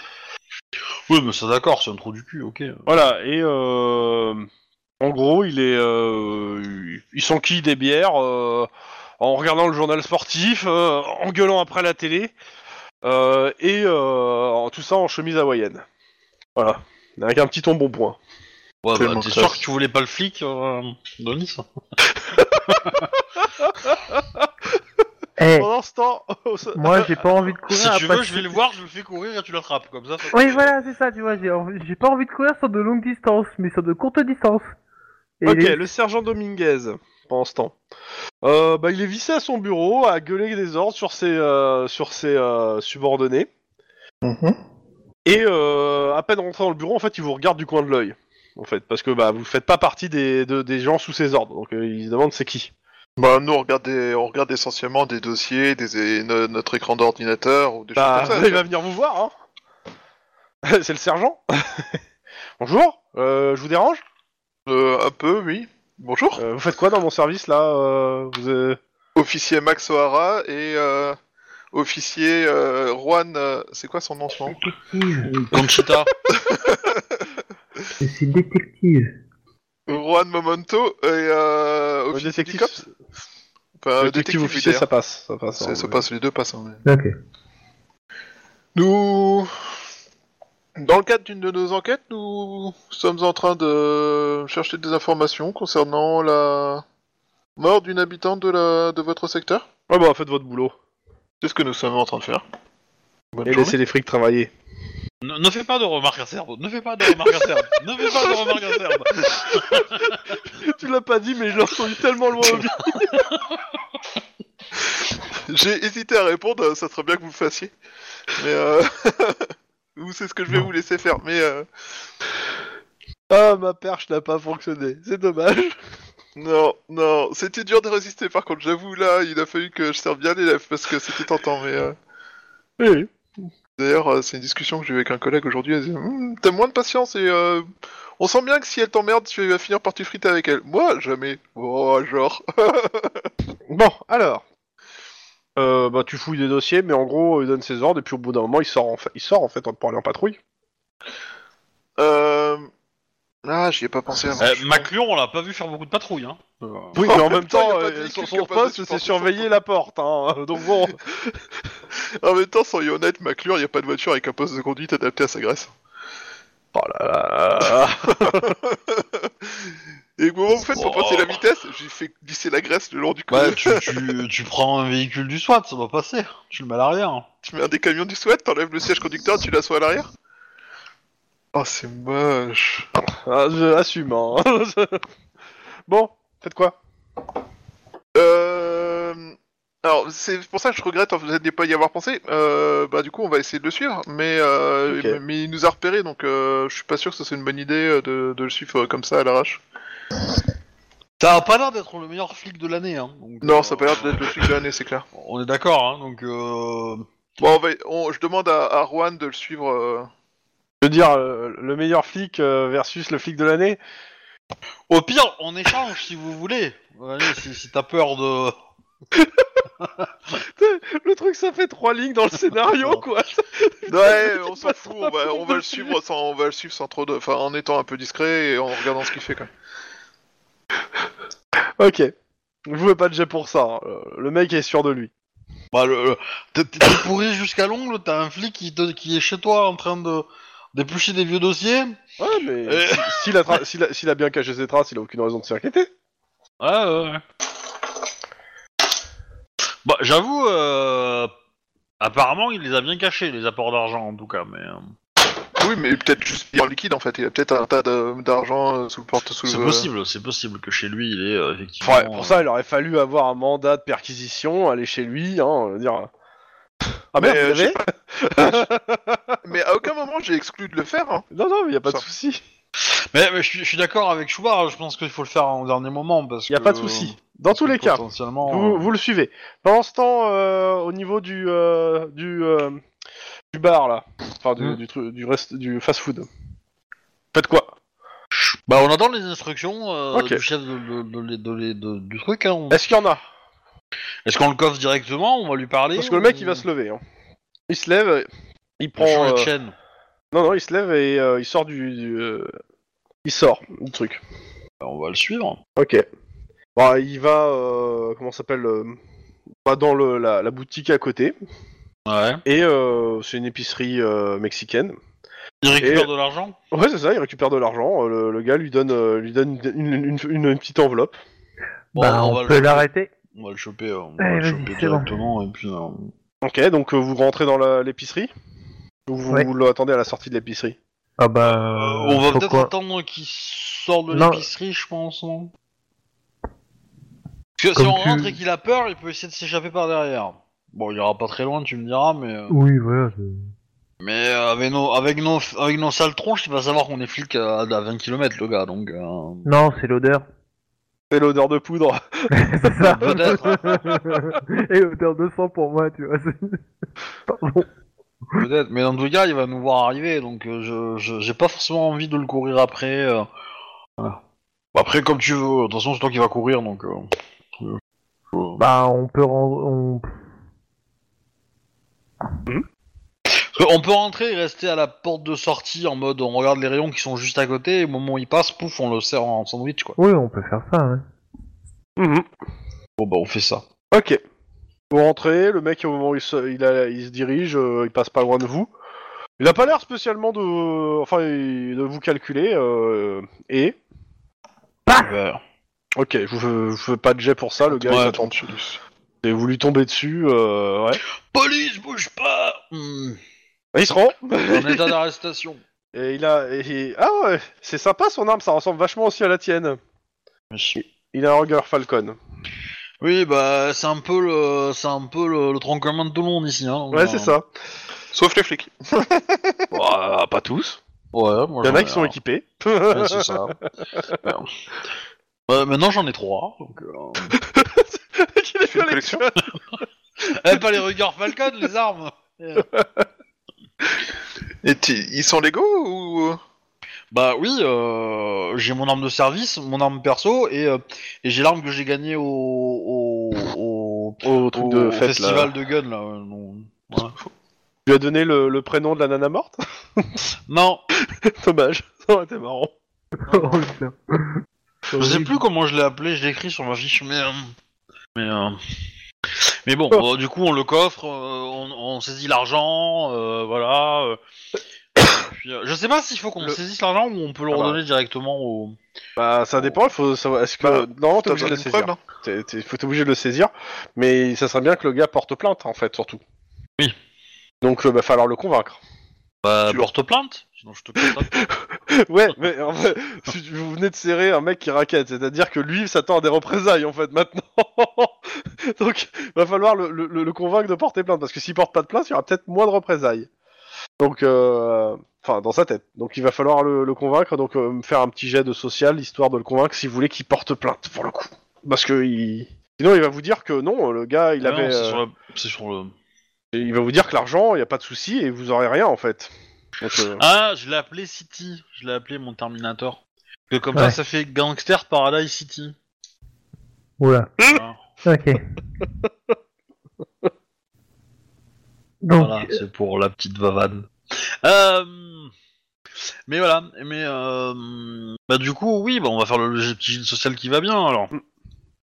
Oui, mais ça d'accord, c'est un trou du cul, ok. Voilà, et euh, en gros, il est, euh, il- il s'enquille des bières euh, en regardant le journal sportif, euh, en gueulant après la télé, euh, et euh, en- tout ça en chemise hawaïenne. Voilà, avec un petit ton bon point. Ouais, bah, Tellement t'es classe. sûr que tu voulais pas le flic, euh, Denis Eh, Pendant ce temps, moi j'ai pas envie de Oh, courir euh, Si tu après veux, ce- je vais le voir, je le fais courir et tu l'attrapes, comme ça. ça- Oui, voilà, c'est ça, tu vois. J'ai envie- j'ai pas envie de courir sur de longues distances, mais sur de courtes distances. Et Ok, les- le sergent Dominguez, pendant ce temps. Euh, bah, il est vissé à son bureau, à gueuler des ordres sur ses, euh, sur ses euh, subordonnés. Et euh, à peine rentré dans le bureau, en fait, il vous regarde du coin de l'œil. En fait, parce que bah, vous faites pas partie des, de- des gens sous ses ordres. Donc euh, il se demande c'est qui. Bah nous on regarde, des- on regarde essentiellement des dossiers, des, et no- notre écran d'ordinateur ou des Bah, choses comme ça. il va venir vous voir, hein. c'est le sergent. Bonjour, euh, je vous dérange Euh, un peu, oui. Bonjour. Euh, Vous faites quoi dans mon service là Euh, vous, euh, Officier Max O'Hara et euh, officier euh, Juan. euh, c'est quoi son nom ce nom Détective. Conchita. Je suis détective. Juan Momento et euh, le officier Détective, du COPS Enfin, le détective officier, UDR. ça passe. Ça passe. C'est- hein, ça mais- passe, les deux passent. hein, mais- Ok. Nous. Dans le cadre d'une de nos enquêtes, nous sommes en train de chercher des informations concernant la mort d'une habitante de, la... de votre secteur. Ouais, bah faites votre boulot. C'est ce que nous sommes en train de faire. Bonne Et journée. laissez les frics travailler. ne, ne fais pas de remarques acerbes, ne fais pas de remarques acerbes, ne fais pas de remarques acerbes. tu l'as pas dit, mais je l'ai entendu tellement loin au J'ai hésité à répondre, ça serait bien que vous le fassiez. Mais euh... ou c'est ce que je vais vous laisser faire. Mais euh, Ah, ma perche n'a pas fonctionné. C'est dommage. non, non, c'était dur de résister. Par contre, j'avoue, là, il a fallu que je serve bien l'élève parce que c'était tentant. Mais euh, Oui. D'ailleurs, euh, c'est une discussion que j'ai eue avec un collègue aujourd'hui. Elle disait Hum, T'as moins de patience et euh, on sent bien que si elle t'emmerde, tu vas finir par te friter avec elle. Moi, jamais. Oh, genre. Bon, alors. Euh, bah, tu fouilles des dossiers, mais en gros, il donne ses ordres, et puis au bout d'un moment, il sort en, fa- il sort, en fait pour aller en patrouille. Euh... Ah, j'y ai pas pensé avant. Euh, Maclure, on l'a pas vu faire beaucoup de patrouilles, hein. Oui, Oh, mais en putain, même temps, il y a pas euh, de son, discute son qui a pas poste, de c'est support. surveiller la porte. Hein. Donc bon, En même temps, soyons honnêtes, Maclure, y a pas de voiture avec un poste de conduite adapté à sa graisse. oh là là. Et au moment où vous faites pour Oh. passer la vitesse, j'ai fait glisser la graisse le long du Bah, col. tu, tu, tu prends un véhicule du SWAT, ça doit passer. Tu le mets à l'arrière. hein. tu mets un des camions du sweat, t'enlèves le siège conducteur, tu l'assois à l'arrière. Oh, c'est moche. Ah, je l'assume. Hein. bon, faites quoi Euh... Alors, c'est pour ça que je regrette en fait de ne pas y avoir pensé. Euh, bah, du coup, on va essayer de le suivre, mais, euh, Ok. mais- mais il nous a repéré, donc euh, je suis pas sûr que ce soit une bonne idée euh, de, de le suivre euh, comme ça à l'arrache. Ça a pas l'air d'être le meilleur flic de l'année, hein. donc, Non, euh, ça a pas l'air d'être le flic de l'année, c'est clair. On est d'accord, hein, donc euh... Bon, on va- on- je demande à, à Juan de le suivre. euh. Je veux dire, euh, le meilleur flic euh, versus le flic de l'année Au pire, on échange si vous voulez. Allez, si, si t'as peur de. Le truc, ça fait trois lignes dans le scénario, quoi. Ouais, on s'en fout, on va, on va le suivre sans, on va le suivre sans trop de, enfin, en étant un peu discret et en regardant ce qu'il fait. Quoi. Ok. Je veux pas de jet pour ça. hein. Euh, Le mec est sûr de lui. Bah, le, le- t'es- t'es t'es pourri jusqu'à l'ongle, t'as un flic qui, te- qui est chez toi en train de d'éplucher des vieux dossiers. Ouais, mais Euh. si- s'il a, tra- s'il a- s'il a bien caché ses traces, il a aucune raison de s'inquiéter. Ouais, ouais, ouais. Bah, j'avoue, euh, apparemment, il les a bien cachés, les apports d'argent en tout cas, mais. euh, Oui, mais peut-être juste en liquide en fait. Il a peut-être un tas de- d'argent euh, sous le porte sous C'est le- possible, c'est possible que chez lui, il est euh, effectivement. Enfin, pour ça, il aurait fallu avoir un mandat de perquisition, aller chez lui, hein, euh, dire. Ah Mais, merde, euh, vous avez Ah, Mais à aucun moment j'ai exclu de le faire. hein. Non, non, mais y a pas de Ça. souci. euh, Mais, mais je suis, je suis d'accord avec Chouard, je pense qu'il faut le faire en dernier moment parce Y a que- pas de souci. Dans tous les cas, Potentiellement. vous, hein. euh, vous le suivez. Pendant ce temps, euh, au niveau du euh, du, euh, du bar là, enfin du Mm. Hmm. du, tru- du reste du fast-food. Faites quoi Bah, on attend les instructions euh, Ok. Eh. du chef de, de- de- de- de- de- du truc. hein. On- Est-ce qu'il y en a Est-ce qu'on le coffre directement On va lui parler Parce que le mec, il va se lever. hein. Il se lève, il prend. prendre euh, la chaîne. Non, non, il se lève et euh, il sort du. du, euh, Il sort du truc. Bah, on va le suivre. Ok. Bon, il va. euh, Comment ça s'appelle euh, Va dans le- la, la boutique à côté. Ouais. Et euh, c'est une épicerie euh, mexicaine. Il récupère Et- de l'argent Ouais, c'est ça, il récupère de l'argent. euh, Le, le gars lui donne, euh, lui donne une, une- une- une petite enveloppe. Bon, bah, on, va le peut choper. l'arrêter. On va le choper, euh, on Allez, va le Eh, vas-y, choper c'est bon. directement et puis. euh, Ok, donc euh, vous rentrez dans la- l'épicerie Ou vous, Ouais. l'attendez à la sortie de l'épicerie Ah bah. Euh, on va faut peut-être quoi attendre qu'il sorte de Non. l'épicerie, je pense. non Parce que si Comme on tu- rentre et qu'il a peur, il peut essayer de s'échapper par derrière. Bon, il ira pas très loin, tu me diras, mais. euh, Oui, voilà. c'est- Mais euh, avec, nos, avec, nos, avec nos sales tronches, il va savoir qu'on est flic à, à 20 km, le gars, donc. euh, Non, c'est l'odeur. C'est l'odeur de poudre. c'est ça. Peut-être. Et l'odeur de sang pour moi, tu vois. c'est- Pardon. Peut-être, mais dans tous les cas, il va nous voir arriver, donc euh, je je- j'ai pas forcément envie de le courir après. euh, voilà. Bah, Après, comme tu veux, de toute façon, c'est toi qui vas courir, donc. euh, euh, euh, Bah, on peut rendre. On... parce que Euh, On peut rentrer et rester à la porte de sortie en mode on regarde les rayons qui sont juste à côté, et au moment où il passe, pouf, on le sert en sandwich, quoi. Oui, on peut faire ça. hein. Mhm. Bon, bah, on fait ça. Ok. Vous rentrez, le mec, au moment où il se, il a- il se dirige, euh, il passe pas loin de vous. Il a pas l'air spécialement de, enfin, il- de vous calculer. euh, et Bah, ok, je vous fais, je vous fais pas de jet pour ça, le gars. il Ouais, s'attend. attends, je- je- Et vous lui tombez dessus. euh, ouais. Police, bouge pas Hmm, Et il se rend. En état d'arrestation. Et il a. et- et- Ah ouais, c'est sympa son arme, ça ressemble vachement aussi à la tienne. Il a un regard Falcon. Oui, bah, c'est un peu le, c'est un peu le, le tronc commun de tout le monde ici, hein. donc, Ouais, euh, c'est ça. Sauf les flics. Bah, pas tous. Ouais, moi, Il y en j'en a ai qui sont un. équipés. Ouais, c'est ça. Ouais. Bah, maintenant j'en ai trois. Donc, euh, Qu'il a fait une fait collection. avec- eh, pas les regards Falcon, les armes. Et t- ils sont légaux ou Bah oui, euh, j'ai mon arme de service, mon arme perso et, euh, et j'ai l'arme que j'ai gagnée au au, au, Au truc au- de au fête, là. festival de gun là. euh, Non, Voilà. Tu lui as donné le, le prénom de la nana morte Non, Dommage, ça aurait été marrant. Oh, putain. je sais plus comment je l'ai appelé, je l'ai écrit sur ma fiche, mais euh, mais euh, mais bon, Oh. bah, du coup on le coffre, euh, on, on saisit l'argent, euh, voilà. euh, puis, euh, je sais pas s'il faut qu'on Le- saisisse l'argent ou on peut le Ah bah. redonner directement au. Bah ça dépend, il faut savoir. Est-ce que Bah, non, t'es obligé T'as besoin de le d'une saisir. preuve, hein? non T'es- t'es- faut t'es obligé de le saisir, mais ça serait bien que le gars porte plainte en fait surtout. Oui. Donc il va falloir le convaincre. Bah, Tu- porte plainte, sinon je te contacte. ouais, mais en fait, si tu- vous venez de serrer un mec qui raquette, c'est-à-dire que lui il s'attend à des représailles en fait maintenant. Donc il va falloir le, le- le- le convaincre de porter plainte parce que s'il porte pas de plainte, il y aura peut-être moins de représailles. Donc euh, enfin dans sa tête. Donc il va falloir le, le convaincre, donc euh, me faire un petit jet de social histoire de le convaincre si vous voulez qu'il porte plainte pour le coup. Parce que il... sinon il va vous dire que non, le gars il Ah non, avait, c'est euh, sur le- c'est sur le. et il va vous dire que l'argent il y a pas de souci et vous aurez rien en fait. Donc, euh, Ah, je l'ai appelé City. Je l'ai appelé mon Terminator. Que comme Ouais. ça, ça fait Gangster Paradise City. Oula. Voilà. Ok. Donc, Voilà, c'est pour la petite vavade. Euh, mais voilà, mais euh, bah du coup, oui, bah on va faire le, le petit gîte social qui va bien alors.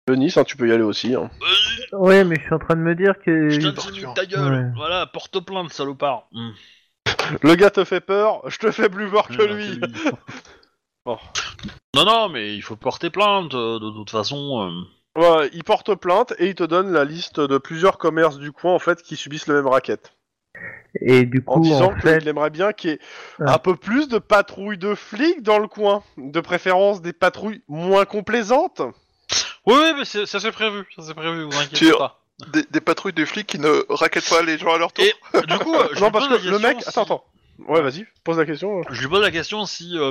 Denis, hein, tu peux y aller aussi. hein. Vas-y, ouais, mais je suis en train de me dire que. je porte t'intimide ta gueule, Ouais. voilà, porte plainte, salopard. Hum. Le gars te fait peur, je te fais plus peur que Ah, lui. Bon. Non, non, mais il faut porter plainte, euh, de toute façon. euh. Ouais, il porte plainte et il te donne la liste de plusieurs commerces du coin en fait qui subissent le même racket. Et du En coup, en, disant fait, qu'il aimerait bien qu'il y ait Ouais. un peu plus de patrouilles de flics dans le coin, de préférence des patrouilles moins complaisantes. Oui, oui, mais c'est- ça c'est prévu, ça c'est prévu, vous inquiétez Tu- pas. Des, des patrouilles de flics qui ne raquettent pas les gens à leur tour. Et du coup, euh, je non lui parce pose la que le question mec, si- attends, attends. Ouais, vas-y, pose la question. Je lui pose la question si euh,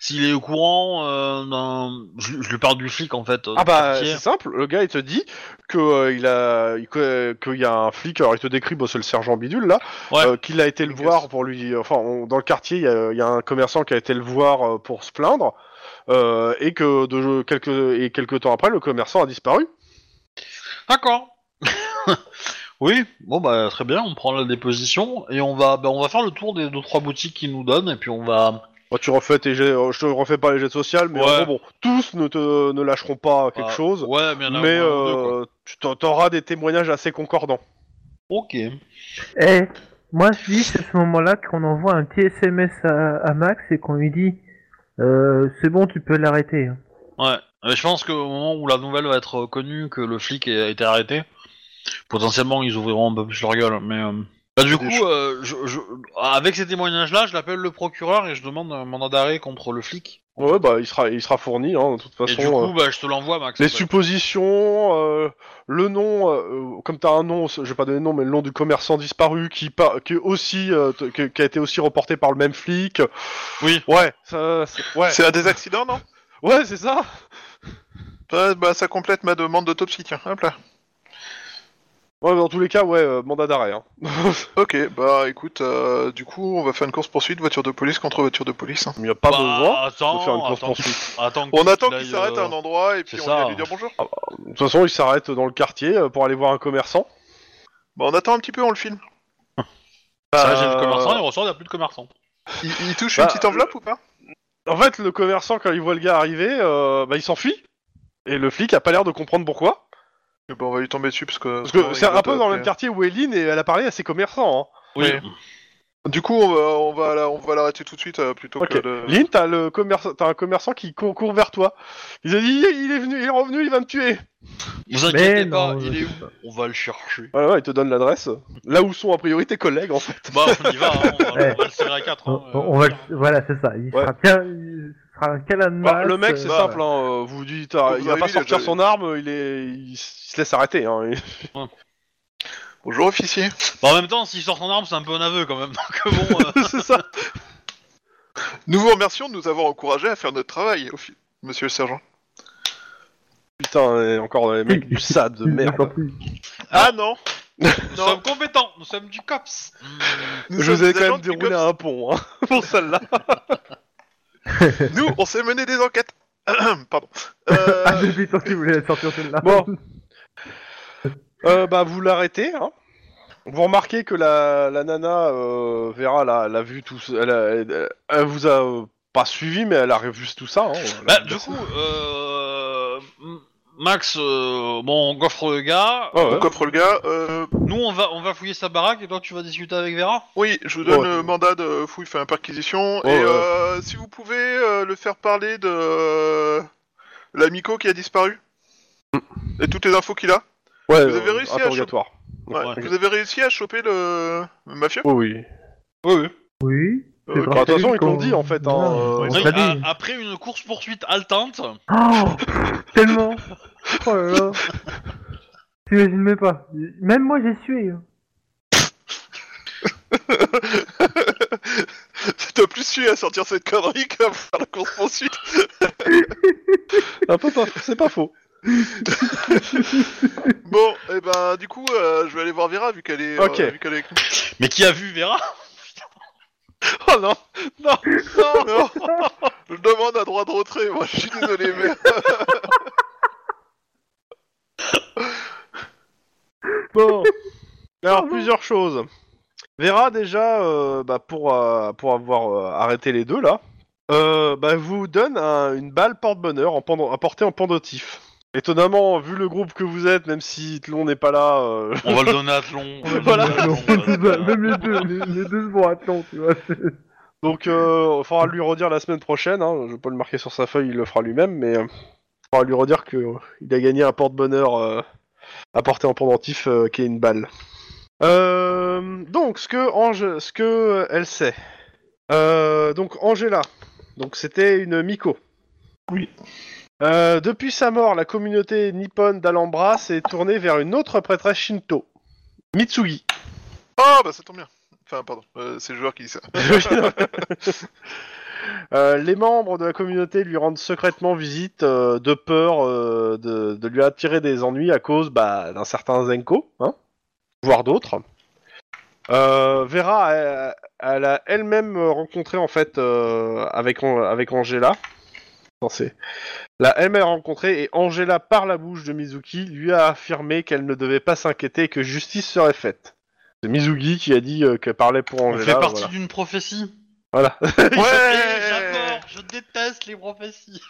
s'il est au courant. euh, d'un- je, je lui parle du flic en fait. euh, Ah du bah quartier. c'est simple, le gars il te dit que euh, il a il- que- qu'il y a un flic, alors il te décrit bah, c'est le sergent Bidule là, Ouais. euh, qu'il a été le Lucas. voir pour lui, enfin on- dans le quartier il y, a, il y a un commerçant qui a été le voir euh, pour se plaindre euh, et que de quelques et quelques temps après le commerçant a disparu. D'accord. oui, bon bah très bien, on prend la déposition et on va bah, on va faire le tour des deux trois boutiques qu'ils nous donnent et puis on va Bah, tu refais tes jets, euh, je te refais pas les jets sociaux, mais en Ouais. gros, bon, tous ne te ne lâcheront pas quelque Ah, chose, Ouais, mais, il y en a mais au moins un ou deux, quoi. euh, tu t'en- t'auras des témoignages assez concordants. OK. eh, moi je dis c'est à ce moment-là qu'on envoie un petit SMS à, à Max et qu'on lui dit euh, c'est bon, tu peux l'arrêter. hein. Ouais, mais je pense qu'au moment où la nouvelle va être euh, connue que le flic a été arrêté, potentiellement ils ouvriront un peu plus leur gueule. Mais euh, bah, du coup, euh, je- je- avec ces témoignages-là, je l'appelle le procureur et je demande un mandat d'arrêt contre le flic. Ouais, bah il sera il sera fourni hein, de toute façon. Et du euh, coup, bah, je te l'envoie, Max. Les en fait. suppositions, euh, le nom, euh, comme t'as un nom, je vais pas donner le nom, mais le nom du commerçant disparu qui, par- qui est aussi, euh, t- qui, qui a été aussi reporté par le même flic. Oui. Ouais, ça, c'est- ouais, C'est un des accidents, non ouais, c'est ça. bah, bah, ça complète ma demande d'autopsie, tiens. Hop là. Ouais, dans tous les cas, ouais, euh, mandat d'arrêt. hein. Ok, bah écoute, euh, du coup, on va faire une course-poursuite, voiture de police contre voiture de police. hein. Il n'y a pas Bah, besoin attends, de faire une course attends, poursuite. attends On attend aille, qu'il s'arrête hein, euh, à un endroit et puis c'est on ça. vient lui dire bonjour. De toute façon, il s'arrête dans le quartier euh, pour aller voir un commerçant. Bah, on attend un petit peu, on le filme. Ça, j'ai Euh, le commerçant, il ressort, il n'y a plus de commerçant. Il, il touche Bah, une petite enveloppe ou pas En fait, le commerçant quand il voit le gars arriver, euh, bah il s'enfuit. Et le flic a pas l'air de comprendre pourquoi. Eh ben, on va lui tomber dessus parce que. Parce que c'est un peu dans le même cas. quartier où Eileen et elle a parlé à ses commerçants. hein. Oui. Oui. Du coup, on va, on va, la- on va l'arrêter tout de suite euh, plutôt Ok. que de. Lynn, t'as le commerçant, t'as un commerçant qui court, court vers toi. Il a dit, il est venu, il est revenu, il va me tuer. Vous inquiétez Mais pas, non, il je est sais où On va le chercher. Voilà, ouais, il te donne l'adresse. Là où sont a priori tes collègues, en fait. Bah, on y va, hein, on, va, Ouais. on va le serrer à hein, euh. 4. On, on va, le- voilà, c'est ça. Il Ouais. sera bien, il sera un calamasse, Bah, le mec, c'est euh, simple, hein, euh, vous dites, Vous euh, il va avez pas vu, sortir j'ai- son arme, il est, il se laisse arrêter, hein. Et- Bonjour, officier. Bah, en même temps, s'il sort son arme, c'est un peu un aveu quand même. Donc bon, euh, c'est ça. Nous vous remercions de nous avoir encouragés à faire notre travail, offi- monsieur le sergent. Putain, et encore les mecs du SAD de il- encore merde. plus. Ah non nous Non. sommes compétents, nous sommes du COPS. Nous Je vous sommes ai des quand agents même du déroulé COPS. un pont, hein, pour celle-là. Nous, on s'est mené des enquêtes. Pardon. Euh, Ah, j'ai vu, toi, tu voulais sortir celle-là. Bon. Euh, bah, vous l'arrêtez, hein. Vous remarquez que la, la nana, euh, Vera, l'a, l'a vu tout, elle, a- elle- elle vous a euh, pas suivi, mais elle a revu tout ça. Hein, Bah, Elle a- du coup, euh, M- Max, euh, bon, on coffre le gars. Ah ouais. on coffre le gars. euh, Nous, on va, on va fouiller sa baraque et toi, tu vas discuter avec Vera. oui, je vous donne Ouais. le mandat de fouille, enfin perquisition. Ouais, et ouais. euh, si vous pouvez euh, le faire parler de euh, l'amico qui a disparu Mm. et toutes les infos qu'il a. Ouais, Vous avez euh, réussi à interrogatoire. Ouais. Ouais. Vous avez réussi à choper le, le mafieux Oh oui. Oui, oui. Oui. c'est Ok. Bah, grâce de toute à façon, lui ils te l'ont qu'on- dit en fait. Hein, Non, euh, on Oui, t'a dit. a- après une course poursuite haletante, Oh Tellement Oh là là T'imagines même pas. Même moi j'ai sué. hein. T'as plus su à sortir cette connerie qu'à faire la course poursuite. un peu pas- C'est pas faux. Bon, et ben du coup, euh, je vais aller voir Vera vu qu'elle est, euh, Ok. vu qu'elle est avec nous. mais qui a vu Vera Oh non Non Non Non Je demande un droit de retrait, moi je suis désolé, mais. Bon. Alors, plusieurs choses. Vera, déjà, euh, bah, pour, euh, pour avoir euh, arrêté les deux, là, euh, bah, vous donne un- une balle porte-bonheur en pendo- à porter en pendotif. Étonnamment, vu le groupe que vous êtes, même si Tlon n'est pas là, euh, On va le donner à Tlon. on va le Voilà. donner à Tlon, on va le donner à Tlon. Même les deux, les, les deux se vont à Tlon, tu vois. c'est- donc euh, il faudra lui redire la semaine prochaine, hein, je vais pas le marquer sur sa feuille, il le fera lui-même, mais euh, il faudra lui redire qu'il a gagné un porte-bonheur euh, à porter en pendentif euh, qui est une balle. Euh, donc, ce que, Ange, ce que euh, elle sait. Euh, donc, Angela, donc c'était une Miko. Oui. Euh, depuis sa mort, la communauté nippone d'Alhambra s'est tournée vers une autre prêtresse shinto, Mitsugi. Ah bah ça tombe bien. Enfin pardon, euh, c'est le joueur qui dit ça. Euh, les membres de la communauté lui rendent secrètement visite euh, de peur euh, de, de lui attirer des ennuis à cause bah, d'un certain Zenko, hein, voire d'autres. Euh, Vera, elle, elle a elle-même rencontré en fait euh, avec, An- avec Angela. Non, c'est- La elle-même rencontré et Angela par la bouche de Mizuki lui a affirmé qu'elle ne devait pas s'inquiéter et que justice serait faite. C'est Mizuki qui a dit euh, qu'elle parlait pour On Angela. fait partie voilà. d'une prophétie. voilà. Et Ouais J'adore, Eh, je déteste les prophéties.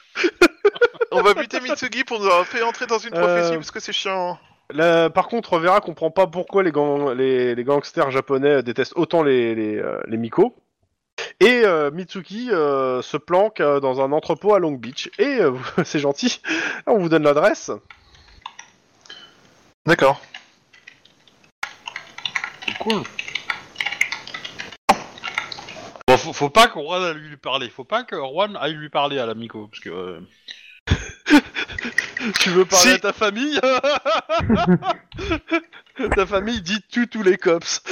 On va buter Mitsugi pour nous avoir fait entrer dans une Euh. prophétie parce que c'est chiant. Là, par contre, Vera comprend pas pourquoi les, gang- les, les gangsters japonais euh, détestent autant les, les, euh, les Miko. Et euh, Mitsuki euh, se planque euh, dans un entrepôt à Long Beach. Et euh, c'est gentil, on vous donne l'adresse. D'accord. C'est cool. Bon, faut, faut pas que Juan aille lui parler. Faut pas que Juan aille lui parler à l'amico, parce que. euh, Tu veux parler Si. à ta famille Ta famille dit tu tous les cops.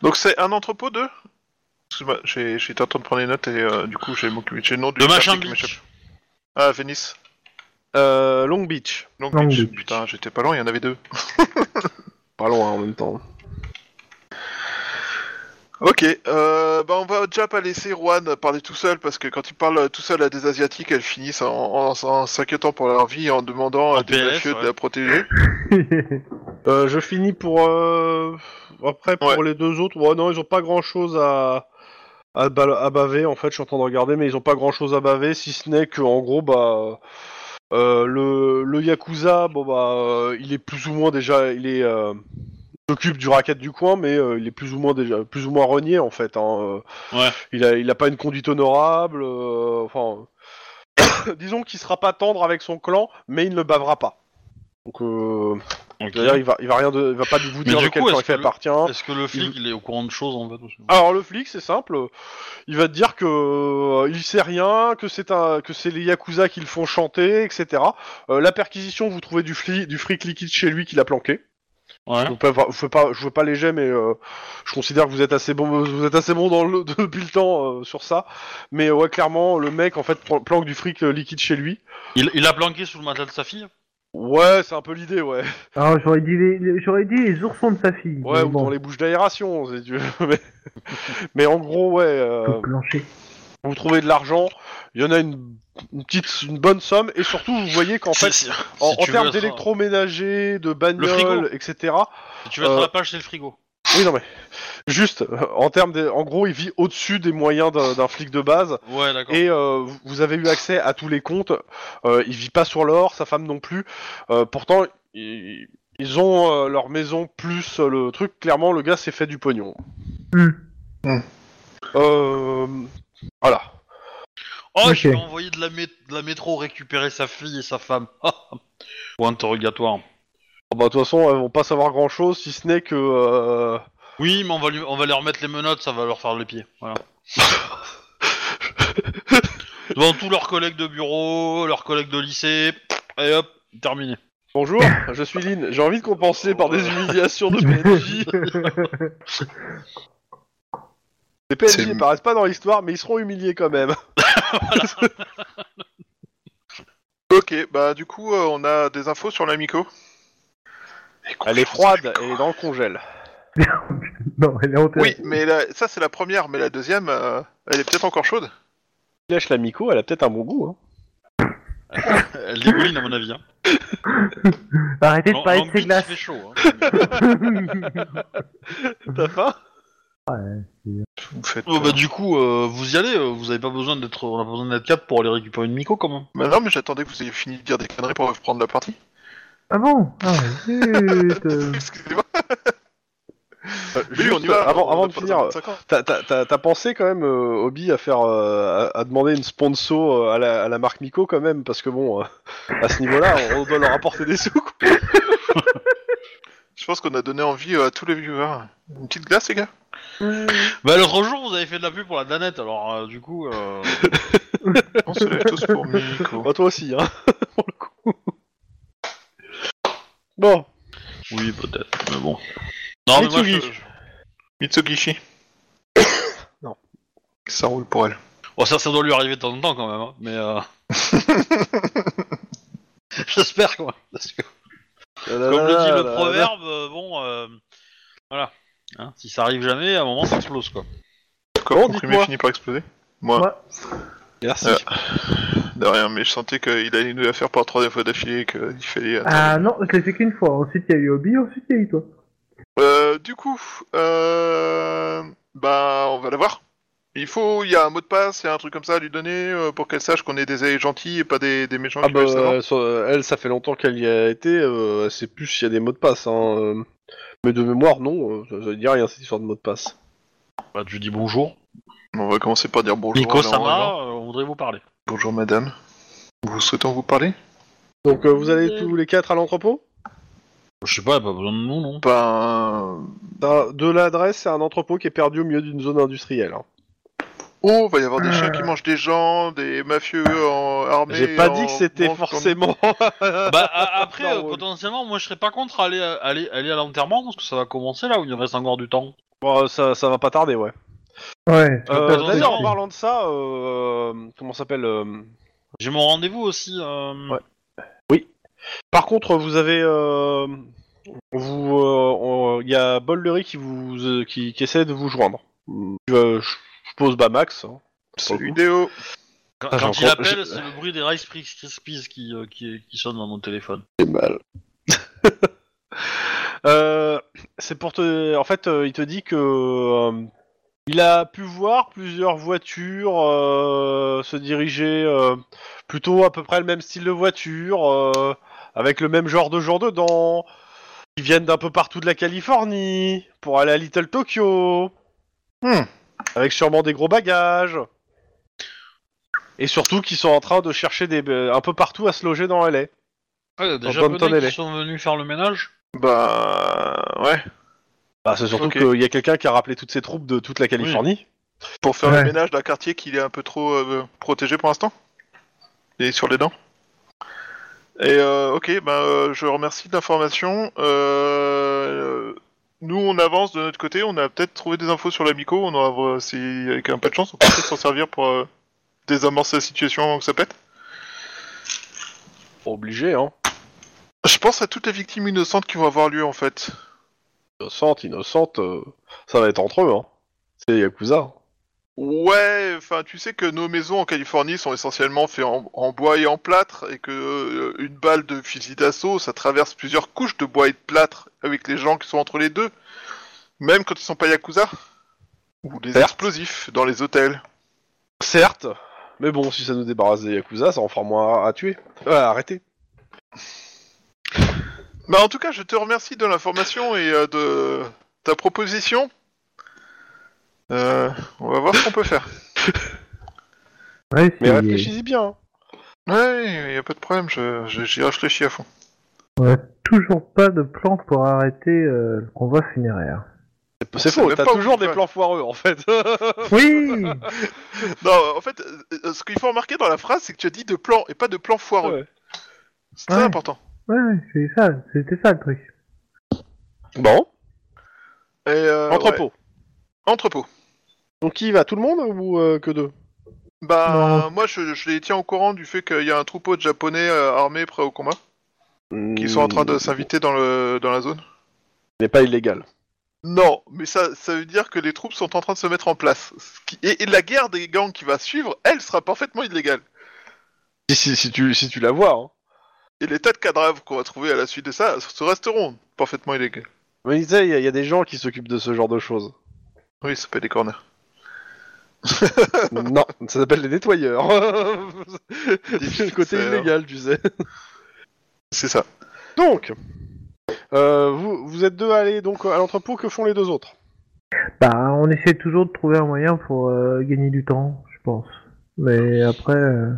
Donc c'est un entrepôt de Excuse-moi, j'ai- j'étais en train de prendre les notes et euh, du coup j'ai mon- j'ai le nom du De quartier machin qui m'échappe. bitch. Ah, Venice. Euh, Long Beach. Long Long Beach. Beach. Putain, j'étais pas loin, il y en avait deux. Pas loin en même temps. Ok, euh, bah on va déjà pas laisser Juan parler tout seul parce que quand il parle tout seul à des Asiatiques, elles finissent en, en- en s'inquiétant pour leur vie et en demandant En à des PLS, mafieux de ouais. la protéger. Euh, je finis pour euh, après pour Ouais. les deux autres. Ouais, non, ils ont pas grand chose à à, bal- à baver. En fait, je suis en train de regarder, mais ils ont pas grand chose à baver, si ce n'est que en gros, bah euh, le le yakuza, bon bah euh, il est plus ou moins déjà, il est euh, il s'occupe du racket du coin, mais euh, il est plus ou moins déjà plus ou moins renié en fait. hein, euh. Ouais. Il a il a pas une conduite honorable. euh, enfin, disons qu'il sera pas tendre avec son clan, mais il ne bavera pas. Donc euh, Ok. D'ailleurs, il va, il va rien, de, il va pas vous dire du de coup, quel clan est-ce il Ah. que fait le- appartient. Est-ce que le flic il est au courant de choses en fait aussi Alors le flic, c'est simple, il va te dire que euh, il sait rien, que c'est un, que c'est les yakuza qui le font chanter, etc. Euh, la perquisition, vous trouvez du flic, du fric liquide chez lui qui l'a planqué. Ouais. Je veux pas, je veux pas, je veux pas léger, mais euh, je considère que vous êtes assez bon, vous êtes assez bon dans le, depuis le temps euh, sur ça. Mais euh, ouais, clairement, le mec en fait plan- planque du fric euh, liquide chez lui. Il, il a planqué sous le matelas de sa fille Ouais, c'est un peu l'idée, ouais. Alors j'aurais dit les, les- j'aurais dit les oursons de sa fille. Ouais, mais ou dans les bouches d'aération, c'est Dieu. Mais, mais en gros, ouais. le euh, plancher. vous trouvez de l'argent, il y en a une, une petite, une bonne somme, et surtout vous voyez qu'en fait, si, en, si en tu veux termes être- d'électroménager, de frigo. bagnoles, etc. si tu veux être euh, à la page, c'est le frigo. Oui, non mais juste euh, en termes, de, en gros, il vit au-dessus des moyens d'un d'un flic de base. Ouais, d'accord. Et euh, vous- vous avez eu accès à tous les comptes. Euh, il vit pas sur l'or, sa femme non plus. Euh, pourtant, i- ils ont euh, leur maison plus euh, le truc. Clairement, le gars s'est fait du pognon. Hmm. Euh, voilà. Oh, Ok. je vais envoyer de la, mé- de la métro récupérer sa fille et sa femme. Ou interrogatoire. Ah bah, de toute façon, elles vont pas savoir grand chose si ce n'est que. euh, Oui, mais on va, lui, on va leur mettre les menottes, ça va leur faire les pieds. Voilà. Devant tous leurs collègues de bureau, leurs collègues de lycée, et hop, terminé. Bonjour, je suis Lynn, j'ai envie de compenser par des humiliations de PNJ. Hmm. Les PNJ C'est- ils paraissent pas dans l'histoire, mais ils seront humiliés quand même. Ok, bah du coup euh, on a des infos sur l'amico. Elle est froide et elle est dans le congèle. non, elle est honteuse. Oui, mais la- ça c'est la première, mais la deuxième, euh, elle est peut-être encore chaude. Lèche la Miko, elle a peut-être un bon goût. Hein. Elle dégouline, à mon avis. Hein. Arrêtez de L'am- parler de ces l'ambiance glaces. fait chaud. hein. T'as faim Vous faites. Oh, bah, du coup, euh, vous y allez. euh, Vous avez pas besoin d'être, on a pas besoin d'être quatre pour aller récupérer une micro, quand même. Bah non, mais j'attendais que vous ayez fini de dire des conneries pour reprendre la partie. Ah bon Ah zut euh. Excusez-moi. Euh, Juste, Avant, avant de finir, euh, T'as- T'as t'as- t'as pensé quand même, euh, Obi, à faire, euh, à, à demander une sponsor euh, à la, à la marque Miko quand même, parce que bon, euh, à ce niveau-là, on, on doit leur apporter des sous. quoi. Je pense qu'on a donné envie euh, à tous les viewers. Une petite glace, les gars Bah, l'autre jour, vous avez fait de la pub pour la danette, alors euh, du coup. euh, On se lève tous pour Miko. Bah, toi aussi, hein, pour le coup. Bon, Oui, peut-être, mais bon. Non, mais moi, je, Mitsugi. Mitsugishi. Non. Ça roule pour elle. Bon, Oh, ça, ça doit lui arriver de temps en temps quand même, hein, mais. Euh... J'espère quoi. Parce que, comme le dit le proverbe, euh, bon, euh, voilà. Hein, si ça arrive jamais, à un moment ça explose quoi. Comment Bon, le dites-moi. premier finit par exploser Moi, Ouais. Merci. Euh. de rien, mais je sentais qu'il allait nous la faire par troisième fois d'affilée et qu'il fallait. euh, attendre. Ah non, je l'ai fait qu'une fois. Ensuite, il y a eu Obi, ensuite, il y a eu toi. Euh, du coup, euh, bah, on va la voir. Il faut, il y a un mot de passe, il y a un truc comme ça à lui donner euh, pour qu'elle sache qu'on est des gentils et pas des, des méchants Ah qui bah, veulent savoir. elle, ça- elle, ça fait longtemps qu'elle y a été, euh, elle sait plus s'il y a des mots de passe, hein, euh. mais de mémoire, non, euh, ça ne dit rien cette histoire de mots de passe. Bah, tu dis bonjour. On va commencer par dire bonjour. Nico à Laurent Jean. Sama, euh, on voudrait vous parler. Bonjour madame. Vous souhaitons vous parler Donc, euh, vous allez tous les quatre à l'entrepôt Je sais pas, pas besoin de nous non. Ben, T'as De l'adresse, c'est un entrepôt qui est perdu au milieu d'une zone industrielle. hein. oh, va y avoir des chiens qui mangent des gens, des mafieux en armés. J'ai pas dit en- que c'était en- forcément. Bah a- après, Ah. Non, euh, ouais. potentiellement, moi je serais pas contre aller à- aller aller à l'enterrement parce que ça va commencer là où il reste encore du temps. Bon, euh, ça, ça va pas tarder, ouais. Ouais. Euh, pas tarder. D'ailleurs, en parlant de ça, euh, comment ça s'appelle euh, J'ai mon rendez-vous aussi. euh, Ouais. Par contre, vous avez, euh, vous, euh, on- il y a Bollery qui vous, euh, qui, qui essaie de vous joindre. Euh, je je pose Bamax. hein. Salut Déo. Quand, Ah, quand j'ai il encore- appelle, j'ai- c'est le bruit des Rice Krispies qui, euh, qui, qui sonne dans mon téléphone. Euh, c'est pour te. En fait, euh, il te dit que. euh, il a pu voir plusieurs voitures euh, se diriger euh, plutôt à peu près le même style de voiture, euh, avec le même genre de gens dedans, qui viennent d'un peu partout de la Californie, pour aller à Little Tokyo, Hmm. avec sûrement des gros bagages, et surtout qui sont en train de chercher des, un peu partout à se loger dans LA. Ouais, déjà peu Antoine de mecs Tonelli. qui sont venus faire le ménage. Bah, ouais. Bah, c'est surtout Ok. qu'il y a quelqu'un qui a rappelé toutes ses troupes de toute la Californie. Pour faire Ouais. le ménage d'un quartier qui est un peu trop euh, protégé pour l'instant. Et sur les dents. Et euh, ok, ben euh, je remercie de l'information. Euh, euh, nous, on avance de notre côté. On a peut-être trouvé des infos sur l'amico. On aura, euh, si avec un peu de chance, on peut peut-être s'en servir pour euh, désamorcer la situation avant que ça pète. Pas obligé, hein. Je pense à toutes les victimes innocentes qui vont avoir lieu en fait. Innocente, innocente, euh, ça va être entre eux, hein. C'est Yakuza. Ouais, enfin, tu sais que nos maisons en Californie sont essentiellement faites en, en bois et en plâtre, et que euh, une balle de fusil d'assaut, ça traverse plusieurs couches de bois et de plâtre avec les gens qui sont entre les deux, même quand ils sont pas yakuza. Ou des Certes. explosifs dans les hôtels. Certes, mais bon, si ça nous débarrasse des Yakuza, ça en fera moins à, à tuer. Euh, Ouais, à arrêter. Bah, en tout cas, je te remercie de l'information et euh, de ta proposition. Euh, on va voir ce qu'on peut faire. Ouais, Mais c'est- réfléchis-y bien. hein. Ouais, y a pas de problème, je, je- j'y réfléchis à fond. On a toujours pas de plan pour arrêter euh, le convoi funéraire. C'est- C'est C'est faux, même t'as pas toujours obligé, des ouais. plans foireux, en fait. Oui Non, en fait, euh, euh, ce qu'il faut remarquer dans la phrase, c'est que tu as dit de plan et pas de plan foireux. Ouais. C'est très Ouais. important. Ouais, c'est ça, c'était ça le truc. bon, Et, euh, ouais. entrepôt. Entrepôt. Donc qui y va Tout le monde ou euh, que deux Bah, Non. moi, je, je les tiens au courant du fait qu'il y a un troupeau de Japonais euh, armés prêts au combat qui sont en train de s'inviter dans, le, dans la zone. Ce n'est Hmm, pas illégal. Non, mais ça, ça veut dire que les troupes sont en train de se mettre en place. Ce qui- Et, et la guerre des gangs qui va suivre, elle sera parfaitement illégale. Si, si, si tu, si tu la vois, hein. Et les tas de cadavres qu'on va trouver à la suite de ça se resteront parfaitement illégaux. Mais tu sais, il y, a- il y a des gens qui s'occupent de ce genre de choses. Oui, ça peut être des corners. non, ça s'appelle les nettoyeurs. C'est le côté Diffuseur. illégal, tu sais. C'est ça. Donc, euh, vous, vous êtes deux à aller donc à l'entrepôt. Que font les deux autres Bah, on essaie toujours de trouver un moyen pour euh, gagner du temps, je pense. Mais après, euh,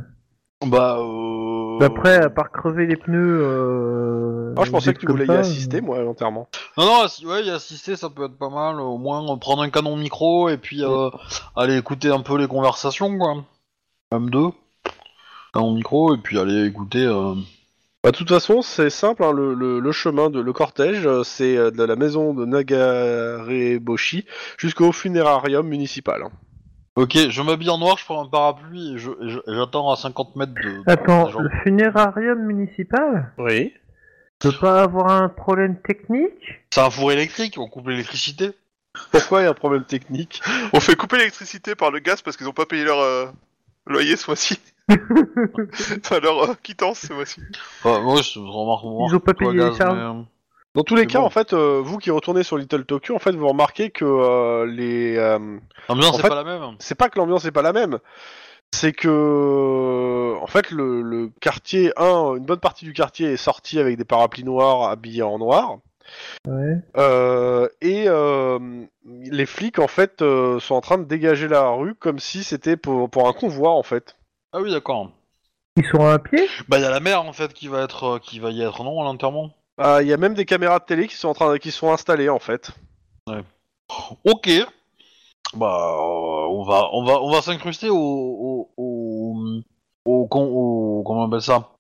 Bah. Euh... après, à part crever les pneus. Euh, Ah, je pensais des que tu trucs voulais y comme ça, euh. assister, moi, à l'enterrement. Non, non, assi- ouais, y assister, ça peut être pas mal. Au moins, on prendre un canon micro et puis euh, aller écouter un peu les conversations, quoi. Même deux. Canon micro et puis aller écouter. euh, Bah, de toute façon, c'est simple. hein, le, le- le chemin de le cortège, euh, c'est euh, de la maison de Nagareboshi jusqu'au funérarium municipal. hein. Ok, je m'habille en noir, je prends un parapluie et je- et je- et j'attends à 50 mètres de. de- Attends, des gens. le funérarium municipal Oui. peut pas avoir un problème technique C'est un four électrique, on coupe l'électricité. Pourquoi il y a un problème technique On fait couper l'électricité par le gaz parce qu'ils ont pas payé leur euh, loyer ce mois-ci. enfin, leur euh, quittance ce mois-ci. Enfin, ouais, je remarque. Ils ont pas payé les charges. euh, Dans tous les Mais cas, bon. en fait, euh, vous qui retournez sur Little Tokyo, en fait, vous remarquez que euh, les euh, L'ambiance En c'est fait- pas la même. c'est pas que l'ambiance n'est pas la même, c'est que en fait le, le quartier 1, une bonne partie du quartier est sortie avec des parapluies noirs habillés en noir. Ouais. Euh, et euh, les flics en fait euh, sont en train de dégager la rue comme si c'était pour, pour un convoi en fait. Ah oui, d'accord. Ils sont à pied Bah, y a la mère en fait qui va être, euh, qui va y être non à l'enterrement. Ah, Il y a même des caméras de télé qui sont en train qui sont installées en fait. Ok. Bah, euh, on va, on va, on va s'incruster au, au, au, au, con- au- comment on appelle ça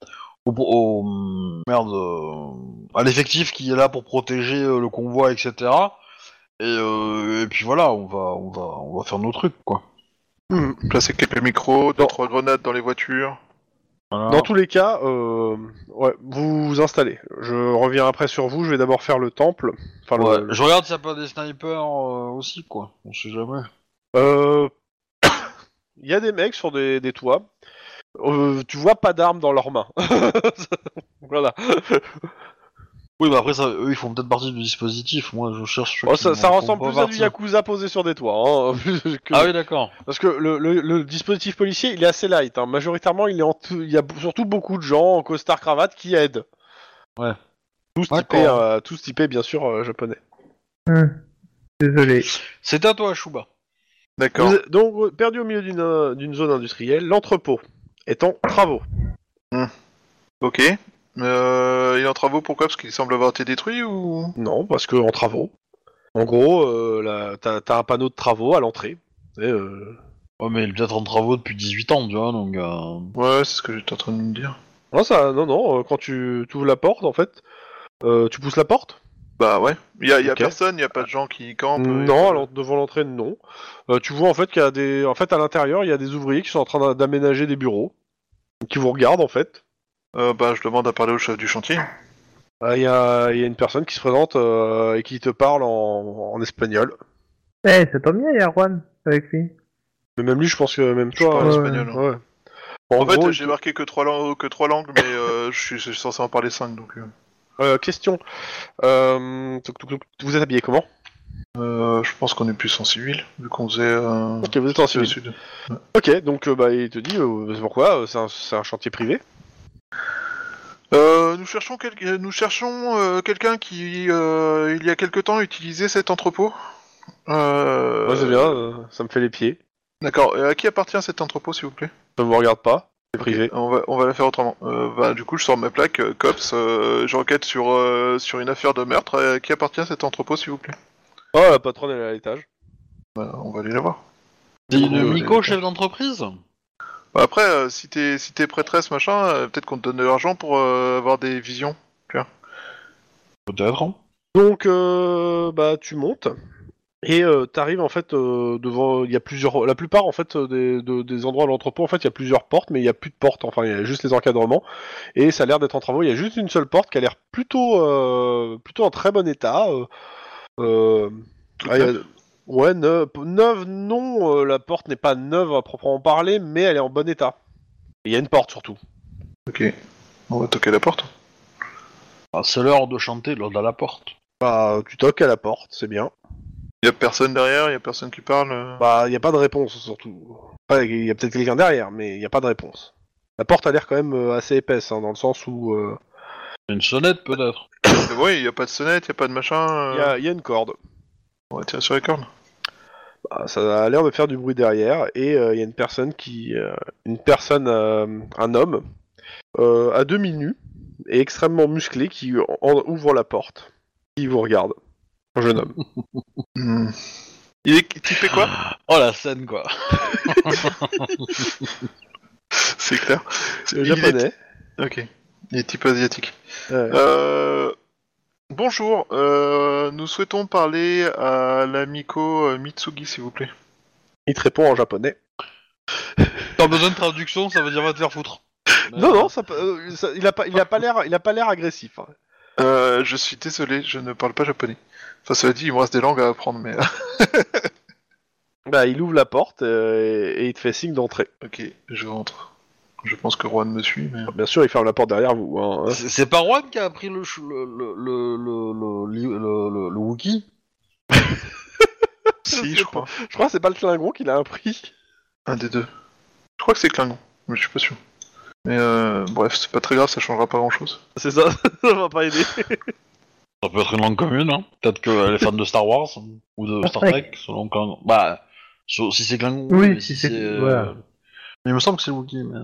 au, pro- au- merde, euh, à l'effectif qui est là pour protéger euh, le convoi, etc. Et, euh, et puis voilà, on va, on va, on va faire nos trucs, quoi. Placer quelques micros, deux, Bon. trois grenades dans les voitures. Voilà. Dans tous les cas, euh, ouais, vous vous installez. Je reviens après sur vous. Je vais d'abord faire le temple. Enfin, le- Ouais, le- Je regarde s'il n'y a pas des snipers euh, aussi, quoi. On sait jamais. Euh, Il y a des mecs sur des, des toits. Euh, tu vois pas d'armes dans leurs mains. voilà. Oui, bah après, ça, eux, ils font peut-être partie du dispositif. Moi, je cherche. ceux Oh, qui ça, n'en ça font ressemble pas plus à du partie. yakuza posé sur des toits. hein, que- Ah oui, d'accord. Parce que le, le- le dispositif policier, il est assez light. hein. Majoritairement, il est en tout- il y a b- surtout beaucoup de gens en costard cravate qui aident. Ouais. Tous typés, D'accord. euh, tous typés, bien sûr, euh, japonais. Hum. Désolé. C'est à toi, Chouba. D'accord. Vous êtes donc euh, perdu au milieu d'une euh, d'une zone industrielle, l'entrepôt est en travaux. Ok. Euh, il est en travaux pourquoi Parce qu'il semble avoir été détruit ou Non, parce que en travaux. En gros, euh, là, t'as t'as un panneau de travaux à l'entrée. Et, euh, Ouais, mais il est peut-être en travaux depuis 18 ans, tu vois, donc... euh, Ouais, c'est ce que j'étais en train de me dire. Non, ça, non, non. euh, Quand tu ouvres la porte, en fait, euh, tu pousses la porte. Bah ouais. Il y a, y a Ok. personne, il y a pas de gens qui campent. y a non, pas- alors, devant l'entrée, non. Euh, tu vois en fait qu'il y a des, en fait, à l'intérieur, il y a des ouvriers qui sont en train d'a- d'aménager des bureaux, qui vous regardent en fait. Euh, bah je demande à parler au chef du chantier. Euh, Il y, a, il y a une personne qui se présente euh, et qui te parle en, en espagnol. Eh, ça tombe bien, il y a Juan avec lui. Mais même lui, je pense que même Je toi. parle euh, espagnol. hein. ouais. En, euh, En, fait, gros, j'ai marqué que trois langues, que trois langues, mais euh, je suis je suis censé en parler cinq donc. euh. euh, question. Euh, toc, toc, toc, vous êtes habillé comment Euh, je pense qu'on est plus en civil vu qu'on faisait. Euh... Ok, vous êtes en civil. sud. Ok, donc euh, bah, il te dit euh, c'est pourquoi euh, c'est un, c'est un chantier privé. Euh, nous cherchons, quel- euh, nous cherchons euh, quelqu'un qui, euh, il y a quelque temps, utilisait cet entrepôt. Euh, Moi, c'est bien, euh, ça me fait les pieds. D'accord. Euh, À qui appartient cet entrepôt, s'il vous plaît Ça vous regarde pas, c'est privé. On va, on va la faire autrement. Euh, bah, du coup, je sors ma plaque, euh, COPS, euh, j'enquête sur, euh, sur une affaire de meurtre. Euh, à qui appartient cet entrepôt, s'il vous plaît Oh, la patronne elle est à l'étage. Bah, On va aller la voir. C'est Du coup, une euh, Miko, les- chef d'entreprise Bah, Après, euh, si t'es si t'es prêtresse, machin, euh, peut-être qu'on te donne de l'argent pour euh, avoir des visions. Peut-être. hein. Donc euh, bah tu montes et euh, t'arrives en fait euh, devant il y a plusieurs la plupart en fait euh, des, de- des endroits à l'entrepôt en fait il y a plusieurs portes mais il y a plus de portes enfin il y a juste les encadrements et ça a l'air d'être en travaux il y a juste une seule porte qui a l'air plutôt euh, plutôt en très bon état. euh, euh, Ah, il y a- Ouais, neuve, neuve, non, euh, la porte n'est pas neuve à proprement parler, mais elle est en bon état. Et Il y a une porte surtout. Ok. On va toquer la porte. Ah, c'est l'heure de chanter l'ode à la porte. Bah, tu toques à la porte, c'est bien. Il y a personne derrière, il y a personne qui parle. euh. Bah, y a pas de réponse surtout. Enfin, y a peut-être quelqu'un derrière, mais y a pas de réponse. La porte a l'air quand même euh, assez épaisse, hein, dans le sens où euh, Une sonnette peut-être Mais oui, il y a pas de sonnette, il y a pas de machin. y, euh, a, y a une corde. On va tirer sur les cornes. Bah, ça a l'air de faire du bruit derrière et euh, il y a une personne qui, euh, une personne, euh, un homme euh, à demi nu et extrêmement musclé qui en- ouvre la porte. Il vous regarde, un jeune homme. Hmm. Ah. Il est typé quoi Oh la scène quoi C'est clair. C'est le Il est- japonais. Ok. Il est type asiatique. Ouais. Euh, bonjour, euh, nous souhaitons parler à l'amico euh, Mitsugi, s'il vous plaît. Il te répond en japonais. T'as besoin de traduction, ça veut dire va te faire foutre. Non non, ça, peut- euh, ça- il a pas, il a pas l'air, il a pas l'air agressif. hein. Euh, je suis désolé, je ne parle pas japonais. Enfin, cela dit, il me reste des langues à apprendre, mais. Bah, il ouvre la porte euh, et, et il te fait signe d'entrer. euh, ok, je rentre. Je pense que Juan me suit, mais. Bien sûr, il ferme la porte derrière vous. hein, hein. C'est c'est pas Juan qui a appris le ch- le le le le, le, le- le- le Wookie si, sais je pas. crois. Je crois que c'est pas le Klingon qui l'a appris. Un des deux. Je crois que c'est Klingon, mais je suis pas sûr. Mais euh, bref, c'est pas très grave, ça changera pas grand chose. C'est ça, ça va pas aider. Ça peut être une langue commune, hein. Peut-être que les fans de Star Wars hein, ou de Star Trek, selon quand. Bah, so- si c'est euh, Klingon. Oui, mais si c'est- voilà. Mais il me semble que c'est Wookie. Mais...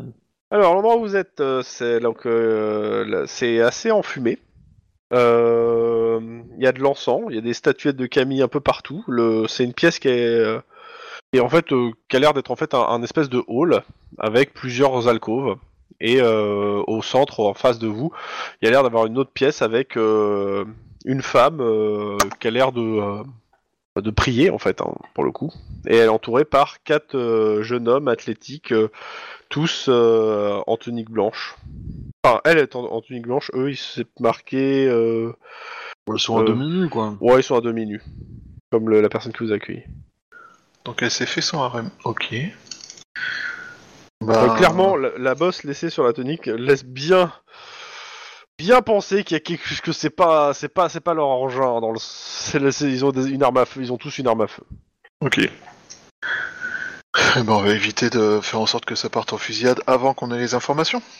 Alors l'endroit où vous êtes, euh, c'est donc euh, là, c'est assez enfumé. Euh, Il y a de l'encens, il y a des statuettes de Camille un peu partout. Le, c'est une pièce qui est, euh, qui est en fait euh, qui a l'air d'être en fait un, un espèce de hall avec plusieurs alcôves. Et euh, au centre, en face de vous, il y a l'air d'avoir une autre pièce avec euh, une femme euh, qui a l'air de euh, de prier en fait hein, pour le coup. Et elle est entourée par quatre euh, jeunes hommes athlétiques. euh, tous euh, en tunique blanche. Enfin, elle est en, en tunique blanche, eux, ils s'est marqué. euh, Ils sont à Euh. demi nus, quoi. Ouais, ils sont à demi-nus. Comme le- la personne qui vous accueille. Donc elle s'est fait son harem. Ok. Euh, Bah, clairement, la, la bosse laissée sur la tunique laisse bien. Bien penser qu'il y a quelque chose que c'est pas, c'est pas, c'est pas leur engin dans le, c'est le- c'est- ils ont des- une arme à feu, ils ont tous une arme à feu. Ok. Eh ben, on va éviter de faire en sorte que ça parte en fusillade avant qu'on ait les informations.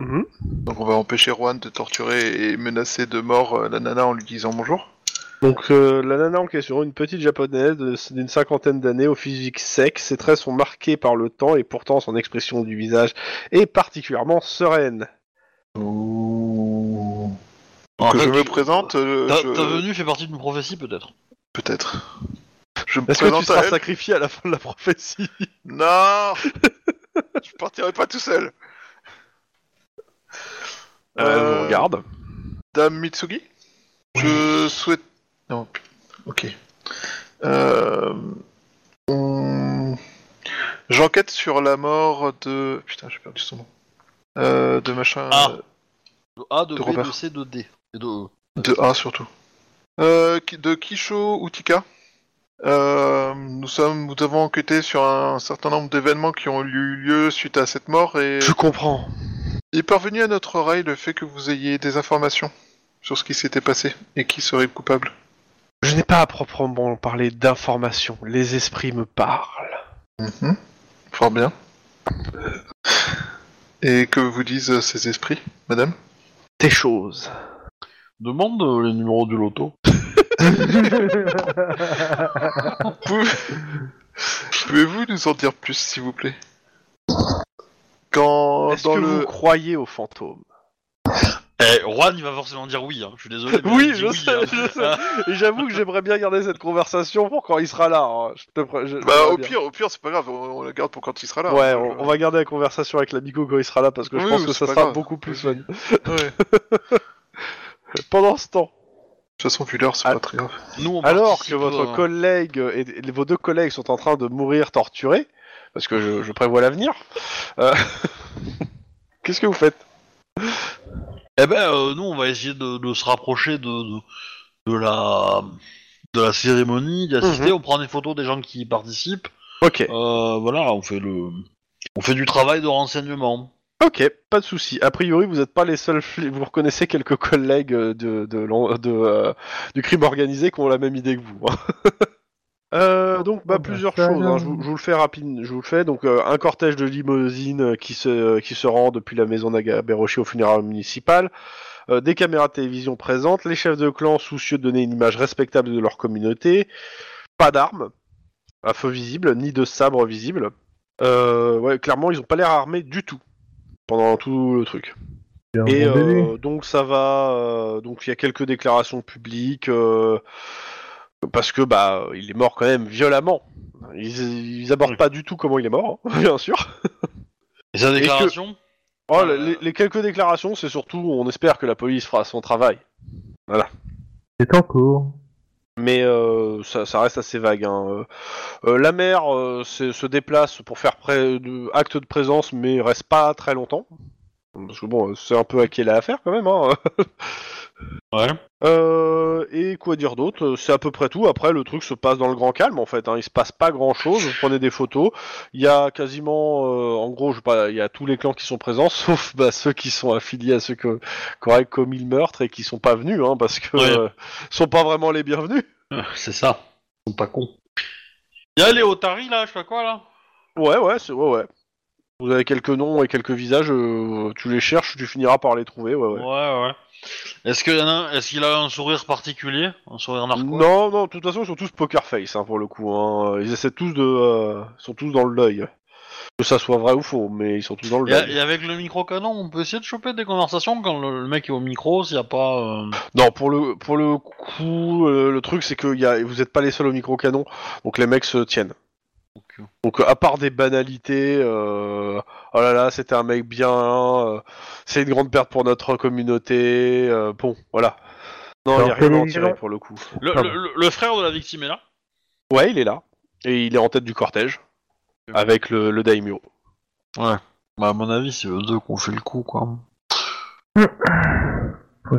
Mhm. Donc on va empêcher Juan de torturer et menacer de mort euh, la nana en lui disant bonjour. Donc euh, la nana en question, une petite japonaise de- d'une cinquantaine d'années, au physique sec, ses traits sont marqués par le temps et pourtant son expression du visage est particulièrement sereine. En que fait, je me tu- présente, euh, Ta, je- ta venue fait partie d'une prophétie, peut-être. peut-être. Je me Est-ce que tu présente à seras elle. sacrifié à la fin de la prophétie Non Je partirai pas tout seul. Euh, Euh, Regarde. Dame Mitsugi Je souhaite. Non, p- ok. Euh, on- J'enquête sur la mort de. Putain, j'ai perdu son nom. Euh, de machin. Ah. De A, de, De B, de Robert. C, de D. Et de E. De A surtout. Euh, qui- de Kisho Utika. Euh, nous, sommes, nous avons enquêté sur un certain nombre d'événements qui ont eu lieu suite à cette mort et Je comprends. il est parvenu à notre oreille le fait que vous ayez des informations sur ce qui s'était passé et qui serait coupable. Je n'ai pas à proprement parler d'informations. Les esprits me parlent. Mhm. Fort bien. Euh, Et que vous disent euh, ces esprits, madame Des choses. Demande euh, les numéros du loto. Vous- Pouvez-vous nous en dire plus, s'il vous plaît Quand Est-ce dans que le... vous croyez aux fantômes Eh, Juan, il va forcément dire oui, hein. je suis désolé. mais il dit hein. Et j'avoue que j'aimerais bien garder cette conversation pour quand il sera là. hein. Je te pr- je- Bah, j'aimerais au bien. pire, au pire, c'est pas grave, on, on la garde pour quand il sera là. Ouais, on, on va garder la conversation avec l'amico quand il sera là parce que je Oui, pense oui, que c'est ça pas sera grave. beaucoup plus fun. Ouais. De Pendant ce temps, toute façon, vu l'heure, c'est Ah. pas très grave. Nous, on alors participe, que votre euh, collègue et et vos deux collègues sont en train de mourir torturés, parce que je, je prévois l'avenir, euh, qu'est-ce que vous faites Eh ben, euh, nous, on va essayer de, de se rapprocher de, de, de la de la cérémonie, d'y assister. On prend des photos des gens qui y participent. Ok. Euh, voilà, on fait le, on fait du travail de renseignement. Ok, pas de souci. A priori, vous n'êtes pas les seuls. fli- Vous reconnaissez quelques collègues euh, de, de, l'en- de, euh, du crime organisé qui ont la même idée que vous. hein. Euh, donc, bah, Oh, bah, plusieurs ça, choses. hein. là. Je, vous- je vous le fais rapide. Je vous le fais. Donc, euh, un cortège de limousines euh, qui se qui se rend depuis la maison d'Agaberoshi au funérail municipal. Euh, des caméras de télévision présentes. Les chefs de clan soucieux de donner une image respectable de leur communauté. Pas d'armes à feu visible, ni de sabre visible. Euh, ouais, clairement, ils ont pas l'air armés du tout pendant tout le truc. C'est un Et Ah, bon début. euh, donc ça va, euh, donc il y a quelques déclarations publiques euh, parce que bah il est mort quand même violemment. Ils, ils abordent Oui. pas du tout comment il est mort, hein, bien sûr. Et sa que- déclaration Oh, Euh. les, les quelques déclarations, c'est surtout on espère que la police fera son travail, C'est en cours. mais euh, ça, ça reste assez vague. hein. Euh, la mère euh, se se déplace pour faire pré- de- acte de présence, mais reste pas très longtemps parce que bon, c'est un peu à qui elle a affaire quand même. Hein. Ouais. Euh, et quoi dire d'autre Euh, C'est à peu près tout. Après, le truc se passe dans le grand calme en fait. Hein. Il se passe pas grand chose. Vous prenez des photos. Il y a quasiment, euh, en gros, je sais pas, il y a tous les clans qui sont présents, sauf bah, ceux qui sont affiliés à ceux que- qui auraient commis le meurtre et qui sont pas venus, hein, parce que Ouais. euh, sont pas vraiment les bienvenus. Euh, C'est ça. Ils sont pas cons. Y'a les Otari là, je sais pas quoi là Ouais, ouais, c'est ouais, ouais. Vous avez quelques noms et quelques visages. euh, tu les cherches, tu finiras par les trouver. Ouais, ouais. Ouais, ouais. Est-ce qu'il est qu'il a un sourire particulier Un sourire narquois Non, non, de toute façon, ils sont tous poker face hein, pour le coup. Hein. Ils essaient tous de. euh, ils sont tous dans le deuil. Que ça soit vrai ou faux, mais ils sont tous dans le Et, deuil. et avec le micro-canon, on peut essayer de choper des conversations quand le, le mec est au micro, s'il y a pas. euh, Non, pour le, pour le coup, euh, le truc, c'est que y a, vous n'êtes pas les seuls au micro-canon, donc les mecs se tiennent. donc, euh, Donc, à part des banalités, euh, oh là là, c'était un mec bien, euh, c'est une grande perte pour notre communauté, euh, bon, voilà. Non, il Alors, n'y a rien à en télévision. tirer pour le coup. Le, Pardon. le- le- le frère de la victime est là Ouais, il est là, et il est en tête du cortège, avec le, le daimyo. Bah, à mon avis, c'est eux deux qui ont fait le coup, quoi.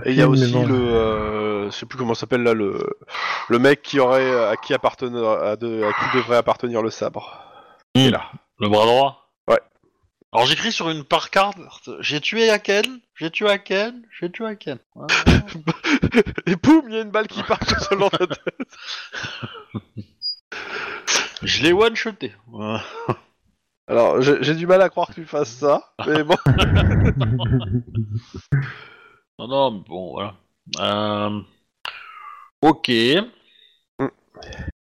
Et il y a aussi Possiblement. le, euh, je sais plus comment ça s'appelle là, le, le mec qui aurait, à qui appartenait, à, de- à qui devrait appartenir le sabre. Il est Hmm. là. Le bras droit Ouais. Alors j'écris sur une par carte j'ai tué Aken, j'ai tué Aken, j'ai tué Aken. Ouais. Et poum, il y a une balle qui part tout seul dans ta tête. je l'ai one-shoté. Ouais. Alors, j'ai j'ai du mal à croire que tu fasses ça, mais bon. Non, non, mais bon, voilà. Euh, Ok.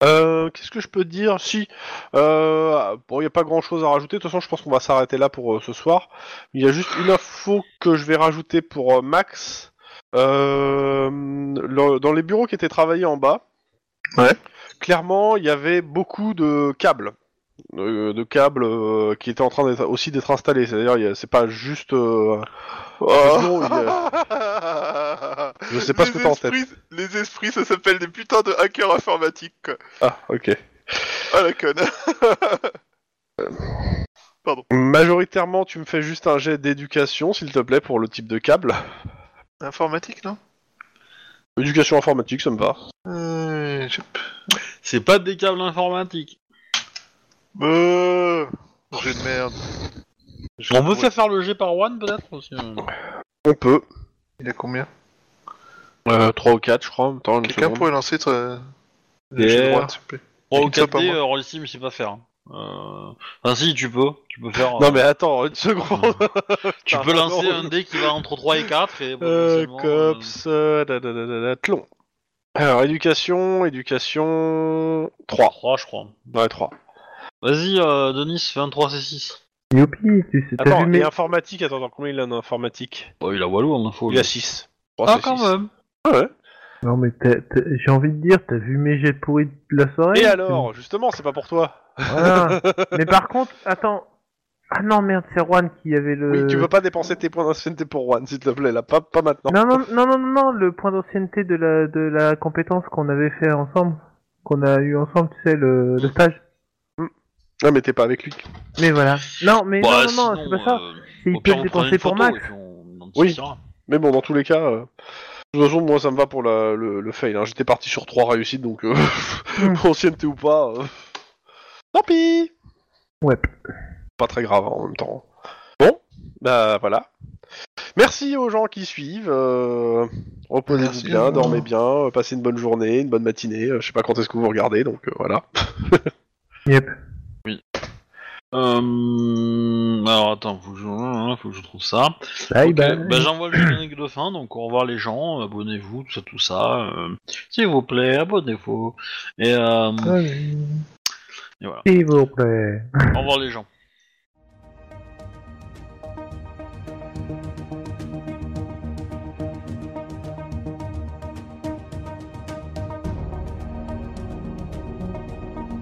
Euh, Qu'est-ce que je peux te dire Si, euh, bon, il n'y a pas grand-chose à rajouter. De toute façon, je pense qu'on va s'arrêter là pour euh, ce soir. Il y a juste une info que je vais rajouter pour euh, Max. Euh, le- dans les bureaux qui étaient travaillés en bas, Ouais. clairement, il y avait beaucoup de câbles. euh, de câbles euh, qui étaient en train d'être aussi d'être installés. C'est-à-dire, il y a- c'est pas juste... euh, Oh. Non, Ah, il y je sais pas ce que t'as en tête. euh. esprits- Les esprits, ça s'appelle des putains de hackers informatiques, quoi. Ah, ok. Ah la conne. Majoritairement, tu me fais juste un jet d'éducation, s'il te plaît, pour le type de câble. Informatique, non Éducation informatique, ça me va. euh, je- C'est pas des câbles informatiques. Beuh. Jeu de merde. On me fait faire le G par one peut-être aussi. euh. On peut. Il a combien Euh, 3 ou 4, je crois. Attends, une Quelqu'un seconde. pourrait lancer euh, le Pierre. jeu de droite, s'il te plaît. Bon, au Écoute ça, pas 4D, moi. euh, Rollistim, il sait pas faire. hein. Euh... Enfin, si, tu peux. Tu peux faire. euh, Non, mais attends, une seconde. tu peux pardon. lancer un dé qui va entre 3 et 4 et. Euh, potentiellement, euh, cops, euh, da, da, da, da, da, tlon. Alors, éducation, éducation. 3. 3, je crois. Ouais, 3. Vas-y, euh, Denis, fais un 3C6. Youpi, tu sais, t'as Attends, vu et mes... informatique, attends, attends, combien il a en informatique Bah, il a Walou en info. Il a 6. Ah, quand même. Ouais. Ah Non mais t'as- t'as- j'ai envie de dire, t'as vu mes jets pourris de la soirée Et alors, justement, c'est pas pour toi. Voilà. Mais par contre, attends... Ah non, merde, c'est Juan qui avait le... Oui, tu veux pas dépenser tes points d'ancienneté pour Juan, s'il te plaît, là, pas, pas maintenant. Non, non, non, non, non, non, le point d'ancienneté de la, de la compétence qu'on avait fait ensemble, qu'on a eu ensemble, tu sais, le, le stage. Ah, mais t'es pas avec lui. Mais voilà. Non, mais Bah, non, non, non, sinon, c'est pas ça. euh, C'est au il peut pire, le vous prenez dépenser une pour photo Max. et puis on en Oui. discutera. Mais bon, dans tous les cas, euh, de toute façon, moi ça me va pour la- le, le fail. hein. J'étais parti sur trois réussites, donc euh, Mm. ancienneté ou pas, euh, tant pis Ouais. Pas très grave hein, en même temps. Bon, bah, Bah voilà. Merci aux gens qui suivent. euh, Reposez-vous Merci. bien, dormez bien, euh, passez une bonne journée, une bonne matinée. euh, Je sais pas quand est-ce que vous regardez, donc euh, voilà. Yep. Euh, alors attends, faut que, je... euh, faut que je trouve ça. Bye Ok, bye. bah, j'envoie le générique de fin, donc au revoir les gens, abonnez-vous, tout ça, tout ça. euh, S'il vous plaît, abonnez-vous. Et, euh, Allez. et voilà, S'il vous plaît. au revoir les gens.